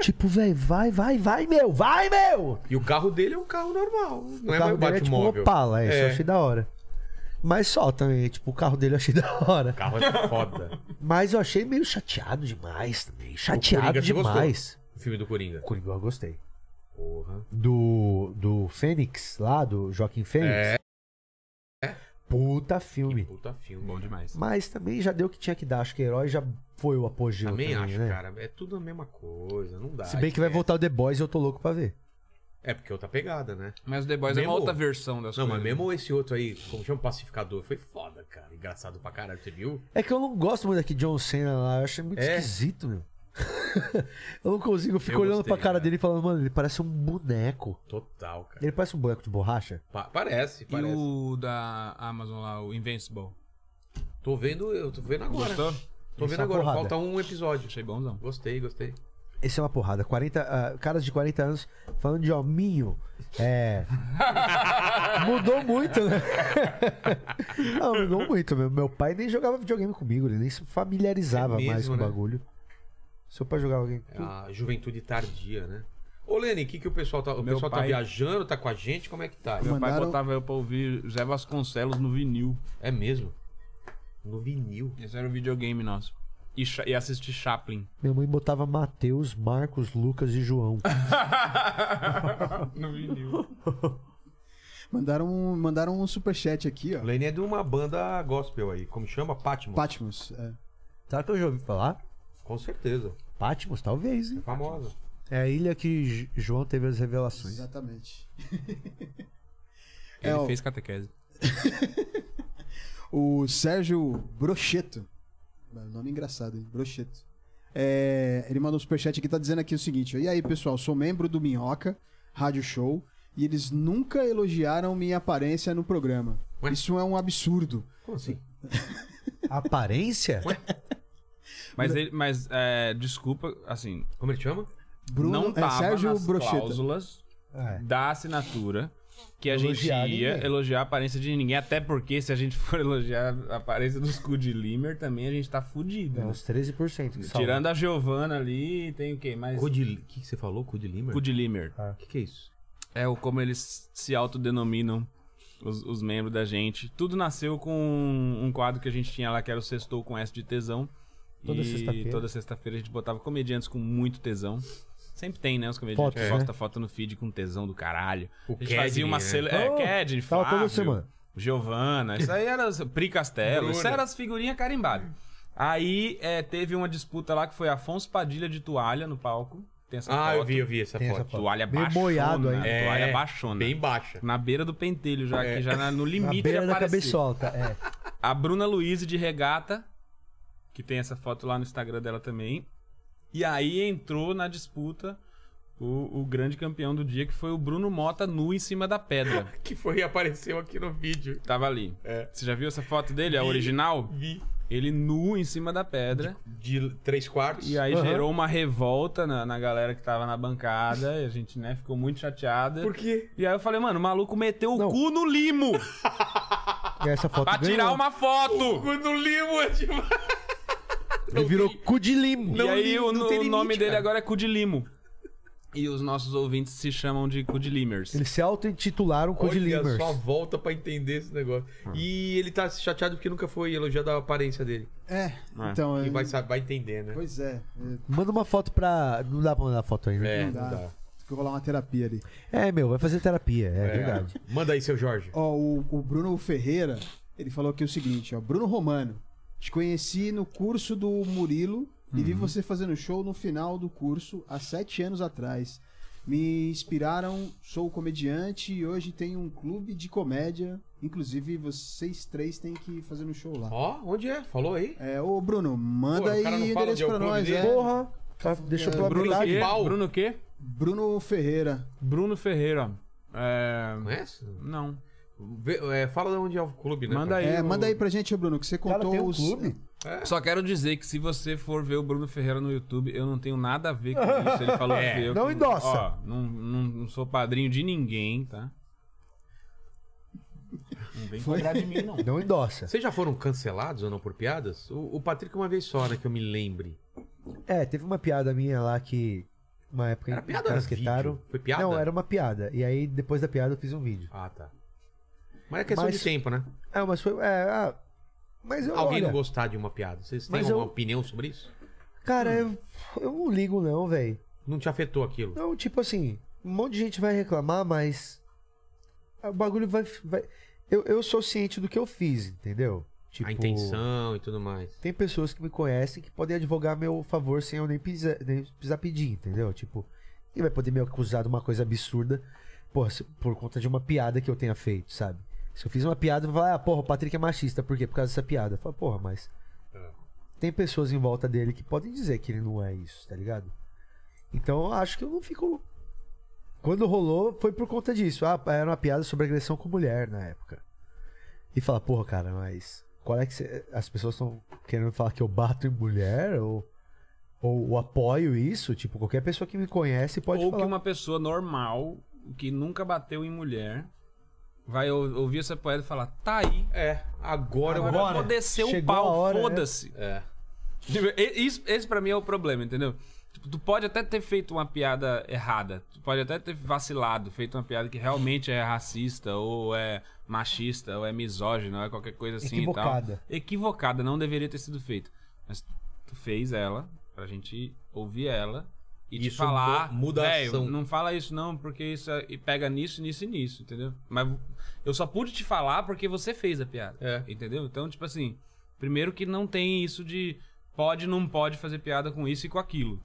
tipo, velho, vai, vai, vai, meu, vai, meu!
E o carro dele é um carro normal. Não é
o carro
mais o
dele é tipo um
Batmóvel.
Opala, é, isso eu
É.
achei da hora. Mas só também, tipo, o carro dele eu achei da hora.
O carro é foda.
Mas eu achei meio chateado demais também.
O
Chateado
Coringa você gostou?
demais.
o filme do Coringa.
O Coringa eu gostei.
Porra.
Do, do Fênix lá, do Joaquim Fênix.
É.
Puta filme.
Puta filme.
Bom demais.
Mas também já deu o que tinha que dar. Acho que herói já foi o apogeu.
Também
também,
acho,
né?
cara. É tudo a mesma coisa. Não dá.
Se bem que vai
É-
voltar o The Boys, eu tô louco pra ver.
É porque outra pegada, né?
Mas o The Boys é
Mesmo-
uma outra versão das
Não, mas
coisas.
mesmo esse outro aí, como chama Pacificador, foi foda, cara. Engraçado pra caralho, você viu?
É que eu não gosto muito daquele John Cena lá, eu achei muito
É?
esquisito, meu. eu não consigo, eu é. fico
Eu
olhando
gostei,
pra cara
cara.
dele e falando, mano, ele parece um boneco.
Total, cara.
Ele parece um boneco de borracha.
Pa- parece,
E
parece.
o da Amazon lá, o Invincible.
Tô vendo, eu tô vendo agora.
Gostou?
Tô
Isso é
vendo
uma
agora,
porrada.
falta um episódio.
Achei bonzão.
Gostei, gostei.
Esse é uma porrada. 40, ah, caras de 40 anos falando de hominho. É. mudou muito, né? não, mudou muito meu. Meu pai nem jogava videogame comigo, ele nem se
É
familiarizava
mesmo,
mais com o
né?
bagulho. Seu pai jogava alguém.
É a juventude tardia, né? Ô, Lene, o que, que o pessoal tá. O
Meu
pessoal tá
pai-
viajando, tá com a gente? Como é que tá?
Meu pai
Mandaram-
botava eu pra ouvir Zé Vasconcelos no vinil.
É mesmo? No vinil.
Esse era o videogame nosso. E, cha- e assistir Chaplin.
Minha mãe botava Mateus, Marcos, Lucas e João.
no vinil.
Mandaram, um- mandaram um superchat aqui, ó.
O Lene é de uma banda gospel aí. Como chama? Patmos.
Patmos. é.
Sabe o que eu já ouvi falar?
Com certeza.
Patmos, talvez, hein?
Famosa.
É a ilha que J- João teve as revelações.
Exatamente.
Ele
É, ó.
fez catequese.
O Sérgio Brocheto. Nome engraçado, hein? Brocheto. É, ele mandou um superchat aqui, tá dizendo aqui o seguinte: ó, E aí, pessoal, sou membro do Minhoca, Rádio Show, e eles nunca elogiaram minha aparência no programa.
Ué?
Isso é um absurdo.
Como assim?
Aparência?
Mas, ele, mas é, desculpa, assim,
Como ele te chama?
Bruno,
não
é,
tava
Sérgio
nas
Brocheta.
cláusulas
É.
da assinatura que a
Elogiar
gente ia
ninguém.
elogiar a aparência de ninguém, até porque se a gente for elogiar a aparência dos cu de Limer, também a gente tá fudido.
É
né?
uns 13% que salva.
Tirando a Giovana ali, tem o quê? Mais
O de... que, que você falou? Cu de Limer?
cu de Limer.
O que, que é isso?
É o como eles se autodenominam, os, os membros da gente. Tudo nasceu com um, um quadro que a gente tinha lá, que era o Sextou com S de Tesão.
Toda
E
sexta-feira.
Toda sexta-feira a gente botava comediantes com muito tesão. Sempre tem, né? Os comediantes
Fotos,
que postam
né?
foto no feed com tesão do caralho.
O
a gente
Kedney,
fazia uma
né?
cele... É,
Oh,
Kedney,
tava
Fábio,
toda semana.
Giovana. Isso aí era os- Pri Castelo. Isso
Bruna.
era as figurinhas carimbadas. Aí é, teve uma disputa lá que foi Afonso Padilha de toalha no palco. Tem essa
Ah,
foto.
eu vi, eu vi essa
Tem
foto.
essa foto.
Toalha
Meio
baixona. né?
boiado ainda.
É,
Toalha baixona. É.
Bem baixa.
Na beira do pentelho, já aqui, já na- no
Na
limite
beira
de
da
aparecer.
cabeçota, é.
A Bruna Luiz de regata, que tem essa foto lá no Instagram dela também. E aí entrou na disputa o, o grande campeão do dia, que foi o Bruno Mota nu em cima da pedra.
Que foi e apareceu aqui no vídeo.
Tava ali.
É.
Você já viu essa foto dele, a original?
Vi.
Ele nu em cima da pedra.
De três quartos.
E aí
Aham.
gerou uma revolta na, na galera que tava na bancada. E a gente, né, ficou muito chateada.
Por quê?
E aí eu falei, mano, o maluco meteu o
Não.
cu no limo
E essa foto
pra tirar
ganhou.
uma foto.
Cu do limo é demais.
Ele virou cu de limo.
e aí
não
o,
tem
o
limite,
nome dele
cara.
agora é cu de limo. E os nossos ouvintes se chamam de cu de limers.
Eles se auto-intitularam cu de Ah.
Olha
limers.
só, volta pra entender esse negócio. E ele tá chateado porque nunca foi elogiado a aparência dele.
É, então.
E
é-
vai, saber- vai entender, né?
Pois é, é,
Manda uma foto pra... Não dá pra mandar foto ainda.
É,
não dá. Tem que rolar uma terapia ali.
É, meu, vai fazer terapia, é, verdade.
Manda aí, seu Jorge.
Ó, o, o Bruno Ferreira, ele falou aqui o seguinte, ó. Bruno Romano, te conheci no curso do Murilo e vi você fazendo show no final do curso, há sete anos atrás. Me inspiraram, sou comediante e hoje tenho um clube de comédia. Inclusive, vocês três têm que fazer um show lá.
Ó, onde é? Falou aí?
É, ô Bruno, manda
Pô, o
aí
cara não
o
fala onde é
endereço
o
pra
clube
nós,
dele?
é.
Porra, tá- deixa eu
Bruno
habilidade.
quê?
Pau.
Bruno quê?
Bruno Ferreira.
Bruno Ferreira. É...
Conhece?
Não.
Vê- é, fala de onde é o clube, né?
Manda aí.
É,
o-
manda aí pra gente, ô Bruno, que você
Cara,
contou
tem um
os.
clube?
Só quero dizer que se você for ver o Bruno Ferreira no YouTube, eu não tenho nada a ver com isso. Ele falou
É.
que eu.
não
que-
endossa.
Ó, não, não, não sou padrinho de ninguém, tá? Não vem cobrar de mim, não.
Não endossa.
Vocês já foram cancelados ou não por piadas? O, o Patrick uma vez só, né? Que eu me lembre.
É, teve uma piada minha lá que. Uma época
Era
em-
piada ou era
encasquetaram.
vídeo? Foi piada?
Não, era uma piada. E aí, depois da piada, eu fiz um vídeo.
Ah, tá. Mas é questão
Mas-
de tempo, né?
Ah, mas foi. É, ah, mas eu.
Alguém
olha,
não gostar de uma piada. Vocês têm
Mas
uma
eu-
opinião sobre isso?
Cara, eu, eu não ligo, não, velho.
Não te afetou aquilo?
Não, tipo assim, um monte de gente vai reclamar, mas. O bagulho vai. vai... Eu, eu sou ciente do que eu fiz, entendeu? Tipo,
A intenção e tudo mais.
Tem pessoas que me conhecem que podem advogar a meu favor sem eu nem pisa- nem precisar, pedir, entendeu? Tipo, e vai poder me acusar de uma coisa absurda porra, se- por conta de uma piada que eu tenha feito, sabe? Se eu fiz uma piada, vai falar, ah, porra, o Patrick é machista, por quê? Por causa dessa piada. Fala, porra, mas. Tem pessoas em volta dele que podem dizer que ele não é isso, tá ligado? Então eu acho que eu não fico. Quando rolou, foi por conta disso. Ah, era uma piada sobre agressão com mulher na época. E fala, porra, cara, mas. Qual é que cê- as pessoas estão querendo falar que eu bato em mulher? Ou, ou, ou apoio isso? Tipo, qualquer pessoa que me conhece pode
Ou
falar.
que uma pessoa normal, que nunca bateu em mulher, vai ou- ouvir essa poeta e falar, tá aí.
É, agora,
Agora,
eu
vou descer o
Chegou a
pau,
hora, né?"
foda-se.
É.
Tipo, e- Isso, esse pra mim é o problema, entendeu? Tipo, tu pode até ter feito uma piada errada, tu pode até ter vacilado, feito uma piada que realmente é racista, ou é machista, ou é misógina, ou é qualquer coisa assim
Equivocada.
e tal. Equivocada, não deveria ter sido feito. Mas tu fez ela, pra gente ouvir ela e te
Isso
falar.
mu- muda a
"Véi,
ação."
Não fala isso não, porque isso é- e pega nisso, nisso e nisso, entendeu? Mas eu só pude te falar porque você fez a piada.
É.
Entendeu? Então, tipo assim, primeiro que não tem isso de pode, não pode fazer piada com isso e com aquilo.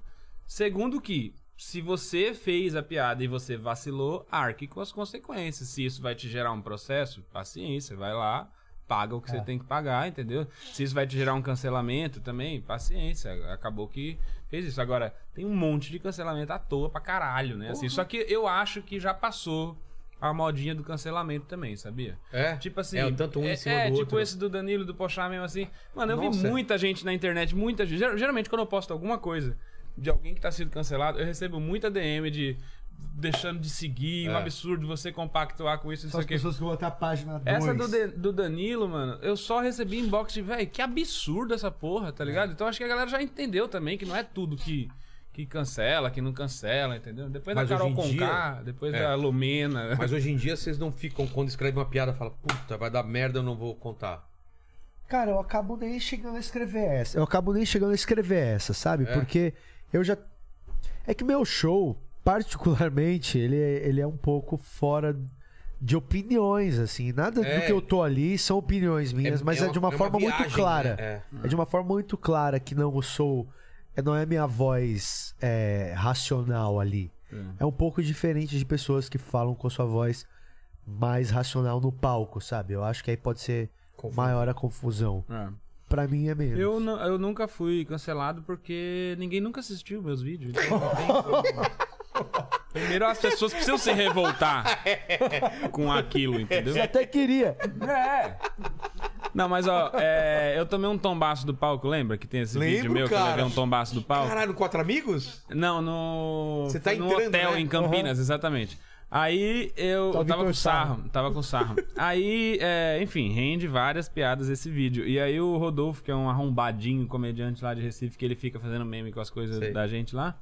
Segundo que, se você fez a piada e você vacilou, arque com as consequências. Se isso vai te gerar um processo, paciência, vai lá, paga o que você tem que pagar, entendeu? Se isso vai te gerar um cancelamento também, paciência. Acabou que fez isso. Agora, tem um monte de cancelamento à toa pra caralho, né? Assim, só que eu acho que já passou a modinha do cancelamento também, sabia?
É?
Tipo assim.
É, tanto um em cima
é,
do
tipo
outro.
esse do Danilo, do Pochá mesmo assim. Mano, eu
Nossa.
vi muita gente na internet, muita gente. Ger- Geralmente, quando eu posto alguma coisa de alguém que tá sendo cancelado, eu recebo muita DM de deixando de seguir, um
É.
absurdo você compactuar com isso, não
São
sei
as
o quê.
pessoas que vão até a página 2.
Essa do, Dan- do Danilo, mano, eu só recebi inbox de, velho, que absurdo essa porra,
É.
tá ligado? Então acho que a galera já entendeu também que não é tudo que, que cancela, que não cancela, entendeu? Depois
Mas
da Carol
hoje em
Conká,
dia-
depois
é.
da Lumena.
Mas hoje em dia vocês não ficam, quando escrevem uma piada, fala, puta, vai dar merda, eu não vou contar.
Cara, eu acabo nem chegando a escrever essa. Eu acabo nem chegando a escrever essa, sabe? Porque eu já. É que meu show, particularmente, ele é, ele é um pouco fora de opiniões, assim. Nada
É.
do que eu tô ali são opiniões minhas, mas é,
uma-
de uma
é uma
forma muito
viagem,
clara.
né?
É de uma forma muito clara que não sou. é- Não é minha voz é, racional ali. É um pouco diferente de pessoas que falam com a sua voz mais racional no palco, sabe? Eu acho que aí pode ser maior a confusão.
É.
Pra mim é menos.
Eu, nu- eu nunca fui cancelado porque ninguém nunca assistiu meus vídeos. então não tem como. Primeiro as pessoas precisam se revoltar com aquilo, entendeu?
Eu até queria.
É. Não, mas ó, é, eu tomei um tombaço do palco, lembra que tem esse vídeo
Lembro,
meu que eu
cara.
levei um tombaço do palco?
Caralho, quatro amigos?
Não, no.
Você tá
foi num
entrando,
hotel
né?
em Campinas, exatamente. Aí eu,
Tá o
um
eu tava
Vitor
com sarro,
Sarro.
tava com sarro. aí, é, enfim, rende várias piadas esse vídeo. E aí o Rodolfo, que é um arrombadinho comediante lá de Recife, que ele fica fazendo meme com as coisas
Sei.
da gente lá,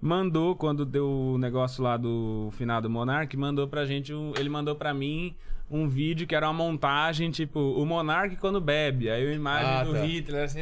mandou, quando deu o negócio lá do final do Monark, mandou pra gente, um- ele mandou pra mim um vídeo que era uma montagem, tipo, o Monark quando bebe. Aí a imagem
Ah,
do
tá.
Hitler, assim,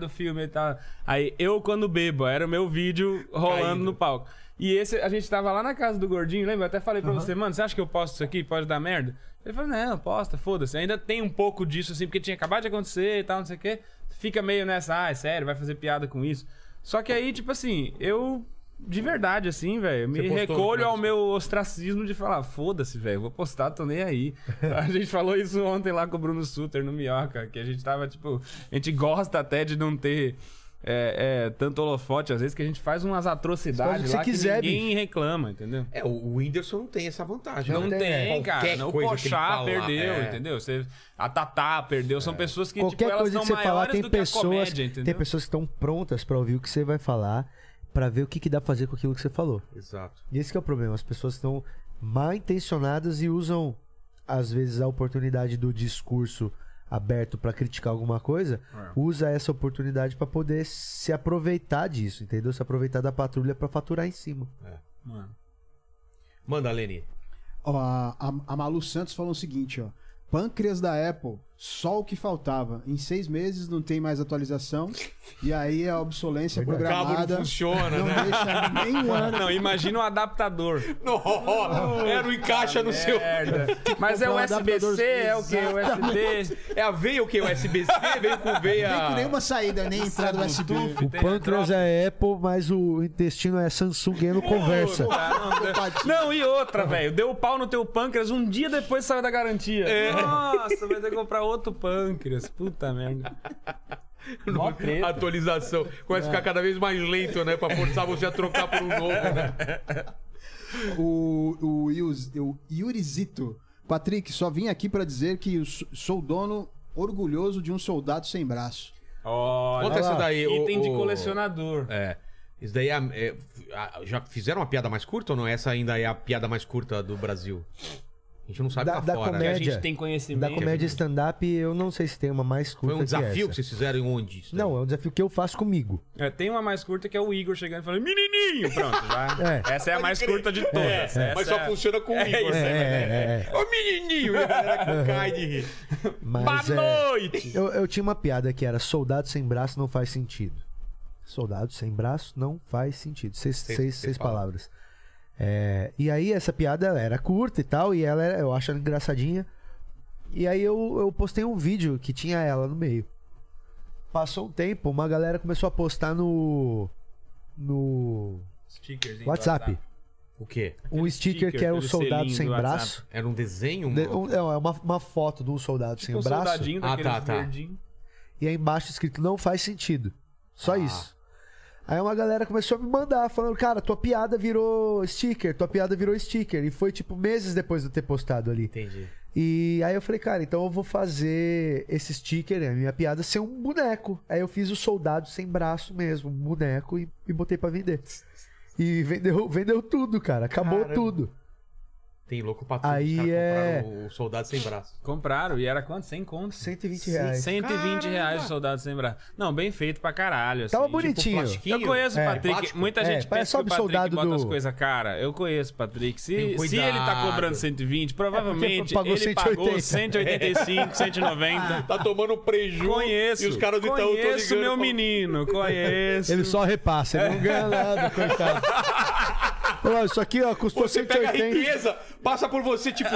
do filme e tal. Aí eu quando bebo, era o meu vídeo rolando
Caído.
no palco. E esse, a gente tava lá na casa do gordinho, lembra? Eu até falei pra você, mano, você acha que eu posto isso aqui? Pode dar merda? Ele falou, não, posta, foda-se. Ainda tem um pouco disso, assim, porque tinha acabado de acontecer e tal, não sei o quê. Fica meio nessa, ah, é sério, vai fazer piada com isso. Só que aí, tipo assim, eu. De verdade, assim, velho, me
postou no
recolho
final
ao
do
meu ostracismo de falar, foda-se, velho, vou postar, tô nem aí. A gente falou isso ontem lá com o Bruno Suter no Minhoca, que a gente tava, tipo, a gente gosta até de não ter é, é, tanto holofote, às vezes, que a gente faz umas
Faz o que
atrocidades
você
lá que
quiser,
ninguém reclama, entendeu?
É, o- o Whindersson não tem essa vantagem.
Não,
né?
tem, cara.
Qualquer
não, O
coisa que ele
Pochá
falar,
perdeu,
é.
entendeu? Você, a Tatá perdeu. São pessoas que,
É. Qualquer
tipo, elas
coisa
são
que você falar,
maiores
tem
do que a
pessoas,
comédia,
tem
entendeu?
pessoas que estão prontas pra ouvir o que você vai falar, pra ver o que, que dá pra fazer com aquilo que você falou.
Exato.
E esse que é o problema. As pessoas estão mal intencionadas e usam, às vezes, a oportunidade do discurso aberto pra criticar alguma coisa, usa essa oportunidade pra poder se aproveitar disso, entendeu? Se aproveitar da patrulha pra faturar em cima.
Mano.
Manda, Leni.
Ó, a, a- a Malu Santos falou o seguinte, ó. Pâncreas da Apple, só o que faltava. Em seis meses não tem mais atualização. E aí a obsolência
cabo
programada.
não funciona,
não
né?
deixa nem um ano.
Não, imagina o adaptador.
É, Não, era o encaixa no seu.
Merda. Mas é
comprar um
USB-C, é o quê? USB?
É a veia o quê? USB-C? Veio com veia.
Não tem nenhuma saída, nem entrada USB.
O pâncreas é Apple, mas o intestino é Samsung e não conversa.
Não, deu- Não, e outra, velho. Deu pau no teu pâncreas um dia depois saiu da garantia. É. Nossa, vai ter que comprar outro pâncreas. Puta merda. Mó treta.
Atualização. Começa a ficar cada vez mais lento, né? Pra forçar você a trocar por um novo, né?
O, o, Yus- o Yurizito. Patrick, só vim aqui pra dizer que eu s- sou dono orgulhoso de um soldado sem braço.
Olha,
Conta essa daí. o-
item de
o-
colecionador.
É. Isso daí é, é- a- já fizeram uma piada mais curta ou não? Essa ainda é a piada mais curta do Brasil. A gente não sabe
Da-
pra
da
fora,
A
né?
comédia.
gente tem conhecimento.
Da comédia stand-up, eu não sei se tem uma mais curta
Foi um desafio que,
que essa.
vocês fizeram onde? isso daí?
Não, é um desafio que eu faço comigo.
É, tem uma mais curta que é o Igor chegando e falando, menininho! Pronto, já.
É.
Essa é a mais
crer.
curta de todas. Essa
Mas só
é-
funciona com o
É
Igor,
isso,
né?
é,
Ô menininho! E a galera cai de rir.
Boa
Mas é,
noite!
eu, eu tinha uma piada que era soldado sem braço não faz sentido. Soldado sem braço não faz sentido. Seis, seis, seis,
seis
palavras. É, e aí essa piada era curta e tal, e ela era- eu acho ela engraçadinha. E aí eu, eu postei um vídeo que tinha ela no meio. Passou um tempo, uma galera começou a postar no. no
Stickers, então, tá. hein, do
WhatsApp.
O quê?
Um sticker, que era um
aquele
soldado
selinho
sem
do
braço.
Era um desenho?
De-
mano?
um- não, é uma, uma foto de um soldado sem
Um
o braço.
soldadinho
Ah,
daqueles
tá, tá.
verdinho.
E aí embaixo escrito, não faz sentido. Só
Ah.
isso. Aí uma galera começou a me mandar, falando, cara, tua piada virou sticker, tua piada virou sticker. E foi tipo meses depois de eu ter postado ali.
Entendi.
E aí eu falei, cara, então eu vou fazer esse sticker, a minha piada, ser um boneco. Aí eu fiz o soldado sem braço mesmo, um boneco, e, e botei pra vender. E vendeu, vendeu tudo, cara. Acabou
Caramba.
tudo.
Tem louco pra tudo.
Aí
Os caras
é-
compraram o soldado sem braço.
Compraram, e era quanto? 100 conto?
120 reais.
120 reais o soldado sem braço. Não, bem feito pra caralho. assim,
Tava
tipo,
bonitinho.
plastiquinho.
Eu conheço
É,
o Patrick.
plástico.
Muita
É,
gente
parece
pensa que o
soldado
Patrick bota as
do-
coisas cara. Eu conheço o Patrick.
Tem um
Se,
cuidado.
se ele tá cobrando 120, provavelmente
É pagou
ele
180.
pagou 185,
Ah.
190.
Tá tomando prejuízo.
Conheço.
E os caras do Itaú tão
Conheço
ligando.
meu menino, conheço.
Ele só repassa, ele não ganha nada, coitado. Ó, isso aqui, ó, custou
Você pega a
180.
riqueza, passa por você, tipo,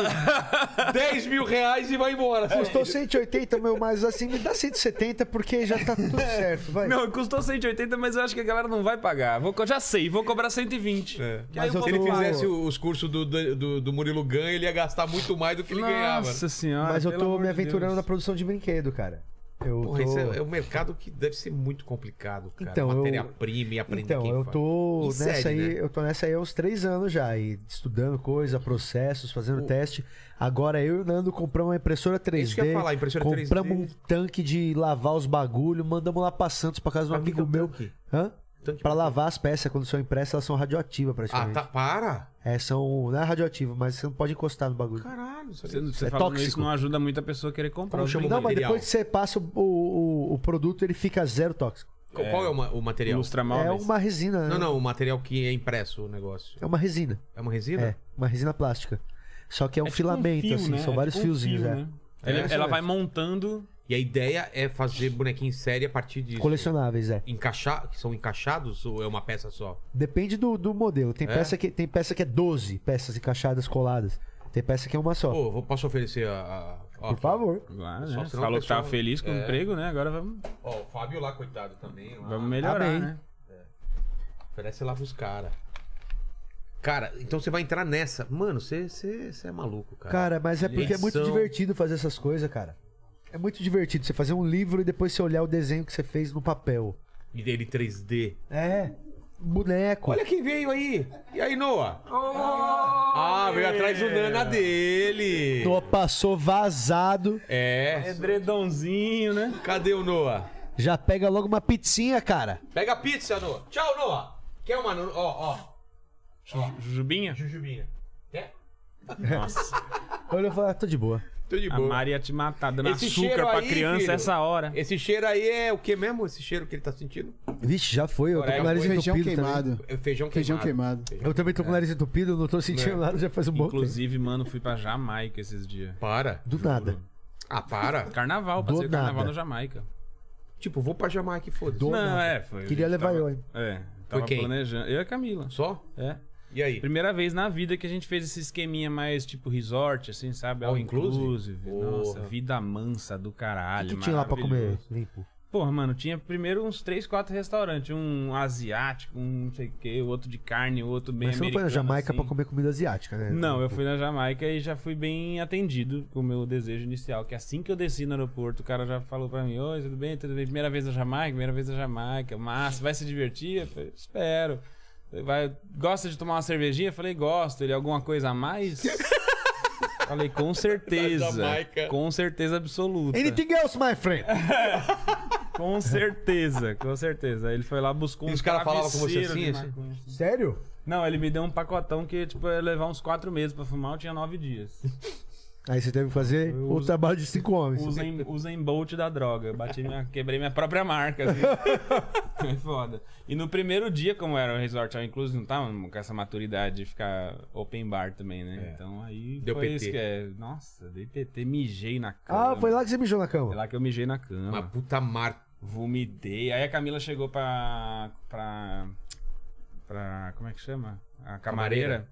10 mil reais e vai embora.
Custou 180, meu, mas assim, me dá 170 porque já tá
É.
tudo certo, vai.
Não, custou 180, mas eu acho que a galera não vai pagar. Vou, co- já sei, vou cobrar 120.
É.
Que aí
Mas
o
eu
Se
povo
ele
tô-
fala,
fizesse os cursos do, do, do Murilo Gun, ele ia gastar muito mais do que ele ganhava. né?
Nossa senhora.
mas eu
pelo
tô
amor
me
de
aventurando na
Deus."
produção de brinquedo, cara. Eu
Porra,
tô...
isso é, é um mercado que deve ser muito complicado, cara.
Então, eu-
Matéria-prima e aprender
Então,
quem
eu
faz.
tô
E
nessa
segue,
aí,
né?
eu tô nessa aí há uns três anos já, e estudando coisa, processos, fazendo teste. Agora eu e o Nando compramos uma impressora 3D.
É Isso que eu ia falar, impressora
compramos
3D.
um tanque de lavar os bagulho, mandamos lá pra Santos pra casa de um
Pra que que
amigo
é o
meu.
tanque?
Hã?
Tanque
Pra
pra
lavar as peças, quando são impressas, elas são radioativas
Ah,
praticamente.
tá. Para!
É, são. Não é radioativa, mas você não pode encostar no bagulho.
Caralho, você
Você, você
É
falando
tóxico.
isso não ajuda muito a pessoa a querer comprar.
Como
o
chama o
não, mas
material?
depois que você passa o, o, o produto, ele fica zero tóxico.
Qual, qual é o, ma- o material?
Ilustramóveis.
é
tipo
uma resina, né?
Não, não, o material que é impresso o negócio.
É uma resina.
É uma resina?
É, uma resina plástica. Só que é um
É tipo
filamento,
fio,
assim,
né?
são
É
vários
tipo um fio,
fiozinhos, é.
né? Ela-
É, isso
ela
mesmo.
vai montando.
E a ideia é fazer bonequinho em série a partir disso.
Colecionáveis, é.
Encaixar, que são encaixados ou é uma peça só?
Depende do, do modelo. Tem,
É?
peça que, tem peça que é 12 peças encaixadas, coladas. Tem peça que é uma só.
Pô, vou- posso oferecer a. a- ó,
Por
aqui,
favor.
Lá, né?
Só senão
Falou
o
que tava
pessoal-
feliz com o
É.
emprego, né? Agora vamos,
Ó, o Fábio lá, coitado também. Lá,
vamos melhorar,
Amém.
né?
Oferece lá pros caras. Cara, então você vai entrar nessa. Mano, você, você, você é maluco, cara.
Cara, mas é porque é muito
Lição.
divertido fazer essas coisas, cara. É muito divertido você fazer um livro e depois você olhar o desenho que você fez no papel.
E dele 3D.
É. Boneco.
Olha quem veio aí. E aí, Noah? ah, veio atrás do Nana dele.
Tô- Passou vazado.
É.
Edredãozinho, né?
Cadê o Noah?
Já pega logo uma pizzinha, cara.
Pega a pizza, Noah. Tchau, Noah. Quer uma? Ó, ó.
Ju- Jujubinha?
Jujubinha. Quer?
Nossa.
Olha, eu falo, ah, tô de boa.
Tô de
A
boa.
Mari ia te matar, dando
Esse
açúcar
cheiro
pra
aí,
criança
filho.
essa hora.
Esse cheiro aí é o que mesmo? Esse cheiro que ele tá sentindo?
Vixe, já foi. Eu tô
Agora é
com o nariz
Feijão
entupido também.
queimado.
É feijão queimado.
Feijão queimado.
Eu também tô com o nariz entupido, não tô sentindo
É.
nada já faz um bom tempo.
Inclusive, mano, fui pra Jamaica esses dias.
Para.
Do nada.
Ah, para.
Carnaval,
Do
passei o carnaval
nada.
na Jamaica.
tipo, vou pra Jamaica e foda-se.
Do
não,
nada.
é, foi.
Queria
a gente
levar
tava-
eu, hein?
É, tava
quem?
planejando. Eu e a Camila.
Só?
É.
E aí?
Primeira vez na vida que a gente fez esse esqueminha mais tipo resort, assim, sabe?
All
All
inclusive?
inclusive. Nossa,
Porra.
vida mansa do
O
caralho.
que tinha lá pra comer
maravilhoso.
limpo?
Porra, mano, tinha primeiro uns 3, 4 restaurantes. Um asiático, um não sei o quê, outro de carne, outro bem
Mas você não foi na
americano,
Jamaica
assim.
pra comer comida asiática, né?
Não, eu fui na Jamaica e já fui bem atendido com o meu desejo inicial. Que assim que eu desci no aeroporto, o cara já falou pra mim: Oi, tudo bem? Tudo bem? Primeira vez na Jamaica, primeira vez na Jamaica. Massa, vai se divertir? Eu falei, Espero. Ele Vai, gosta de tomar uma cervejinha? Eu falei, gosto. Ele, alguma coisa a mais? falei, com certeza.
Da Jamaica.
Com certeza absoluta.
Anything else, my friend?
Com certeza, com certeza. Aí Ele foi lá, buscou
E
um
os caras falavam com você
travesseiro
assim,
de
assim?
maconha.
Sério?
Não, ele me deu um pacotão que, tipo, ia levar uns quatro meses pra fumar, eu tinha nove dias.
Aí você teve que fazer
Eu
o
uso-
trabalho de cinco homens.
Usem, usem Bolt da droga. Eu Bati minha, quebrei minha própria marca. assim. é foda. E no primeiro dia, como era o resort, eu, inclusive não tava com essa maturidade de ficar open bar também, né?
É.
Então aí
Deu
foi
PT.
isso que é. Nossa, dei PT, mijei na cama.
Ah, foi lá que você mijou na
Foi
cama.
lá que eu mijei na cama.
Uma puta marca.
Vomitei. Aí a Camila chegou pra. pra. pra. como é que chama? A camareira.
Camareira.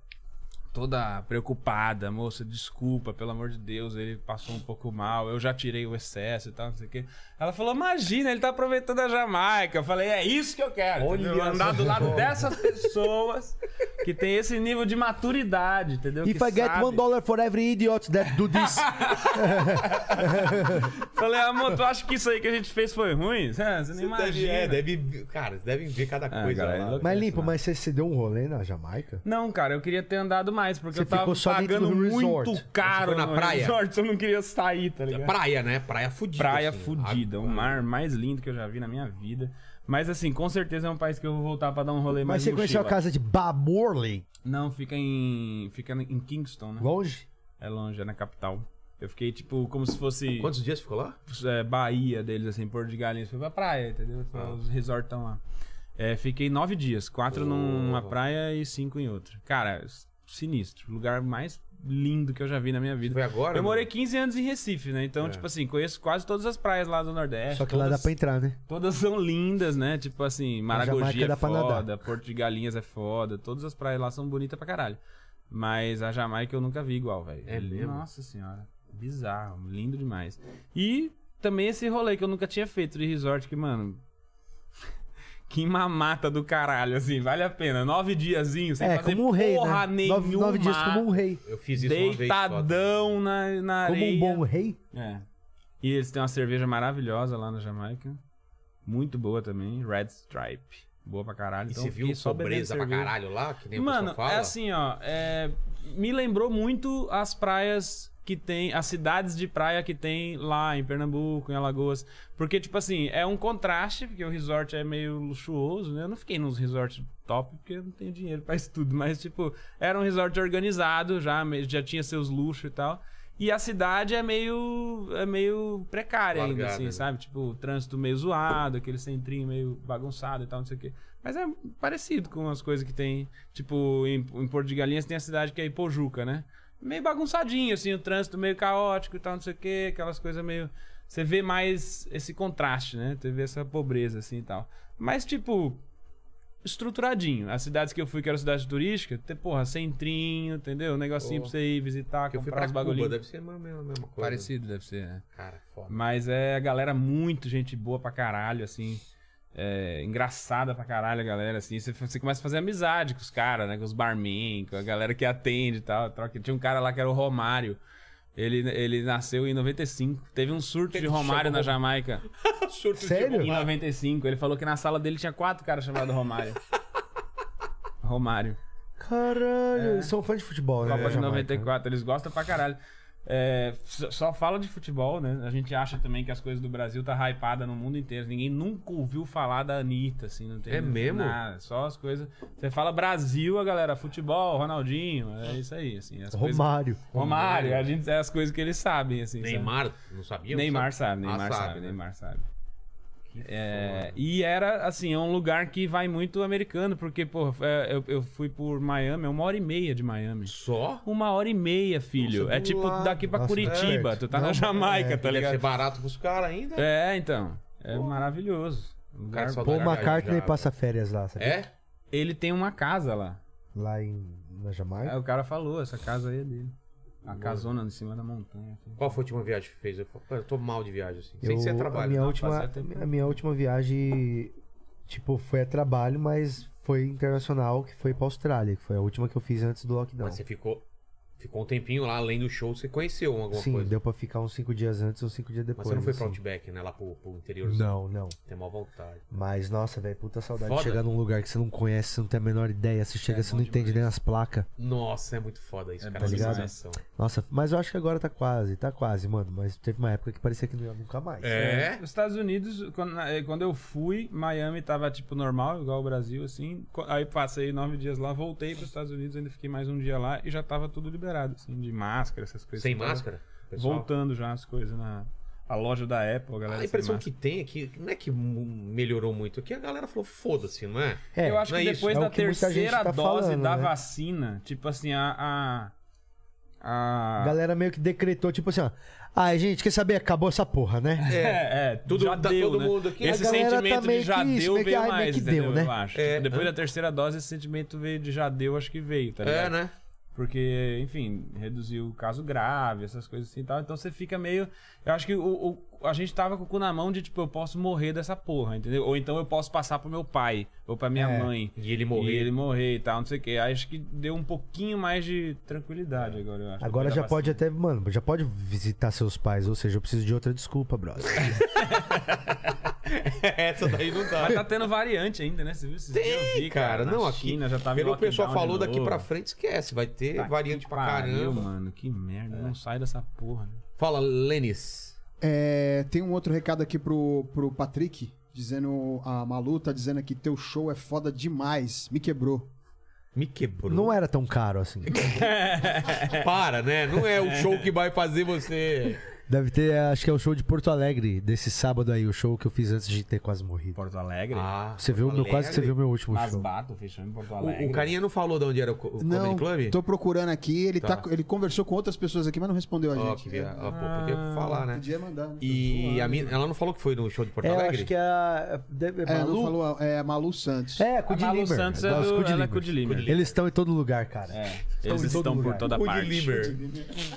toda preocupada, moça, desculpa, pelo amor de Deus, ele passou um pouco mal, eu já tirei o excesso e tal, não sei o quê. Ela falou, imagina, ele tá aproveitando a Jamaica. Eu falei, é isso que eu quero.
Olha
entendeu? Andar
essa
do lado
forma.
dessas pessoas que tem esse nível de maturidade, entendeu?
If
que
I get
sabe.
one dollar for every idiot that do this.
Falei, amor, tu acha que isso aí que a gente fez foi ruim? Ah, Você não
Deve,
imagina.
é, deve. Cara, devem ver cada
Ah,
coisa
cara, é
lá.
louco.
mas limpo, mas você se deu um rolê na Jamaica?
Não, cara, eu queria ter andado mais, porque
Você
eu tava
ficou só dentro
pagando
do
muito
resort.
caro
Você foi na
no
praia?
resort, eu não queria sair, tá ligado?
Praia, né? Praia fudida.
Praia
assim. Ah,
fudida, o mar mais lindo que eu já vi na minha vida. Mas assim, com certeza é um país que eu vou voltar pra dar um rolê
Mas
mais
você conheceu a
mochila.
casa de Ba Morley?
Não, fica em fica em Kingston, né?
Longe?
É longe, é na capital. Eu fiquei tipo como se fosse
Quantos dias ficou lá?
é, Bahia deles assim, Porto de Galinhas, foi pra praia, entendeu? Foi
Ah.
Os resortão lá. É, fiquei nove dias, quatro numa praia e cinco em outra. Cara, s- sinistro, lugar mais lindo que eu já vi na minha vida.
Foi agora,
Eu morei
mano? É.
15 anos em Recife, né? Então, tipo assim, conheço quase todas as praias lá do Nordeste.
Só que lá dá
todas-
pra entrar, né?
Todas são lindas, né? Tipo assim, Maragogi
Jamaica
é
dá pra nadar.
foda, Porto de Galinhas é foda, todas as praias lá são bonitas pra caralho. Mas a Jamaica eu nunca vi igual, velho.
É mesmo?
Nossa senhora, bizarro, lindo demais. E também esse rolê que eu nunca tinha feito de resort, que, mano. Que mamata do caralho, assim, vale a pena. Nove diazinhos sem
É,
fazer
como um rei,
porra
né?
nenhuma.
Nove, nove dias como um rei.
Eu fiz isso uma vez. só. tá né?
Deitadão na, na
Como um
areia.
bom rei?
É. E eles têm uma cerveja maravilhosa lá na Jamaica. Muito boa também, Red Stripe. Boa pra caralho.
E
Então
você
eu
viu
fiquei só bebendo
pobreza pra
cerveja.
caralho lá? Que nem o
Mano,
pessoal fala?
é assim, ó. é, Me lembrou muito as praias que tem, as cidades de praia que tem lá em Pernambuco, em Alagoas. Porque, tipo assim, é um contraste, porque o resort é meio luxuoso, né? Eu não fiquei nos resorts top, porque eu não tenho dinheiro pra isso tudo. Mas, tipo, era um resort organizado, já, me- já tinha seus luxos e tal. E a cidade é meio, é meio precária ainda,
Largada,
assim,
né?
sabe? Tipo, o trânsito meio zoado, aquele centrinho meio bagunçado e tal, não sei o quê. Mas é parecido com as coisas que tem. Tipo, em, em Porto de Galinhas tem a cidade que é Ipojuca, né? Meio bagunçadinho, assim, o trânsito meio caótico e tal, não sei o quê, aquelas coisas meio. Você vê mais esse contraste, né? Você vê essa pobreza, assim e tal. Mas, tipo, estruturadinho. As cidades que eu fui, que eram cidades turísticas, tem, porra, centrinho, entendeu? Um negocinho
Porra.
pra você ir visitar,
Que eu fui
comprar
pra
os
Cuba,
bagulhinhos.
deve ser a mesma mesma coisa.
Parecido, deve ser, né?
Cara, foda.
Mas é a galera muito gente boa pra caralho, assim. É, engraçada pra caralho a galera, assim. Você, você começa a fazer amizade com os caras, né? Com os barman, com a galera que atende e tal. Troca. Tinha um cara lá que era o Romário. Ele, ele nasceu em 95. Teve um surto
Ele
de Romário
chamou-
na Jamaica.
Surto de
Sério?
Em 95. Ele falou que na sala dele tinha quatro caras chamados Romário. Romário.
Caralho,
É.
eles são fãs de futebol, né?
Copa de
Jamaica?
94, eles gostam pra caralho. É, só só fala de futebol, né? A gente acha também que as coisas do Brasil tá hypada no mundo inteiro. Ninguém nunca ouviu falar da Anitta, assim, não tem
É mesmo?
nada. Só as coisas. Você fala Brasil, a galera, futebol, Ronaldinho, é isso aí, assim. as coisas-
Romário.
Romário, a gente é as coisas que eles sabem, assim. sabe?
Neymar, não sabia?
Neymar sabe,
Ah,
Neymar sabe,
né?
Neymar sabe. É, e era, assim, é um lugar que vai muito americano, porque, pô, é, eu, eu fui por Miami, é uma hora e meia de Miami.
Só?
Uma hora e meia, filho.
Nossa,
é
do
tipo
lado.
daqui pra
Nossa,
Curitiba.
certo.
Tu tá
Não,
na
é,
Jamaica, tá
Deve ser
ligado?
barato pros caras ainda.
É, então. É maravilhoso. O lugar-
Cara, só
Paul
Caralho,
McCartney
já,
passa férias lá, sabe?
É?
Ele tem uma casa lá.
Lá em, na
É?
Jamaica.
Ah,
Aí o cara falou, essa casa aí é dele. A casona em cima da montanha. assim.
Qual foi a última viagem que fez? Eu, falo, cara, eu tô mal de viagem, assim. Sem
Eu-
ser
a,
trabalho.
minha
Não,
última,
fazia tempo.
a minha última viagem, tipo, foi a trabalho, mas foi internacional, que foi pra Austrália, que foi a última que eu fiz antes do lockdown.
Mas você ficou, ficou um tempinho lá, além do show, você conheceu alguma
Sim,
coisa.
deu pra ficar uns cinco dias antes ou cinco dias
Mas
depois.
você não foi pra
assim.
Outback, né? Lá pro, pro interior.
Não, não.
Tem mó vontade.
Mas, nossa, velho, puta saudade
Foda. É
de chegar num lugar que você não conhece, você não tem a menor ideia, você chega, você não entende nem as placas.
Nossa, é muito foda isso,
É
cara.
bom
Essa
demais.
sensação.
Nossa, mas eu acho que agora tá quase, tá quase, mano. Mas teve uma época que parecia que não ia nunca mais.
É?
Os Estados Unidos, quando, eh, quando eu fui, Miami tava tipo normal, igual o Brasil, assim. Co- Aí passei nove dias lá, voltei pros Estados Unidos, ainda fiquei mais um dia lá e já tava tudo liberado, assim, de máscara, essas coisas.
Sem
Tava
máscara? pessoal?
é.
Ah,
Voltando já as coisas na a loja da Apple, a galera.
A
sem
impressão
máscara.
que tem é que não é que mu- melhorou muito, é que a galera falou, foda-se, não é?
É,
eu acho
não
que
é isso,
depois
é o
da
que muita gente
terceira
tá
dose
falando,
da
né?
vacina, tipo assim, a. a,
A
a-
galera meio que decretou, tipo assim, ó. Ai, gente, quer saber? Acabou essa porra, né?
É, é,
Tudo-
já
tá
deu,
todo
né?
mundo aqui.
Esse
A galera tá
sentimento de
meio
já
que isso,
deu
meio que,
veio
ai, meio
mais,
que deu,
entendeu?
né?
Eu acho.
É,
Tipo, depois
hã?
da terceira dose, esse sentimento veio de já deu, acho que veio, tá ligado?
É, né?
Porque, enfim, reduziu o caso grave, essas coisas assim e tal. Então você fica meio. Eu acho que o, o- a gente tava com o cu na mão de, tipo, eu posso morrer dessa porra, entendeu? Ou então eu posso passar pro meu pai, ou pra minha mãe.
É, e ele morrer.
E ele morrer e tal, não sei o quê. Acho que deu um pouquinho mais de tranquilidade
É.
agora, eu acho.
Agora
depois da
já pode
vacina.
até, mano, já pode visitar seus pais, ou seja, eu preciso de outra desculpa, brother.
Essa daí não dá.
Mas tá tendo variante ainda, né? Você viu? Esses dias eu
Tem,
vi,
cara.
na
Não, aqui.
China já tava em
pelo que o pessoal
Tá lockdown
falou,
de
daqui
novo.
pra frente, esquece. Vai ter
Tá que
variante pra
pariu,
caramba. É.
mano. Que merda. Não sai dessa porra. né?
Fala, Lenis.
É, tem um outro recado aqui pro, pro Patrick, dizendo. A Malu tá dizendo aqui: teu show é foda demais. Me quebrou.
Me quebrou.
Não era tão caro assim.
Para, né? Não é o show que vai fazer você.
Deve ter, acho que é o show de Porto Alegre desse sábado aí, o show que eu fiz antes de ter quase morrido.
Porto Alegre?
Ah,
Você viu, o meu, quase que você viu o meu último
Las
show.
Bato fechou em Porto
O,
Alegre.
o carinha não falou de onde era o, co- o
Não,
Comedy Club?
tô procurando aqui. Ele, tá.
Tá.
ele conversou com outras pessoas aqui, mas não respondeu a
Ó,
gente.
que via- ó, pô, podia falar, né?
Podia mandar. né?
E a mina, ela não falou que foi no show de Porto
É, eu
Alegre?
acho que é a. deve-
É, não
Malu?
falou, é Malu Santos.
É,
A
Cudi
Malu
Limer.
Santos é
Nossa,
do, ela
Cudi
é
Limer.
Cudi Limer.
Eles estão em todo lugar, cara.
É,
em
eles
todo
estão por
lugar.
toda
Good
parte.
Liber.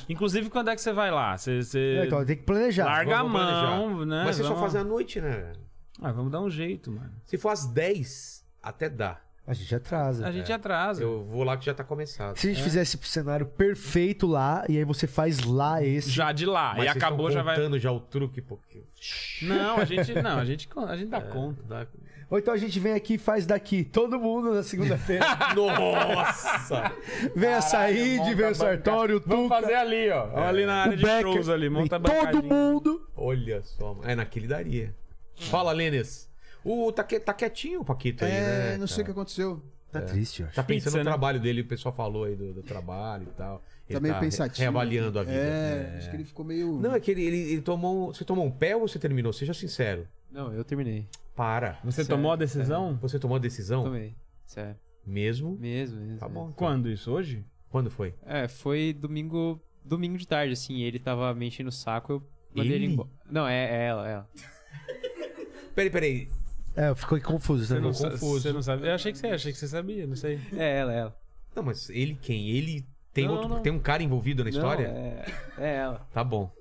Inclusive, quando é que você vai lá? Você, você-
É, Então tem que planejar.
larga a
Vamos planejar.
mão, né?
Mas você só
Vamos-
faz à noite, né?
Ah, vamos dar um jeito, mano.
Se for às 10, até dá.
A gente atrasa.
A gente É. atrasa.
Eu vou lá que já tá começado.
Se a gente fizesse o cenário perfeito lá, e aí você faz lá esse.
Já de lá.
Mas
e
vocês
acabou, já
estão
vai.
contando já o truque, porque...
Não, a gente. Não, a gente, a gente dá conta.
Dá-
Ou então a gente vem aqui e faz daqui. Todo mundo na segunda-feira.
Nossa!
vem a Said, vem o Sartório, o
Vamos
Tuca,
fazer ali, ó.
É,
Ali na
o
área É. de
Becker.
shows ali. Monta a
Vem todo
bancadinha.
mundo.
Olha só, mano. É, naquele daria. Fala, Lênis. O tá, que- tá quietinho o Paquito aí,
É,
né?
não sei o que aconteceu.
Tá
É.
triste, eu acho.
Tá pensando
Pizza,
no
né?
trabalho dele, o pessoal falou aí do, do trabalho e tal. Ele
tá meio
re-
pensativo.
Reavaliando a vida.
É,
É.
acho que ele ficou meio.
Não, é que ele, ele, ele tomou. Você tomou um pé ou você terminou? Seja sincero.
Não, eu terminei.
Para.
Você
Sério,
tomou a decisão?
Você tomou a decisão?
Tomei. Sério.
Mesmo?
Mesmo, mesmo.
Tá bom. então.
Quando isso? Hoje?
Quando foi?
É, foi domingo. Domingo de tarde, assim, ele tava me enchendo o saco, eu mandei ele,
Ele?
embora. Não, é, é ela, é ela.
Peraí, peraí.
É, eu fico confuso
Você
também.
não, sa-
confuso.
você não sabe. Eu achei que você, achei que você sabia, não sei.
É ela, é ela.
Não, mas ele quem? Ele tem,
Não,
outro,
não.
tem um cara envolvido na história?
Não, é, é ela.
Tá bom.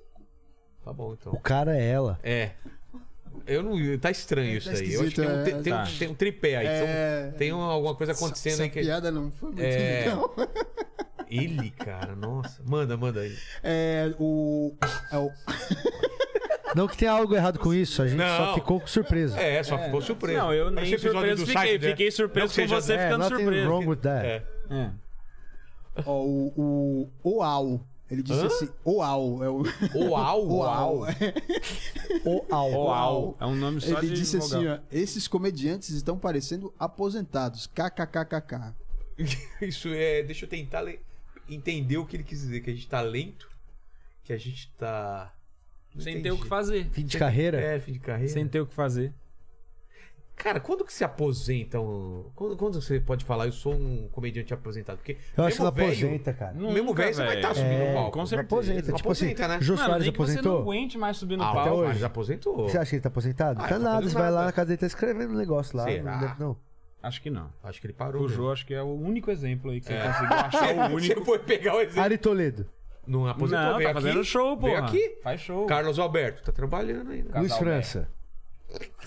Tá bom, então.
O cara é ela.
É. Eu não. Tá estranho isso
Tá
aí. Eu acho que tem um,
esquisito,
tri-
é.
tem um-
Tá.
tem um tripé aí. são-
É.
tem um- alguma coisa acontecendo
Essa
aí que.
piada não foi muito
É.
legal.
Ele, cara, nossa. Manda, manda aí.
É, o. É o
Não que tenha algo errado com isso, a gente
Não.
só ficou com surpresa.
É, só ficou surpreso.
Não, eu nem
Parece episódio
surpreso
do
fiquei.
Seinfeld, né?
Fiquei surpreso
Não que
com
seja-
você
é,
ficando
nothing
surpreso.
wrong with that.
É.
É.
Ó, o, o Oal. Ele disse assim, Oal. É o...
Uau, uau.
é.
É.
O ao.
Oal. É um nome só
Ele
de
disse
vogal.
assim, ó, esses comediantes estão parecendo aposentados. KKKKK.
Isso é. Deixa eu tentar le- entender o que ele quis dizer. Que a gente tá lento, que a gente tá. Não
Sem
entendi.
ter o que fazer.
Fim de carreira.
É, fim de carreira.
Sem ter o que fazer.
Cara, quando que se aposenta um. Quando, quando você pode falar, eu sou um comediante aposentado? Porque.
Eu acho
mesmo
que ela
velho-
aposenta, cara.
Nunca,
Mesmo velho, você vai tá
velho.
estar subindo
É,
o palco. né?
com certeza.
Aposenta, tipo
Aposenta,
assim.
né?
Jô
Mano,
Soares
nem que você não
aposentou.
aguente mais subir no
Ah,
palco.
o
hoje.
Alvarez aposentou.
Você acha que ele tá aposentado?
Ah,
tá
ele tá
nada,
fazendo
você vai lá
nada.
na cadeira e tá escrevendo um negócio lá.
Será?
Não, deve, não.
Acho que não.
Acho que ele parou.
O
né?
Jô, acho que é o único exemplo aí que você conseguiu achar o
Você
único.
foi pegar o exemplo.
Ari Toledo,
Não aposentou,
não,
veio
tá
aqui.
fazendo show, pô.
Veio aqui.
Faz show.
Carlos Alberto, tá trabalhando ainda.
Casal
Luiz França.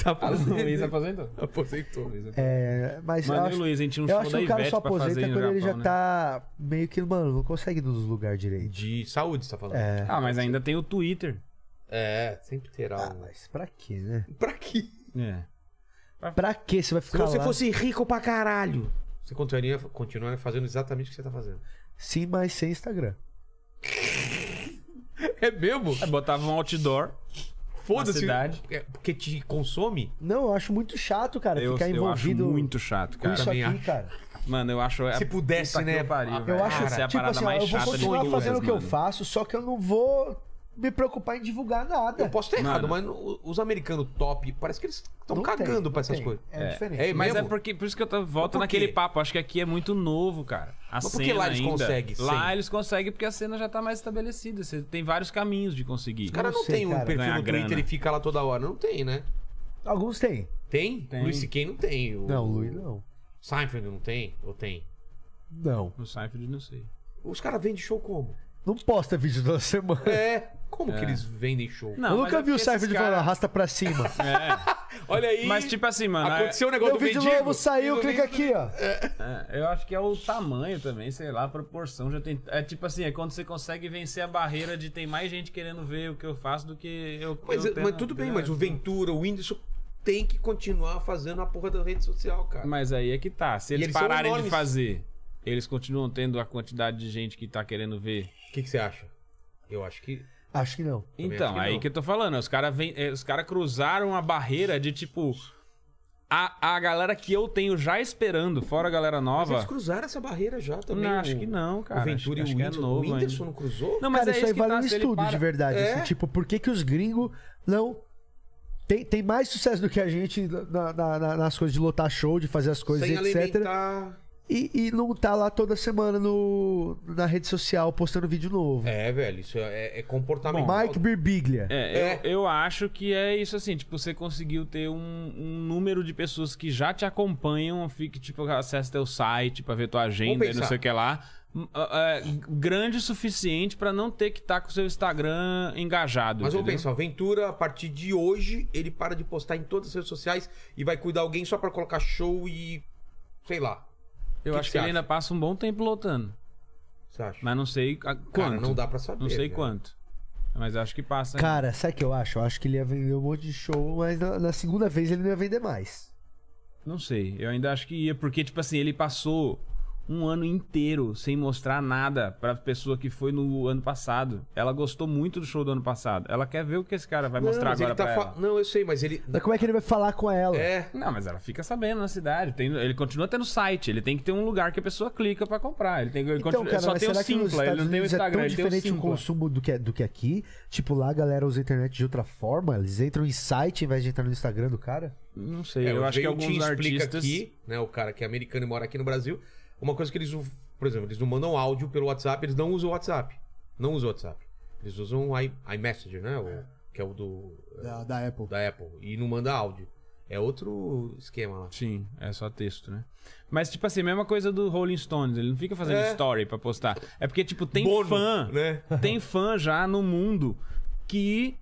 Tá
Ah,
fazendo.
o Luiz aposentou.
Aposentou.
É, mas eu
Mano, e
acho,
o Luiz, a gente tinha um
eu
show
acho
da
que o cara
Ivete
só
pra fazer
aposenta
no
quando ele já
Japão, né?
tá meio que, mano, não consegue ir nos lugares direito.
De saúde, você tá falando.
É.
Ah, mas ainda tem o Twitter.
É, sempre terá
Ah,
um.
mas pra quê, né?
Pra quê?
É.
Pra quê você vai
Se
ficar
você
lá?
fosse rico pra caralho, você continuaria, continuaria fazendo exatamente o que você tá fazendo.
Sim, mas sem Instagram.
É mesmo?
Aí botava um outdoor.
Foda-se.
Na cidade.
É, porque te consome?
Não, eu acho muito chato, cara,
Eu,
ficar
eu acho
envolvido
muito chato,
com
cara.
isso
também
aqui,
acho.
cara.
Mano, eu acho.
Se pudesse,
puta que
né?
eu Pariu,
Eu
velho.
acho,
Essa é a
tipo
parada
assim, ó,
mais
eu vou
chata de
continuar
todas,
fazendo o que eu
mano.
faço, só que eu não vou me preocupar em divulgar nada.
É. Eu posso estar errado,
Mano.
mas no- os americanos top, parece que eles estão
Não tem,
cagando
não
pra essas
tem.
coisas.
É, diferente.
É,
Mas
Mesmo?
é porque, por isso que eu tô, volto
por
naquele
quê?
papo. Acho que aqui é muito novo, cara. A
Mas por
cena
que lá eles
ainda.
conseguem
Lá
sem?
eles conseguem porque a cena já tá mais estabelecida. Você tem vários caminhos de conseguir.
O cara não,
sei,
tem um
cara.
perfil
Ganhar
no Twitter
grana.
e fica lá toda hora. Não tem, né?
Alguns têm.
Tem?
Tem.
Luiz C.K. não tem. O...
Não, Luiz, não.
Seinfeld não tem? Ou tem?
Não.
No Seinfeld, não sei.
Os caras vendem show como?
Não posta vídeo toda semana.
É. Como que eles vendem show?
Não,
eu
mas
nunca
é
vi o
porque
Cypher
esses
de
cara-
falar, arrasta pra cima.
Olha aí.
Mas tipo assim, mano. é-
Aconteceu o negócio
Meu
do
vídeo
mendigo.
novo saiu,
Ele
clica aqui, ó.
É, eu acho que é o tamanho também, sei lá, a proporção. Já tem, é tipo assim, é quando você consegue vencer a barreira de tem mais gente querendo ver o que eu faço do que eu.
Mas,
eu
mas
tendo-
tudo bem, mas o Ventura, o Whindersson tem que continuar fazendo a porra da rede social, cara.
Mas aí é que tá. Se
E
eles,
eles são
pararem de
enormes.
fazer, eles continuam tendo a quantidade de gente que tá querendo ver.
O que, que você acha? Eu acho que.
Acho que não.
Então,
acho que
aí
não.
que eu tô falando. Os caras cara cruzaram a barreira de tipo. A, a galera que eu tenho já esperando, fora a galera
Eles
nova.
cruzaram essa barreira já também.
Não,
o-
acho que não, cara.
O
Acho que-
Ventura
acho
e o
que é
Whindersson.
novo
o Whindersson
ainda.
não cruzou?
Não, mas
Cara,
é
isso aí
que
vale
tá,
um
se ele
estudo,
para-
de verdade.
É?
assim, tipo, por que, que os gringos não. Tem, tem mais sucesso do que a gente na- na- na- nas coisas de lotar show, de fazer as coisas,
Sem
etc.
alimentar.
E, e não tá lá toda semana no, na rede social postando vídeo novo.
É, velho, isso é, é comportamento.
Mike Birbiglia.
É,
É.
Eu, eu acho que é isso assim, tipo, você conseguiu ter um, um número de pessoas que já te acompanham, fique, tipo, acessa teu site pra ver tua agenda e não
pensar.
sei o que lá. m- ah, ah, grande o suficiente pra não ter que estar com o seu Instagram engajado.
Mas vamos
entendeu?
pensar, o Ventura, a partir de hoje, ele para de postar em todas as redes sociais e vai cuidar alguém só pra colocar show e. sei lá.
Eu
que
acho
que você
que, ele
acha?
ainda passa um bom tempo lotando.
Você acha?
Mas não sei a- quanto.
Cara, não dá pra né? saber.
Não sei
velho.
quanto. Mas acho que passa. né? ainda.
Cara, sabe o que eu acho? Eu acho que ele ia vender um monte de show, mas na, na segunda vez ele não ia vender mais.
Não sei. Eu ainda acho que ia, porque, tipo assim, ele passou um ano inteiro sem mostrar nada pra pessoa que foi no ano passado. Ela gostou muito do show do ano passado. Ela quer ver o que esse cara vai
Não,
mostrar
mas
agora
ele tá
pra
fa-
ela.
Não, eu sei, mas ele.
Mas como é que ele vai falar com ela?
É.
Não, mas ela fica sabendo na cidade. Tem- ele continua tendo site. Ele tem que ter um lugar que a pessoa clica pra comprar. Ele tem ele
Então,
continua-
cara,
só
mas
tem o
será que nos
Simpla, ele
Estados
não tem o
Unidos é
Instagram,
tão
ele tem o
diferente o
Simpla.
consumo do que, é- do que aqui? Tipo, lá a galera usa a internet de outra forma, eles entram em site em vez de entrar no Instagram do cara?
Não sei,
É,
eu
o
acho que
Veio te
alguns
explica
artistas...
aqui, né, o cara que é americano e mora aqui no Brasil, uma coisa que eles, não- por exemplo, eles não mandam áudio pelo WhatsApp, eles não usam o WhatsApp. Não usam o WhatsApp. Eles usam o i- iMessage, né, o, que é o do
Da, da Apple.
da Apple e não manda áudio. É outro esquema lá.
Sim, é só texto, né? Mas, tipo assim, mesma coisa do Rolling Stones, ele não fica fazendo
É.
story pra postar. É porque, tipo, tem
Bono,
fã,
né?
tem fã já no mundo que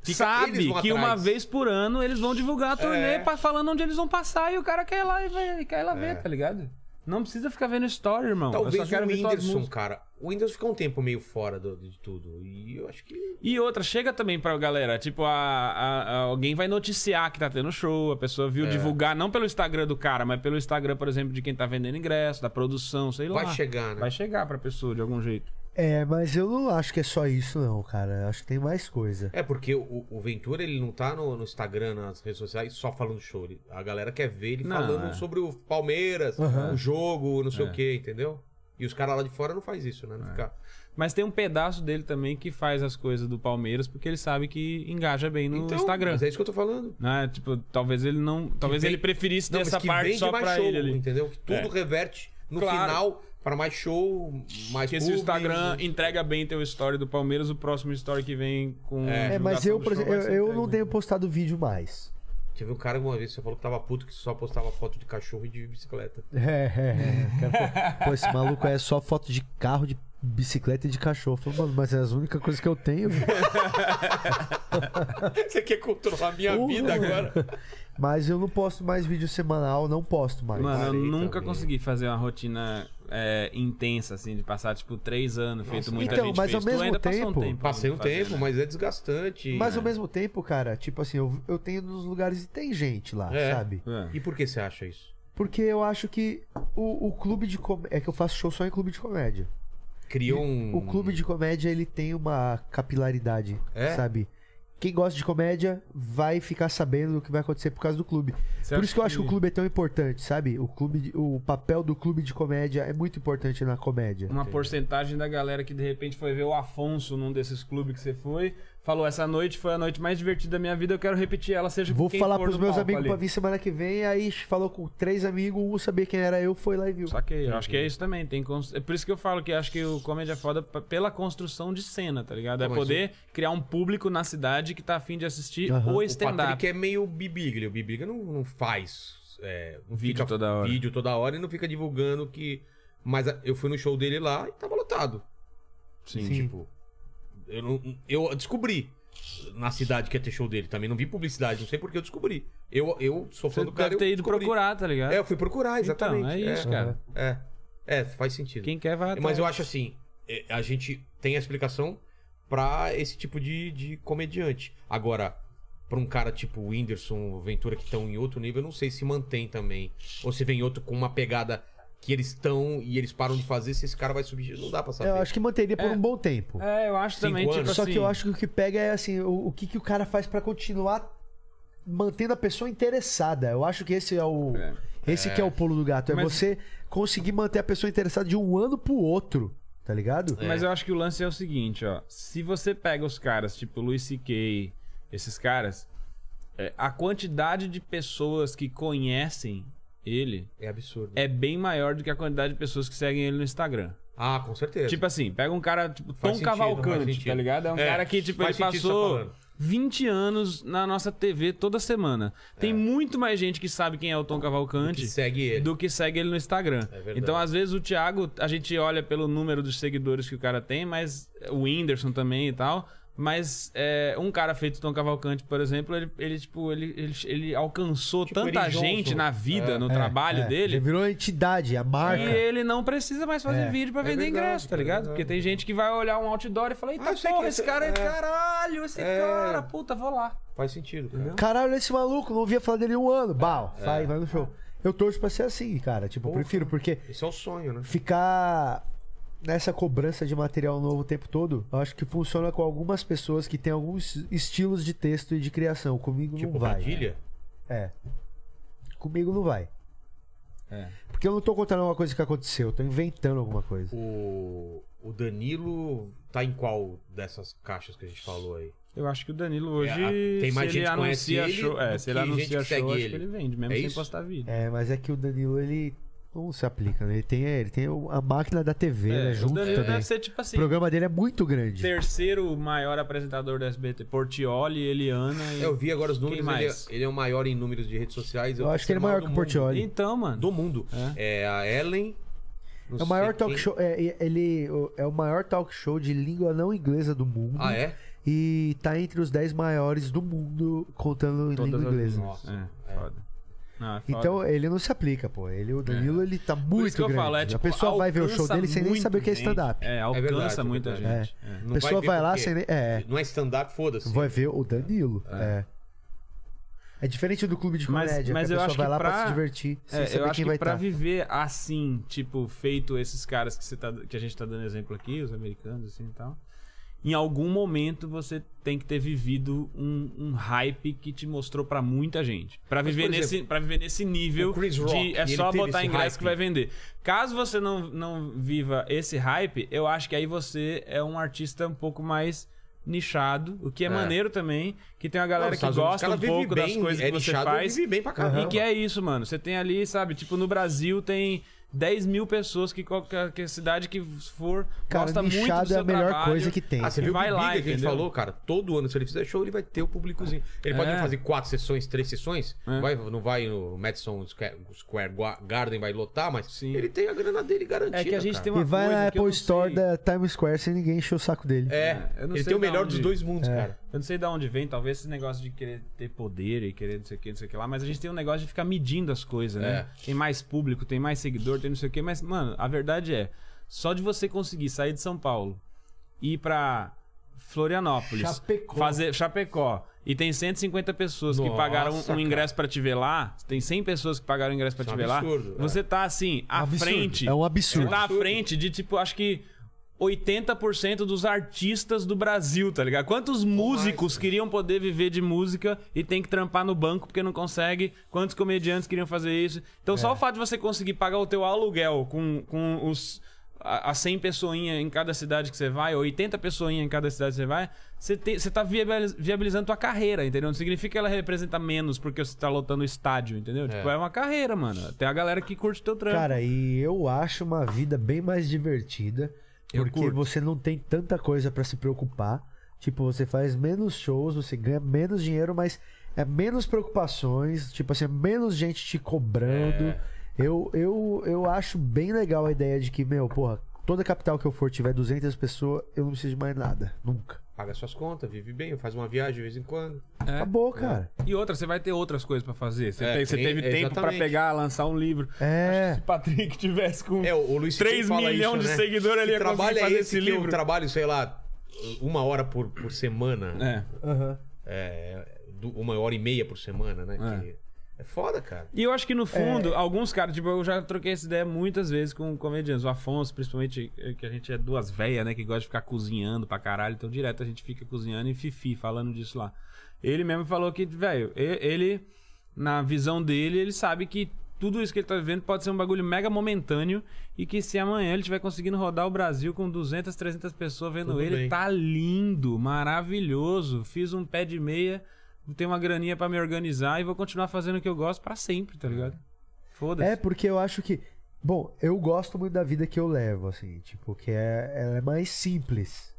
Fica- eles
sabe
vão
que
atrás.
uma vez por ano eles vão divulgar a turnê
É.
pra- falando onde eles vão passar e o cara quer ir lá e vai- quer ir lá ver, tá ligado? Não precisa ficar vendo story, irmão. eu
Talvez
só
o
quero ver tuas
Whindersson,
músicas.
cara. O Whindersson fica um tempo meio fora do- de tudo. E eu acho que.
E outra, chega também pra galera, tipo, a, a- a- alguém vai noticiar que tá tendo show, a pessoa
É.
viu divulgar, não pelo Instagram do cara, mas pelo Instagram, por exemplo, de quem tá vendendo ingresso, da produção, sei lá.
Vai chegar, né?
Vai chegar pra pessoa de algum jeito.
É, mas eu não acho que é só isso, não, cara. Eu acho que tem mais coisa.
É porque o, o Ventura, ele não tá no, no Instagram, nas redes sociais, só falando show. Ele- A galera quer ver ele
Não,
falando
é.
sobre o Palmeiras, o jogo, não sei o quê, entendeu? E os caras lá de fora não faz isso,
É.
né? Não fica.
Mas tem um pedaço dele também que faz as coisas do Palmeiras, porque ele sabe que engaja bem no Instagram.
Mas é isso que eu tô falando.
Né? Tipo, talvez ele não. Talvez
vem-
ele preferisse ter
Não, mas
essa
que
parte
vende
só
mais
pra
show,
ele ali.
entendeu? Que tudo
É.
reverte no
Claro.
final para mais show, mais né?
Porque se
público.
o Instagram entrega bem teu story do Palmeiras, o próximo story que vem com.
É.
a
É, mas
divulgação
eu,
do
por
show
exemplo,
vai
eu,
ser
eu
entregue,
não
né?
tenho postado vídeo mais.
Teve um cara uma vez, você falou que tava puto que só postava foto de cachorro e de bicicleta.
É, é, é. Cara, Pô, esse maluco é só foto de carro, de bicicleta e de cachorro. Eu falo, mano, mas é as únicas coisas que eu tenho.
você quer controlar a minha
Porra,
vida agora?
mas eu não posto mais vídeo semanal, não posto mais.
Mano, eu
Parei
nunca
também.
consegui fazer uma rotina é, intensa, assim, de passar, tipo, três anos, feito muita
Então,
gente
mas ao
fez.
mesmo
tu ainda passou
tempo-
um tempo.
Passei um
fazendo,
tempo,
né?
mas é desgastante.
Mas ao mesmo tempo, cara, tipo assim, eu, eu tenho nos lugares e tem gente lá,
É.
sabe?
É.
E por que você acha isso?
Porque eu acho que o, o clube de comédia. É que eu faço show só em clube de comédia.
Criou um.
O clube de comédia, ele tem uma capilaridade,
É?
sabe? Quem gosta de comédia vai ficar sabendo do que vai acontecer por causa do clube. por isso que eu acho que o clube é tão importante, sabe? O clube, de- o papel do clube de comédia é muito importante na comédia.
Uma porcentagem da galera que de repente foi ver o Afonso num desses clubes que você foi, falou: Essa noite foi a noite mais divertida da minha vida, eu quero repetir ela, seja com
Vou
quem
falar
for
pros
no
meus
palco
amigos
ali."
pra vir semana que vem, aí falou com três amigos, um sabia quem era eu, foi lá e viu.
Saquei, eu acho que é isso também. Tem cons- É por isso que eu falo que acho que o comédia é foda p- pela construção de cena, tá ligado? É
Mas
assim?
poder criar um público na cidade que tá afim de assistir
Aham.
ou
O
stand-up.
Patrick é meio bibiglia. O bibiglia não, não faz. é, não
Vídeo
fica
toda hora.
Vídeo toda hora e não fica divulgando que. Mas a- eu fui no show dele lá e tava lotado.
Sim.
Tipo, eu, não- eu descobri na cidade que ia ter show dele. Também não vi publicidade, não sei porque eu descobri. Eu, eu sou fã
Você
do cara.
deve ter
eu
ido
descobri.
procurar, tá ligado?
É, eu fui procurar, exatamente.
Então, é isso, cara.
É, é, faz sentido.
Quem quer vai atrás.
Mas eu acho assim, é, a gente tem a explicação pra esse tipo de, de comediante. Agora, pra um cara tipo o Whindersson, o Ventura, que estão em outro nível, eu não sei se mantém também. Ou se vem outro com uma pegada que eles estão e eles param de fazer, se esse cara vai subir, não dá pra saber.
Eu acho que manteria por
É.
um bom tempo.
É, eu acho
Cinco
também, tipo
anos.
assim...
Só que eu acho que o que pega é assim, o, o que, que o cara faz pra continuar mantendo a pessoa interessada. Eu acho que esse é o.
É.
Esse que é o pulo do gato. É
Mas-
você conseguir manter a pessoa interessada de um ano pro outro, tá ligado?
Mas eu acho que o lance é o seguinte, ó. Se você pega os caras, tipo Luis C.K., esses caras, é, a quantidade de pessoas que conhecem ele
É absurdo.
é bem maior do que a quantidade de pessoas que seguem ele no Instagram.
Ah, com certeza.
Tipo assim, pega um cara, tipo, Tom
Faz sentido, faz
Cavalcante,
sentido.
tá ligado? É um
É,
cara que, tipo, ele
faz sentido você tá
passou
falando.
20 anos na nossa TV toda semana. Tem muito mais gente que sabe quem é o Tom Cavalcante
É. que segue ele.
do que segue ele no Instagram.
É verdade.
então, às vezes, o Thiago, a gente olha pelo número dos seguidores que o cara tem, mas o Whindersson também e tal. Mas é, um cara feito Tom Cavalcante, por exemplo, ele, ele, tipo, ele, ele, ele alcançou tanta
Eric Johnson.
gente na vida, no
É,
trabalho
é.
dele,
Ele virou a entidade, a marca.
e ele não precisa mais fazer
É.
vídeo pra vender
verdade,
ingresso, tá
é
ligado?
verdade.
Porque tem gente que vai olhar um outdoor e fala, eita
Ah, eu sei
porra,
que
esse
esse-
cara é,
é.
caralho, esse
É.
cara, puta, vou lá.
Faz sentido, cara.
Caralho, esse maluco, não ouvia falar dele em um ano. Bal, vai, vai no show. Eu torço pra ser assim, cara. Tipo, eu
Porra.
prefiro, porque
Esse é o sonho, né?
ficar nessa cobrança de material novo o tempo todo, eu acho que funciona com algumas pessoas que têm alguns estilos de texto e de criação. Comigo
Tipo,
não vai.
Padilha.
É. Comigo não vai.
É.
Porque eu não tô contando alguma coisa que aconteceu, eu tô inventando alguma coisa.
O, Tipo, o Danilo tá em qual dessas caixas que a gente falou aí?
Eu acho que o Danilo hoje,
É, a- tem mais
se ele
gente que conhece
anuncia
ele
show,
do
é, se ele
que gente
anuncia
que
show,
segue
acho
ele.
que ele vende, mesmo
É
sem
isso?
postar vídeo.
É, mas é que o Danilo, ele não se aplica, né? Ele tem, ele tem o- a máquina da TV, né?
É, o
Junto
Danilo
também.
deve ser, tipo
O
assim,
programa dele é muito grande.
terceiro maior apresentador do SBT, Portioli, Eliana e...
É,
É,
Eu vi agora os números,
Quem
ele,
mais?
ele é o maior em números de redes sociais.
Eu acho que ele é maior que o
Portioli.
Portioli.
Então, mano,
Do mundo. É, a Ellen. não
É o maior
sei
talk
quem.
show. É, é- ele o- é o maior talk show de língua não inglesa do mundo.
Ah, é?
E tá entre os 10 maiores do mundo contando em língua inglesa.
Nossa,
É, foda. Não, é foda. É.
Então ele não se aplica, pô. Ele, o Danilo, ele tá muito
Por isso que eu
grande.
falo, é, tipo,
a pessoa vai ver o show
alcança
dele sem nem
muito
saber o que é
gente.
stand-up.
É, alcança
verdade, é
muita
verdade.
gente. É.
Não
pessoa
ver
vai lá
porque
sem nem- é.
Não é stand-up, foda-se.
Vai ver o Danilo. É. é. diferente do clube de
Mas-
comédia,
mas
que a
eu
pessoa
acho
vai
que
lá
pra-
pra se divertir, sem
É,
saber
eu acho
quem
que
vai tá.
pra
tá.
estar.
viver assim, tipo, feito esses caras que, você tá, que a gente tá dando exemplo aqui, os americanos assim e tal, em algum momento você tem que ter vivido um, um hype que te mostrou pra muita gente. Pra viver,
por
nesse,
exemplo,
pra viver nesse nível
o Chris
de
Rock,
é
ele
só
teve
botar
esse
ingresso
hype.
que vai vender. Caso você não, não viva esse hype, eu acho que aí você é um artista um pouco mais nichado, o que é,
É.
maneiro também, que tem uma galera
Os
que
Estados Unidos, os
gosta um
caras vivem
pouco das
bem,
coisas
é
que você
nichado,
faz.
vive bem pra caramba.
E que é isso, mano. Você tem ali, sabe? Tipo, no Brasil tem 10 mil pessoas que qualquer que cidade que for
Cara,
gosta muito do
nichado
seu
é a melhor
trabalho.
coisa que tem.
Ah, você
Ele
viu
vai
o Biga
lá,
que a gente
entendeu?
falou, cara? Todo ano, se ele fizer show, ele vai ter o publicozinho. Ele pode
É.
fazer quatro sessões, três sessões.
É.
Vai, não vai no Madison Square Square Gua- Garden, vai lotar, mas
Sim.
ele tem a grana dele garantida.
É que a gente
cara.
tem uma
E vai
coisa
na
que eu
Apple
não
Store
sei.
da Times Square sem ninguém encher o saco dele.
É,
É, eu não
ele
sei
tem o
da
melhor
onde- É.
dos dois mundos, cara.
Eu não sei de onde vem, talvez esse negócio de querer ter poder e querer não sei o que, não sei o que lá, mas a gente tem um negócio de ficar medindo as coisas,
É.
né? Tem mais público, tem mais seguidor, tem não sei o que, mas, mano, a verdade é, só de você conseguir sair de São Paulo e ir pra Florianópolis,
Chapecó.
fazer Chapecó, e tem 150 pessoas que
Nossa,
pagaram um- um
cara.
ingresso pra te ver lá, tem 100 pessoas que pagaram o ingresso pra
Isso é
te
um
ver
absurdo,
lá, você tá assim, à
absurdo.
frente.
É um
Você
absurdo.
tá à frente de, tipo, acho que 80% dos artistas do Brasil, tá ligado? Quantos músicos queriam poder viver de música e tem que trampar no banco porque não consegue? Quantos comediantes queriam fazer isso? Então, só o fato de você conseguir pagar o teu aluguel com, com os. A a 100 pessoinha em cada cidade que você vai, ou 80 pessoinha em cada cidade que você vai, você, tem, você tá viabiliz- viabilizando tua carreira, entendeu? Não significa que ela representa menos porque você tá lotando o estádio, entendeu? Tipo, é uma carreira, mano. Tem a galera que curte teu trampo.
Cara, e eu acho uma vida bem mais divertida.
Eu
Porque
curto.
você não tem tanta coisa pra se preocupar. Tipo, você faz menos shows, você ganha menos dinheiro, mas é menos preocupações. Tipo assim, é menos gente te cobrando. É, Eu, eu, eu acho bem legal a ideia de que, meu, porra, toda capital que eu for tiver 200 pessoas, eu não preciso de mais nada. Nunca.
Paga suas contas, vive bem, faz uma viagem de vez em quando.
Acabou, cara.
E outra, você vai ter outras coisas pra fazer. Você,
É,
tem- você
tem-
teve tempo pra
exatamente.
pegar, lançar um livro.
É.
Se o Patrick tivesse com
É, o, o Luiz
3
fala isso,
milhões de
né?
seguidores, ele
Que
ia conseguir
trabalho é
fazer
esse
esse
que eu
livro.
trabalho, sei lá, uma hora por, por semana.
É.
É, du- uma hora e meia por semana, né? que- é foda, cara.
E eu acho que no fundo, alguns caras, tipo, eu já troquei essa ideia muitas vezes com comediantes. O Afonso, principalmente, eh, que a gente é duas velhas, né? Que gosta de ficar cozinhando pra caralho. Então, direto a gente fica cozinhando e fifi, falando disso lá. Ele mesmo falou que, velho, e- ele, na visão dele, ele sabe que tudo isso que ele tá vivendo pode ser um bagulho mega momentâneo e que se amanhã ele estiver conseguindo rodar o Brasil com 200, 300 pessoas vendo
Tudo
ele,
bem.
tá maravilhoso, maravilhoso. Fiz um pé de meia, tenho uma graninha pra me organizar e vou continuar fazendo o que eu gosto pra sempre, tá ligado? Foda-se.
É, porque eu acho que. Bom, eu gosto muito da vida que eu levo, assim, tipo, que é, ela é mais simples.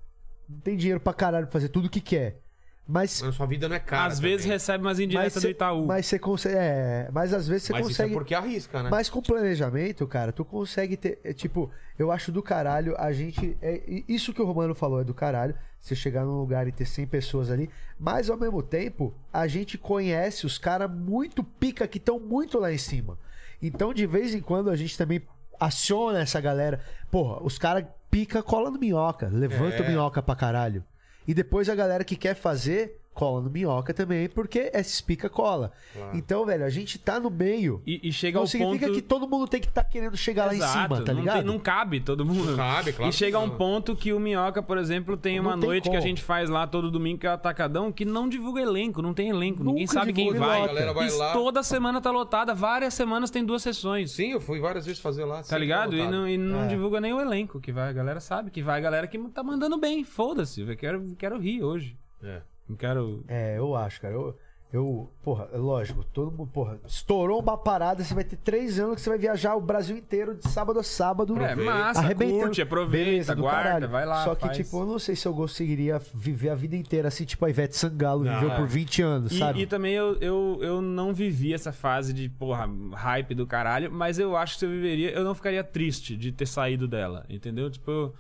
Não tem dinheiro pra caralho pra fazer tudo o que quer. Mas.
Mas sua vida não é cara.
Às vezes
também.
recebe umas
mas
indiretas do
cê-
Itaú.
Mas você consegue. É, mas às vezes você
Mas isso é
consegue.
porque arrisca, né?
Mas com planejamento, cara, tu consegue ter. é, tipo, eu acho do caralho a gente. é, e isso que o Romano falou é do caralho. Você chegar num lugar e ter 100 pessoas ali. Mas ao mesmo tempo, a gente conhece os caras muito pica que estão muito lá em cima. Então, de vez em quando, a gente também aciona essa galera. Porra, os caras pica cola no minhoca. Levanta o minhoca pra caralho. E depois a galera que quer fazer. Cola no minhoca também, porque esses pica cola. Então, velho, a gente tá no meio
E, e chega
não
ao
significa
ponto.
que todo mundo tem que estar querendo chegar lá em
Exato,
cima, tá
não,
ligado?
tem- não cabe todo mundo.
Não cabe, claro
E chega a
que
um
não.
ponto que o Minhoca, por exemplo, tem uma
Não tem
noite que a
como.
gente faz lá todo domingo, que é o Atacadão, que não divulga elenco, não tem elenco, ninguém
Nunca
sabe quem
divulga
vai.
elenco.
A galera vai
E
lá.
toda semana tá lotada, várias semanas tem duas sessões.
Sim, eu fui várias vezes fazer lá.
Tá
sempre É.
ligado? E
lotado.
não, e não divulga nem o elenco que vai. A galera sabe que vai a galera que tá mandando bem. Foda-se. Eu quero, quero rir hoje.
É.
Não quero.
É, eu acho, cara. Eu, eu, porra, é lógico, todo mundo, porra, estourou uma parada, você vai ter três anos que você vai viajar o Brasil inteiro de sábado a sábado.
É, massa,
arrebentando.
curte, aproveita,
Beleza, do
guarda,
caralho.
vai lá,
Só que,
faz.
tipo, eu não sei se eu conseguiria viver a vida inteira assim, tipo a Ivete Sangalo viveu
é.
por 20 anos,
E,
sabe?
e também eu, eu, eu não vivi essa fase de, porra, hype do caralho, mas eu acho que se eu viveria, eu não ficaria triste de ter saído dela, entendeu? Tipo, eu.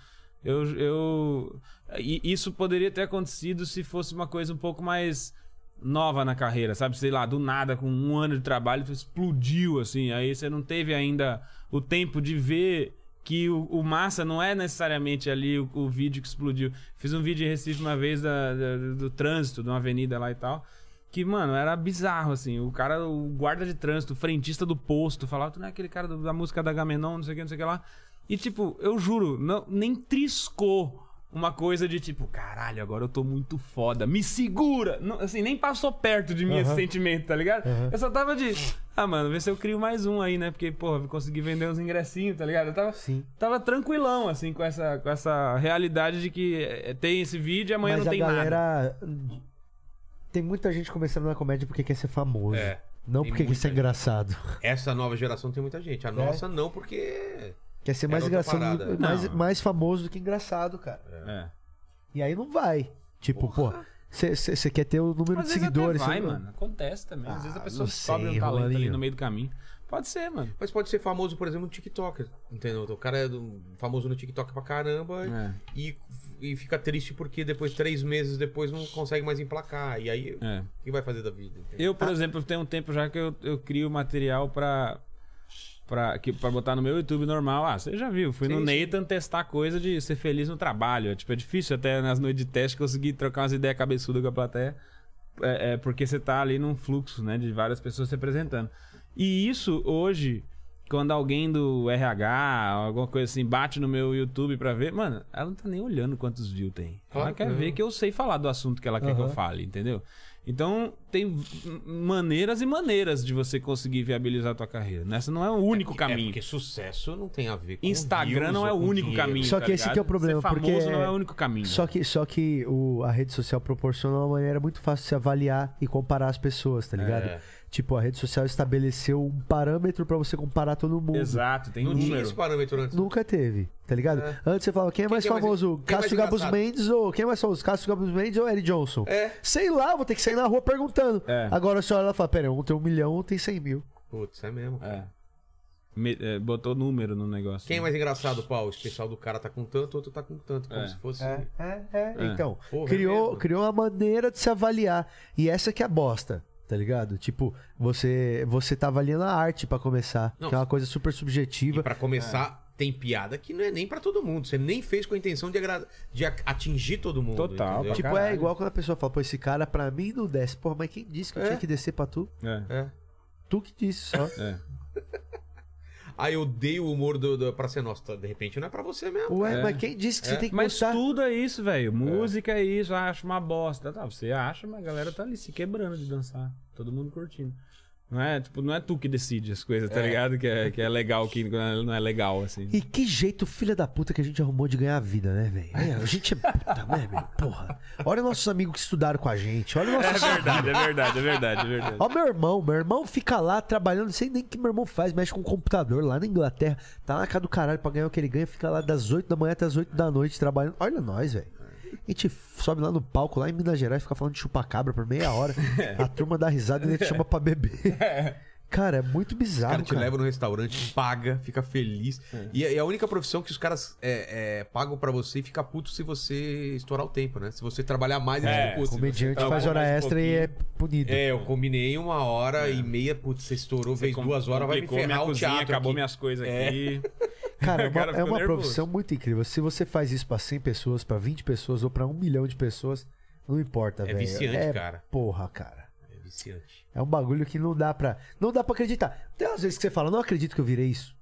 eu, eu- e isso poderia ter acontecido se fosse uma coisa um pouco mais nova na carreira, sabe? Sei lá, do nada, com um ano de trabalho, tu explodiu, assim. Aí você não teve ainda o tempo de ver que o, o massa não é necessariamente ali o, o vídeo que explodiu. Fiz um vídeo em Recife uma vez da- da- do trânsito, de uma avenida lá e tal. Que, mano, era bizarro, assim. O cara, o guarda de trânsito, o frentista do posto, falava, tu não é aquele cara do- da música da Gamenon, não sei o que, não sei o que lá. E, tipo, eu juro, não, nem triscou uma coisa de tipo, caralho, agora eu tô muito foda, me segura! Não, assim, nem passou perto de mim esse sentimento, tá ligado? Eu só tava de, ah, mano, vê se eu crio mais um aí, né? Porque, porra, eu consegui vender uns ingressinhos, tá ligado? Eu tava, tava tranquilão, assim, com essa, com essa realidade de que eh, tem esse vídeo e amanhã
Mas
não
a
tem nada.
galera. Tem muita gente começando na comédia porque quer ser famoso.
É,
Não
tem
porque quer
muita
ser
gente.
engraçado.
Essa nova geração tem muita gente. A nossa não, porque.
Quer ser
Era
mais
outra
engraçado,
parada.
do- mais,
Não.
mais famoso do que engraçado, cara.
É.
E aí não vai. Tipo, pô, você quer ter o número
Às vezes
de seguidores.
até vai,
cê não-
mano. Acontece também. Às vezes a
Ah,
pessoa
não
descobre
sei,
um talento ali
Romaninho.
no meio do caminho. Pode ser, mano.
Mas pode ser famoso, por exemplo, no TikTok. Entendeu? O cara é do- famoso no TikTok pra caramba
É.
e, e fica triste porque depois, três meses depois, não consegue mais emplacar. E aí,
É.
o que vai fazer da vida? entendeu?
Eu, por exemplo, tem um tempo já que eu, eu crio material pra. Pra, que, pra botar no meu YouTube normal. Ah, você já viu. Fui no
Sim, sim.
Nathan testar coisa de ser feliz no trabalho. É, Tipo, é difícil até nas noites de teste conseguir trocar umas ideias cabeçudas com a plateia. É, é, porque você tá ali num fluxo, né? De várias pessoas se apresentando. E isso hoje, quando alguém do RH, alguma coisa assim, bate no meu YouTube pra ver, mano, ela não tá nem olhando quantos views tem.
Claro
ela
que
quer
não.
ver que eu sei falar do assunto que ela quer que eu fale, entendeu? Então, tem v- maneiras e maneiras de você conseguir viabilizar a tua carreira. Nessa não é o único
É
caminho.
porque sucesso não tem a ver com.
Instagram
views
não é o
ou com
único
dinheiro.
caminho.
Só
tá
que esse
ligado?
que é o problema,
Ser famoso
porque-
não é o único caminho.
Só que, só que o, a rede social proporciona uma maneira muito fácil de se avaliar e comparar as pessoas, tá ligado?
É.
Tipo, a rede social estabeleceu um parâmetro pra você comparar todo mundo.
Exato, tem
Não tinha
número.
esse parâmetro antes.
Nunca teve, tá ligado? Antes você falava, quem é mais
que é mais-
famoso?
quem é mais
Cássio Gabus
engraçado?
Mendes ou quem é mais famoso? Cássio Gabus Mendes ou Eric Johnson?
É.
Sei lá, vou ter que sair na rua perguntando.
É.
Agora a senhora ela fala, pera, um tem um milhão, um tem cem mil.
Putz, é mesmo. cara.
É. me- é, botou número no negócio.
Quem é mais engraçado, pau? O especial do cara tá com tanto, o outro tá com tanto. Como
É.
se fosse.
É, é, é.
É.
Então,
Porra, é
criou,
mesmo.
criou uma maneira de se avaliar. E essa que é a bosta, tá ligado? Tipo, você, você tá avaliando a arte pra começar.
Não,
que é uma coisa super
E
subjetiva.
pra começar, tem piada que não é nem pra todo mundo. Você nem fez com a intenção de, agra- de a- atingir todo mundo.
Total,
entendeu?
pra
Tipo, é
caralho.
igual quando a pessoa fala, pô, esse cara pra mim não desce. Porra, mas quem disse que eu
É.
tinha que descer pra tu?
É,
É.
Tu que disse só.
é.
Ah, eu odeio o humor do, do, pra ser nosso. Tá, De repente não é pra você mesmo.
Ué,
É.
mas quem disse que você tem que
Mas
gostar?
tudo é isso, velho. Música é isso, ah, acho uma bosta. Tá, você acha, mas a galera tá ali se quebrando de dançar. Todo mundo curtindo. Não é, tipo, não é tu que decide as coisas, tá ligado? Que é, que é legal, que não é legal, assim.
E que jeito, filha da puta, que a gente arrumou de ganhar a vida, né, velho? É, a gente é puta, né, meu? Porra. Olha os nossos amigos que estudaram com a gente. Olha os
É
nossos
verdade, é verdade, é verdade, é verdade.
Ó, meu irmão, meu irmão fica lá trabalhando, não sei nem o que meu irmão faz, mexe com o computador lá na Inglaterra, tá na casa do caralho pra ganhar o que ele ganha, fica lá das 8 da manhã até as 8 da noite trabalhando. Olha nós, velho. A gente sobe lá no palco, lá em Minas Gerais, fica falando de chupacabra por meia hora. A turma dá risada e ele te chama pra beber. Cara, é muito
O cara
bizarro,
te
cara.
leva no restaurante, paga, fica feliz. E é é a única profissão que os caras é, é, pagam pra você e fica puto se você estourar o tempo, né? Se você trabalhar mais, eles
É,
ficam putos.
Comediante
Então,
faz
vamos
hora
mais um
extra e é punido.
É, eu combinei uma hora e meia, putz, você estourou, fez
É. Com-
duas horas, vai me
complicou
ferrar
minha
o
cozinha,
teatro.
acabou
aqui. É.
minhas coisas aqui.
Cara, é
O
uma,
cara
é
ficou
uma
nervoso.
profissão muito incrível. Se você faz isso pra 100 pessoas, pra 20 pessoas ou pra um milhão de pessoas, não importa, velho.
viciante,
É
cara.
Porra, cara.
É viciante.
É um bagulho que não dá pra. Não dá pra acreditar. Tem umas vezes que você fala, não acredito que eu virei isso.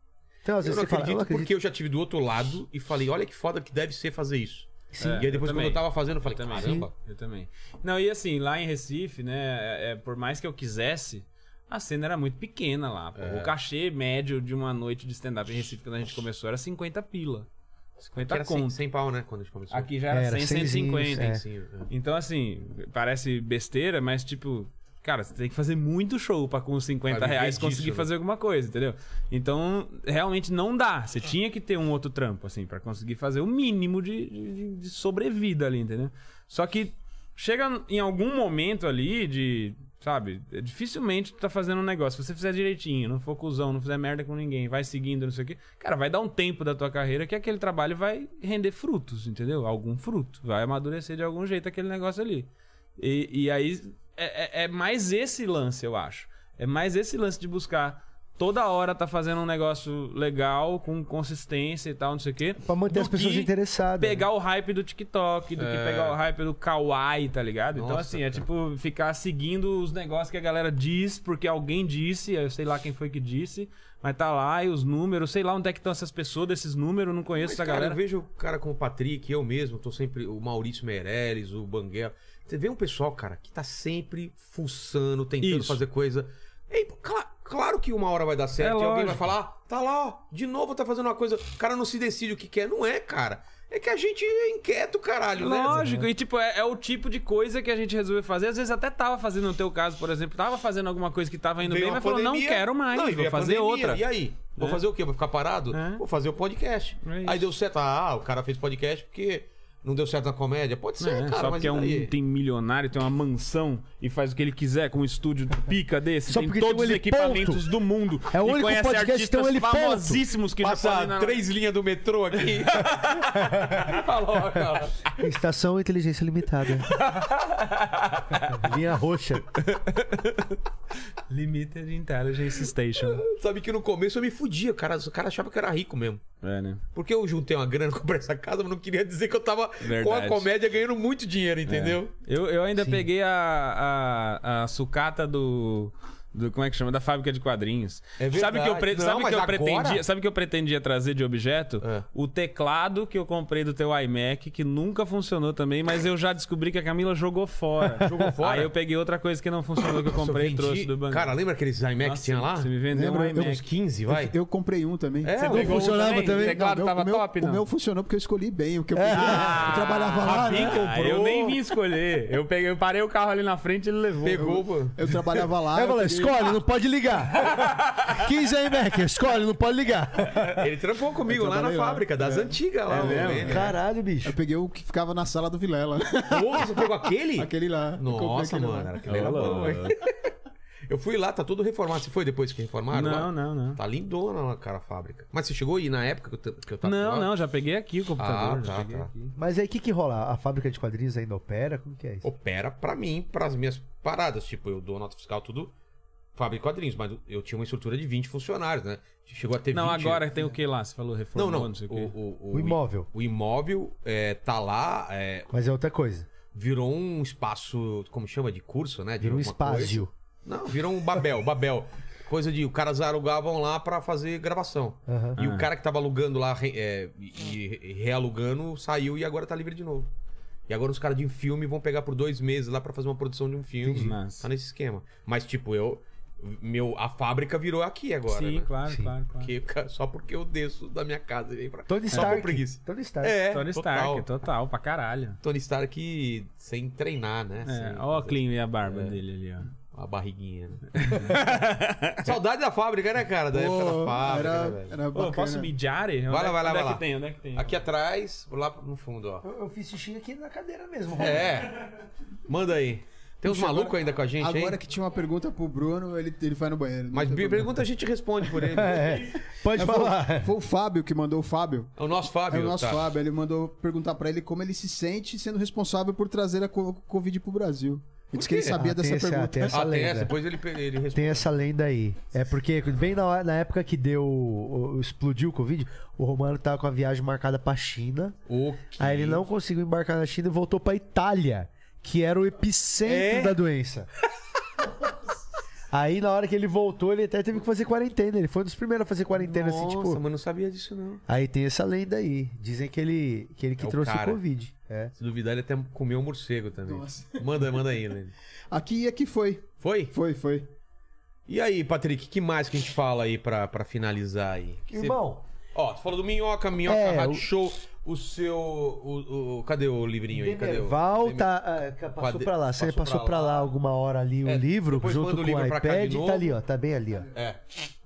Tem umas
Eu
vezes
não
que você fala,
acredito,
eu não acredito.
porque eu já tive do outro lado e falei, olha que foda que deve ser fazer isso.
Sim.
e aí depois,
eu
quando
também.
eu tava fazendo, eu falei,
também.
caramba.
Eu também. Não, e assim, lá em Recife, né, é- é, por mais que eu quisesse, a cena era muito pequena lá. pô.
É.
O cachê médio de uma noite de stand-up em Recife, quando a gente começou, era 50 pila.
Que
50
era sem,
conto.
sem pau, né? Quando a gente começou.
Aqui já era,
Era,
100,
cenzinhos,
150.
é.
Sim, é.
Então, assim, parece besteira, mas tipo. Cara, você tem que fazer muito show pra com 50
Pra viver
reais
disso,
conseguir
né?
fazer alguma coisa, entendeu? Então, realmente não dá. Você tinha que ter um outro trampo, assim, pra conseguir fazer o mínimo de, de, de sobrevida ali, entendeu? Só que chega em algum momento ali de. Sabe, dificilmente tu tá fazendo um negócio. Se você fizer direitinho, não for cuzão, não fizer merda com ninguém, vai seguindo, não sei o quê. Cara, vai dar um tempo da tua carreira que aquele trabalho vai render frutos, entendeu? Algum fruto. Vai amadurecer de algum jeito aquele negócio ali. E, e aí é, é- é mais esse lance, eu acho. É mais esse lance de buscar toda hora tá fazendo um negócio legal, com consistência e tal, não sei o quê.
Pra manter
do
as pessoas
que
interessadas. né?
Pegar o hype do TikTok, do que pegar o hype do Kawaii, tá ligado? então,
É. Nossa,
assim, é tipo ficar seguindo os negócios que a galera diz, porque alguém disse, eu sei lá quem foi que disse, mas tá lá e os números, sei lá onde é que estão essas pessoas, desses números, eu não conheço
Mas,
essa
cara, eu
galera.
vejo o cara como o Patrick, eu mesmo, tô sempre. O Maurício Meirelles, o Banguela. Você vê um pessoal, cara, que tá sempre fuçando, tentando
Isso.
fazer coisa. Ei, cla- claro que uma hora vai dar certo.
É
e alguém vai
lógico.
falar, "Ah, tá lá, ó, de novo tá fazendo uma coisa. O cara não se decide o que quer. Não é, cara. É que a gente é inquieto, caralho, né?
Lógico, e tipo, é, é o tipo de coisa que a gente resolveu fazer. Às vezes até tava fazendo, no teu caso, por exemplo, tava fazendo alguma coisa que tava indo
Veio
bem,
uma
mas falou, não
pandemia.
quero mais,
Não, e veio
vou
a
fazer
pandemia.
outra.
E aí? Vou
É.
fazer o quê? Vou ficar parado?
É.
Vou fazer o podcast.
É isso.
aí deu certo. Ah, o cara fez podcast porque não deu certo na comédia. Pode ser,
É,
cara,
só
mas e
porque é um,
daí?
tem milionário, tem uma mansão e faz o que ele quiser com um estúdio pica desse,
Só
tem
porque
todos
tem um
os equipamentos
heliponto.
do mundo.
É o
e
único
conhece
podcast que tem um
artistas
heliponto.
famosíssimos que já
Passa
podem na-
três linhas do metrô aqui. Falou, cara.
Estação Inteligência Limitada. Linha roxa.
Limited Intelligence Station.
Sabe que no começo eu me fudia, cara. O cara achava que eu era rico mesmo.
É, né?
Porque eu juntei uma grana, comprei essa casa, mas não queria dizer que eu tava com a
Verdade. É.
comédia ganhando muito dinheiro, entendeu?
Eu, eu ainda peguei a, a, a sucata do, do. Como é que chama? Da fábrica de quadrinhos.
É
Sabe o que eu, pre-
verdade. Não,
sabe o
mas
que eu
agora-
pretendia, sabe o que eu pretendia trazer de objeto?
É.
O teclado que eu comprei do teu iMac, que nunca funcionou também, mas eu já descobri que a Camila jogou fora.
Jogou fora?
Aí eu peguei outra coisa que não funcionou, que eu
Nossa, eu
comprei e
vendi-
trouxe do banco.
Cara, lembra aqueles iMac que
Nossa,
tinha lá?
Você me vendeu
Lembra?
um iMac.
Uns 15, vai.
Eu comprei um também.
É,
Você
eu
pegou
vou-
um?
funcionava também?
O
O
teclado
meu-
tava
o meu,
top, não?
O meu funcionou porque eu escolhi bem o que eu queria. eu trabalhava lá,
Rabin
né?
comprou. Ah, Eu nem vim escolher. Eu, peguei, eu parei o carro ali na frente e ele levou.
Pegou, pô.
Eu trabalhava lá.
Aí
eu
fala,
peguei-
escolhe, não pode ligar. 15 aí, Mac, escolhe, não pode ligar.
Ele trampou comigo lá na
trabalhei lá.
fábrica,
É.
das antigas lá. o Lênin.
Caralho, bicho.
Eu peguei o que ficava na sala do Vilela.
Porra, você pegou aquele?
aquele lá. Eu comprei
Nossa,
aquele lá.
mano, aquele era bom, hein? Eu fui lá, tá tudo reformado. Você foi depois que reformaram?
Não,
lá?
não, não.
Tá lindona lá, cara, a fábrica. Mas você chegou aí na época que eu, t- que eu tava lá?
Não, não, já peguei aqui o
tá,
computador.
Ah,
já
tá,
peguei
tá.
aqui.
Mas aí o que, que rola? A fábrica de quadrinhos ainda opera? Como que é isso?
Opera pra mim, pras minhas paradas. Tipo, eu dou nota fiscal, tudo. Fábrica de quadrinhos, mas eu tinha uma estrutura de 20 funcionários, né? Chegou a ter
Não,
20.
agora tem o que lá? Você falou reforma,
Não,
não,
não.
sei o
o,
quê.
o-
O imóvel.
O imóvel é, tá lá, é,
Mas é outra coisa.
virou um espaço, como chama, de curso, né? De
Vira um
alguma coisa.
espásio.
Não, virou um Babel, Babel. Coisa de, os caras alugavam lá pra fazer gravação.
Aham.
E
Ah.
o cara que tava alugando lá re- é, e, e realugando saiu e agora tá livre de novo. E agora os caras de um filme vão pegar por dois meses lá pra fazer uma produção de um filme.
Entendi. Massa.
Tá nesse esquema. Mas, tipo, eu. Meu, a fábrica virou aqui agora.
Sim,
né?
claro, claro, claro.
Porque, cara, só porque eu desço da minha casa e venho pra
Tony
Só
Stark.
por preguiça.
Tony Stark.
É,
Tony Stark,
total.
total, pra caralho.
Tony Stark sem treinar, né?
É,
Sem
ó,
fazer
Clean e a barba
É.
dele ali, ó.
A barriguinha, né? Saudade da fábrica, né, cara? Da época da
Pô,
fábrica,
era,
né, velho?
era
Ô,
bacana.
posso mijar? Vai
lá, vai lá,
onde
vai
é
lá.
que tem? Onde é que tem?
Aqui atrás, lá no fundo, ó.
Eu, eu fiz xixi aqui na cadeira mesmo.
É. Manda aí. Tem uns
Puxa,
malucos ainda com a gente, hein?
Agora que tinha uma pergunta pro Bruno, ele, ele vai no banheiro. não
Mas
tem
me
problema.
pergunta a gente responde por ele.
É, pode
É,
falar.
Foi, foi o Fábio que mandou o Fábio.
É o nosso Fábio.
é o nosso
tá.
Fábio, ele mandou perguntar pra ele como ele se sente sendo responsável por trazer a co- Covid pro Brasil. Ele disse que ele
quê?
sabia
Ah, tem
dessa
esse-
pergunta.
tem essa-
Ah, tem
lenda.
essa, depois ele, ele responde.
Tem essa lenda aí. É porque bem na, hora- na época que deu. o- o- explodiu o Covid, o Romano tava com a viagem marcada pra China.
O
Aí ele não conseguiu embarcar na China e voltou pra Itália, que era o epicentro
É?
da doença. Aí na hora que ele voltou, ele até teve que fazer quarentena. Ele foi um dos primeiros a fazer quarentena,
Nossa,
assim, tipo.
mas não sabia disso, não.
Aí tem essa lenda aí. Dizem que ele que, ele que
É o
trouxe
cara.
o Covid. É.
Se duvidar, ele até comeu um morcego também.
Nossa.
Manda, manda aí, Lene.
Aqui e aqui foi.
Foi?
Foi, foi.
E aí, Patrick, que mais que a gente fala aí pra, pra finalizar aí? Que cê-
Irmão,
Ó, tu falou do Minhoca, Minhoca
É,
Rádio
o-
Show, o seu... O, o- cadê o livrinho aí? Cadê o...
Demerval
Demi-
tá, ah, ca- passou
Quadri-
pra lá. Você
passou
passou
pra
pra
lá.
lá alguma hora ali o
É,
livro,
depois
junto
manda
com
o
o
livro pra cá de
iPad.
novo.
Tá ali, ó. Tá bem ali, ó.
É,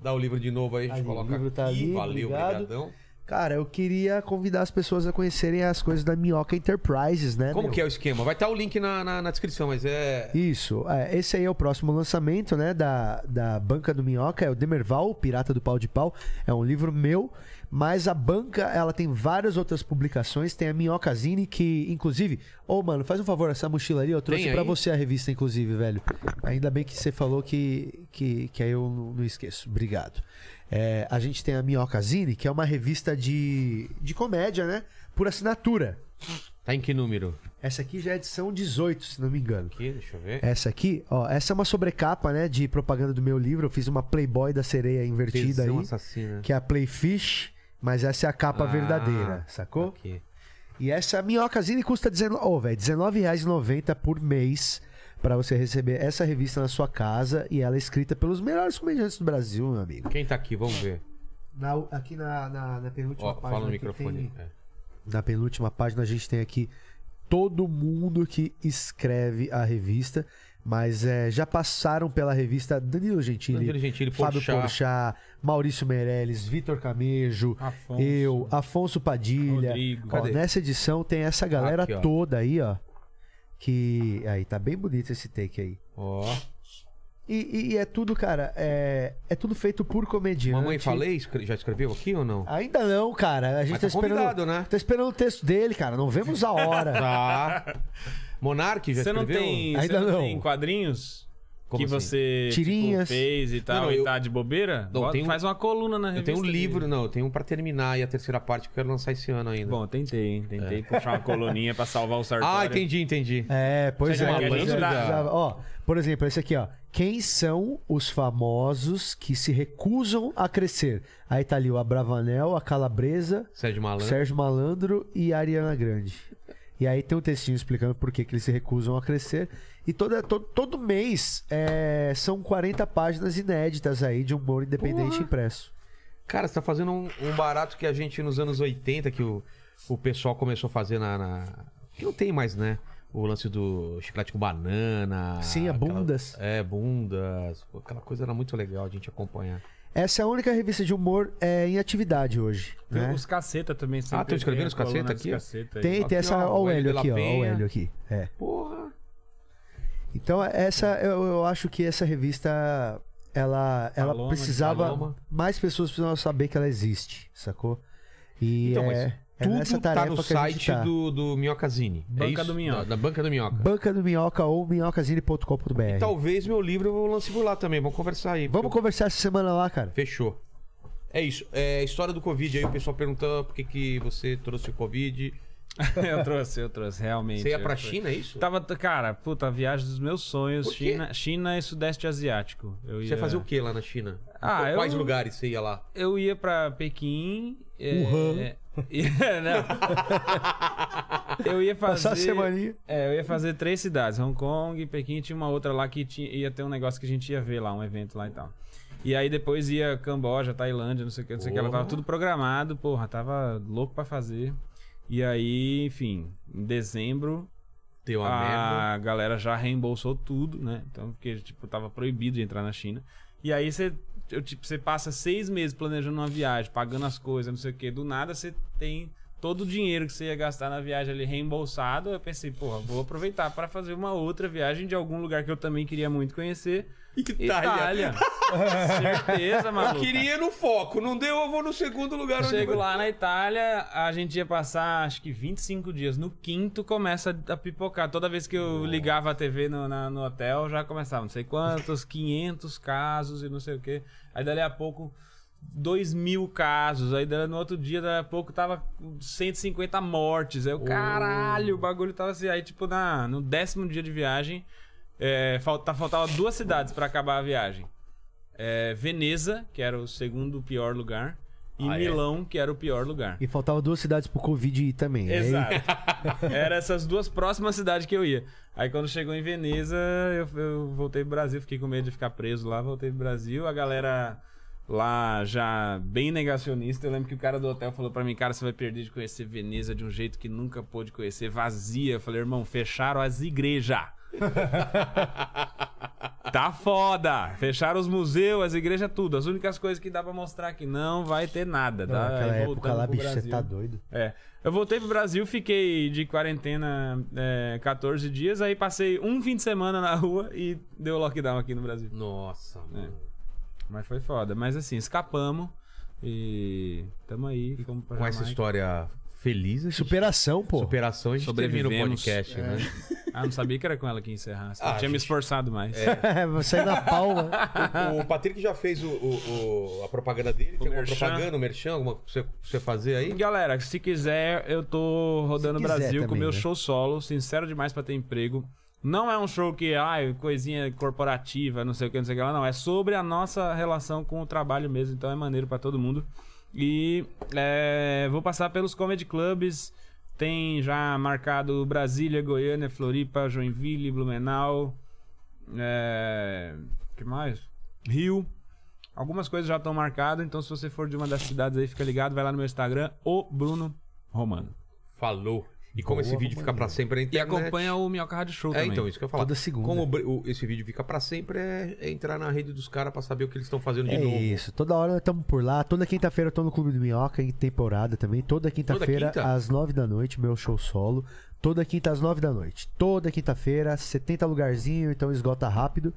dá o livro de novo aí, a gente
Ali,
coloca
o livro tá
aqui.
ali,
Valeu,
obrigado.
obrigadão.
Cara, eu queria convidar as pessoas a conhecerem as coisas da Minhoca Enterprises, né?
Como
meu?
que é o esquema? Vai estar o link na, na, na descrição, mas é...
Isso, é, esse aí é o próximo lançamento, né, da, da banca do Minhoca, é o Demerval, o Pirata do Pau de Pau, é um livro meu, mas a banca, ela tem várias outras publicações, tem a Minhocazine, que, inclusive, ô mano, faz um favor, essa mochila ali, eu trouxe
Tem
pra
aí?
você a revista, inclusive, velho, ainda bem que você falou que, que, que aí eu não- não esqueço, obrigado. É, a gente tem a Minhocazine, que é uma revista de, de comédia, né, por assinatura,
Tá em que número?
essa aqui já é edição 18, se não me engano.
Aqui, deixa eu ver.
Essa aqui, ó, essa é uma sobrecapa, né, de propaganda do meu livro. Eu fiz uma Playboy da sereia invertida
Tesão
aí,
assassina.
que é a Playfish, mas essa é a capa
Ah, tá
verdadeira, sacou?
Aqui.
E essa minhocazine custa 19, oh, velho, R$19,90 por mês pra você receber essa revista na sua casa e ela é escrita pelos melhores comediantes do Brasil, meu amigo.
Quem tá aqui? Vamos ver.
Na- aqui na, na, na penúltima
Ó,
página
fala no
aqui
microfone.
tem-
É.
na penúltima página a gente tem aqui todo mundo que escreve a revista, mas é, já passaram pela revista Danilo Gentili,
Danilo Gentili,
Fábio
Porchat.
Porchat, Maurício Meirelles, Vitor Camejo,
Afonso.
eu, Afonso Padilha.
Rodrigo.
Ó,
Cadê?
nessa edição tem essa galera
Aqui, ó.
toda aí, ó. Que aí tá bem bonito esse take aí.
Ó.
E, e- e é tudo, cara, é, é tudo feito por comediante.
Mamãe, falei? Escre- Já escreveu aqui ou não?
Ainda não, cara. A gente
Mas
tá
tá convidado,
esperando,
né?
tá esperando o texto dele, cara. Não vemos a hora.
Tá. Monark já
Você não
escreveu?
tem, você
Ainda
não
não.
tem quadrinhos
Como
que
assim?
você tipo,
Tirinhas.
fez e tal
Não, não,
e
eu-
tá de bobeira?
Não,
Bota-
tem um-
Faz uma coluna na
Eu
revista.
tenho um
de-
livro, não. Eu tenho um pra terminar e a terceira parte que eu quero lançar esse ano ainda.
Bom, eu tentei, hein?
É.
Tentei puxar uma coluninha pra salvar o Sartori.
ah, entendi, entendi.
É, pois
Seja
é.
uma
pois
lenda.
é, precisava- ó, por exemplo, esse aqui, ó. Quem são os famosos que se recusam a crescer? Aí tá ali o Abravanel, a Calabresa,
Sérgio é Malandro.
Sérgio Malandro e a Ariana Grande. E aí tem um textinho explicando por que, que eles se recusam a crescer. E toda, to- todo mês é, são 40 páginas inéditas aí de humor independente impresso.
Cara, você tá fazendo um, um barato que a gente nos anos 80, que o, o pessoal começou a fazer na, na- Que não tem mais, né? O lance do chiclete com banana.
Sim, é
aquela-
bundas.
É, bundas. Pô, Aquela coisa era muito legal a gente acompanhar.
Essa é a única revista de humor é, em atividade hoje.
Tem
Né?
os caceta também. sempre
É. Ah, tô escrevendo
tem a
os caceta
coluna dos
aqui?
caceta aí.
Tem,
Aqui,
tem essa.
ó,
Ó,
o
o
Hélio
Hélio
de la
aqui, ó. ó O
Penha.
Hélio aqui. É.
Porra!
Então, essa eu, eu acho que essa revista ela, ela
Paloma,
precisava
Paloma.
mais pessoas precisavam saber que ela existe, sacou? E
Então, mas
é, é
tudo
nessa
tá
tarefa
no
que a gente
site
tá.
do, do Minhocazine. é
Banca
isso?
do Minhoca.
Da, da Banca do Minhoca.
Banca do Minhoca ou minhocazine.com.br.
Talvez meu livro eu lance por lá também. Vamos conversar aí.
É. Vamos conversar essa semana lá, cara.
Fechou. É isso. É história do Covid aí. O pessoal perguntando por que, que você trouxe o Covid.
eu trouxe, eu trouxe, realmente.
Você ia pra
Eu fui.
China, é isso?
Tava, cara, puta, a viagem dos meus sonhos,
Por quê?
China, China e Sudeste Asiático. Eu
Você
ia,
ia fazer o que lá na China?
Ah,
Qu-
eu-
Quais lugares você ia lá?
Eu ia pra Pequim. É,
Wuhan.
é, não. Eu ia fazer.
Passar a semaninha.
É, eu ia fazer três cidades, Hong Kong, Pequim, e tinha uma outra lá que tinha- ia ter um negócio que a gente ia ver lá, um evento lá e tal. E aí depois ia Camboja, Tailândia, não sei o que, não sei o que. Ela tava tudo programado, porra, tava louco pra fazer. E aí, enfim, em dezembro
Deu uma merda.
a galera já reembolsou tudo, né? Então, porque, tipo, tava proibido de entrar na China. E aí você, eu, tipo, você passa seis meses planejando uma viagem, pagando as coisas, não sei o quê. Do nada você tem todo o dinheiro que você ia gastar na viagem ali reembolsado. Eu pensei, porra, vou aproveitar para fazer uma outra viagem de algum lugar que eu também queria muito conhecer.
Itália.
Itália. Certeza, maluco.
Eu queria ir no foco. Não deu, eu vou no segundo lugar. onde-
Chego lá na Itália, a gente ia passar acho que 25 dias. No quinto começa a pipocar. Toda vez que eu ligava a TV no, na- no hotel, já começava não sei quantos, 500 casos e não sei o quê. Aí dali a pouco, 2 mil casos. Aí dali- no outro dia, dali a pouco, tava com 150 mortes. Aí o caralho, o
Oh."
bagulho tava assim. Aí tipo, na, no décimo dia de viagem, é, falta, faltava duas cidades pra acabar a viagem. É, Veneza, que era o segundo pior lugar, e
Ah, é?
Milão, que era o pior lugar.
E faltava duas cidades pro Covid ir também. E aí,
Exato. Era essas duas próximas cidades que eu ia. Aí quando chegou em Veneza, eu, eu voltei pro Brasil, fiquei com medo de ficar preso lá, voltei pro Brasil, a galera lá já bem negacionista. Eu lembro que o cara do hotel falou pra mim, cara, você vai perder de conhecer Veneza de um jeito que nunca pôde conhecer, vazia. Eu falei, irmão, fecharam as igrejas. Tá foda! Fecharam os museus, as igrejas, tudo. As únicas coisas que dá pra mostrar é que não vai ter nada.
não,
tá?
naquela
Aí
época
voltamos
lá,
pro
bicho, você
Brasil.
tá doido.
É. Eu voltei pro Brasil, fiquei de quarentena é, 14 dias, aí passei um fim de semana na rua e deu lockdown aqui no Brasil. É.
Nossa, mano.
Mas foi foda. Mas assim, escapamos e tamo aí, fomos pra
Com essa
Jamaica.
história feliz, a gente-
Superação, pô.
superação, a gente termina o
Sobrevivemos.
podcast, né?
Ah, não sabia que era com ela que ia encerrar. Eu
Ah,
tinha me
gente.
esforçado mais.
É, vou sair na palma.
É.
O Patrick já fez o, o- o- a propaganda dele. Tem alguma
merchan.
propaganda, o merchan, alguma coisa pra você fazer aí?
Galera, se quiser, eu tô rodando o
Se quiser
Brasil com
também,
meu
né?
show solo, sincero demais pra ter emprego. Não é um show que, ai, coisinha corporativa, não sei o que, não sei o que lá, não. É sobre a nossa relação com o trabalho mesmo, então é maneiro pra todo mundo. E é, vou passar pelos comedy clubs. Tem já marcado Brasília, Goiânia, Floripa, Joinville, Blumenau. É, que mais? Rio. Algumas coisas já estão marcadas, então se você for de uma das cidades aí, fica ligado, vai lá no meu Instagram, o Bruno Romano.
Falou. E como esse vídeo fica pra sempre na
E
internet...
acompanha o Minhoca Rádio Show
né? É,
também.
então, isso que eu ia falar.
Toda segunda.
Como o br- o- esse vídeo fica pra sempre, é, é entrar na rede dos caras pra saber o que eles estão fazendo de
É
novo.
isso, toda hora nós estamos por lá. Toda quinta-feira eu tô no Clube do Minhoca, em temporada também. Toda quinta-feira,
quinta?
às nove da noite, meu show solo. Toda quinta às nove da noite. Toda quinta-feira, 70 lugarzinho, então esgota rápido.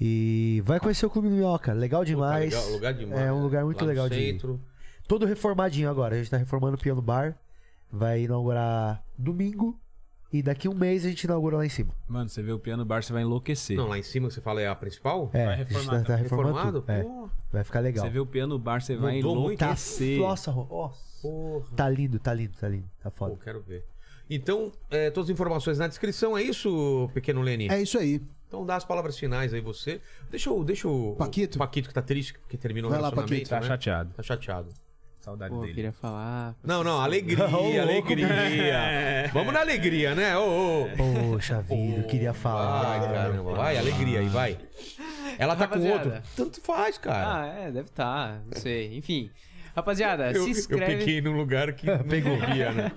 E vai conhecer o Clube do Minhoca, legal
Tá
demais.
legal, lugar demais. né?
É um lugar muito
Lá no
legal de ir.
centro.
Todo reformadinho agora, a gente tá reformando o Piano Bar. Vai inaugurar domingo. E daqui um mês a gente inaugura lá em cima.
Mano, você vê o piano bar, você vai enlouquecer.
Não, lá em cima que você fala é a principal?
É,
Vai
a gente
reformar
tá, tá
também.
reformando
Reformado?
tudo. É,
Pô,
vai ficar legal.
Você vê o piano bar, você vai
Mudou muito. assim,
Tá
enlouquecer.
nossa, Rô, ó,
porra.
Tá lindo, tá lindo, tá lindo. Tá
Pô,
foda.
quero ver. Então, é, todas as informações na descrição, é isso, pequeno Lenin?
É isso aí.
Então dá as palavras finais aí você. Deixa o. Deixa o
Paquito.
o Paquito que tá triste porque terminou
Vai
o
lá,
relacionamento.
Paquito.
Tá
né?
chateado.
Tá chateado.
Saudade
Pô, eu
dele.
queria falar.
Não, não, alegria, alegria. Vamos na alegria, né? Ô, ô.
Poxa vida, eu queria falar.
Vai, caramba. Vai, alegria aí, vai. Ela tá com
Rapaziada.
outro. Tanto faz, cara.
Ah, é, deve tá, não sei. Enfim. Rapaziada,
eu,
se
eu
inscreve.
peguei num lugar que não
Pegou.
devia, né?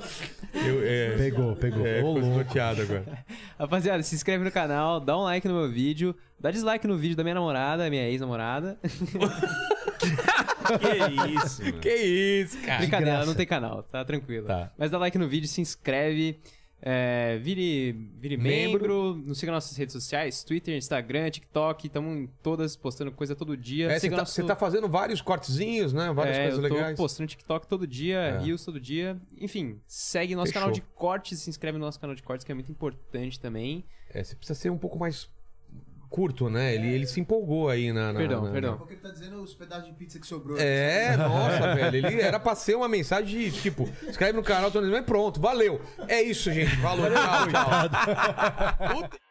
Eu, é,
Pegou, pegou.
É,
Ô,
ficou
louco.
desnorteado agora.
Rapaziada, se inscreve no canal, dá um like no meu vídeo, dá dislike no vídeo da minha namorada, minha ex-namorada.
Ah,
Que isso, mano.
Que isso, cara.
Brincadeira, ela
graça.
não tem canal, tá tranquilo.
Tá.
Mas dá like no vídeo, se inscreve. É, vire, vire
Membro.
membro. nos siga nossas redes sociais, Twitter, Instagram, TikTok, estamos em todas postando coisa todo dia.
É, você,
Siga
tá,
nosso-
você tá fazendo vários cortezinhos, né? Várias
é,
coisas
eu tô
legais.
postando TikTok todo dia,
É.
Reels todo dia. Enfim, segue nosso
Fechou.
canal de cortes, se inscreve no nosso canal de cortes, que é muito importante também.
É, você precisa ser um pouco mais curto, né? Ele, ele se empolgou aí na. na-
Perdão,
na-
perdão.
Porque ele tá dizendo os pedaços de pizza que sobrou. né?
É, nossa, velho. Ele era pra ser uma mensagem de tipo, inscreve no canal, Tony Lima, e pronto, valeu. É isso, gente. Valeu, tchau, tchau. Puta-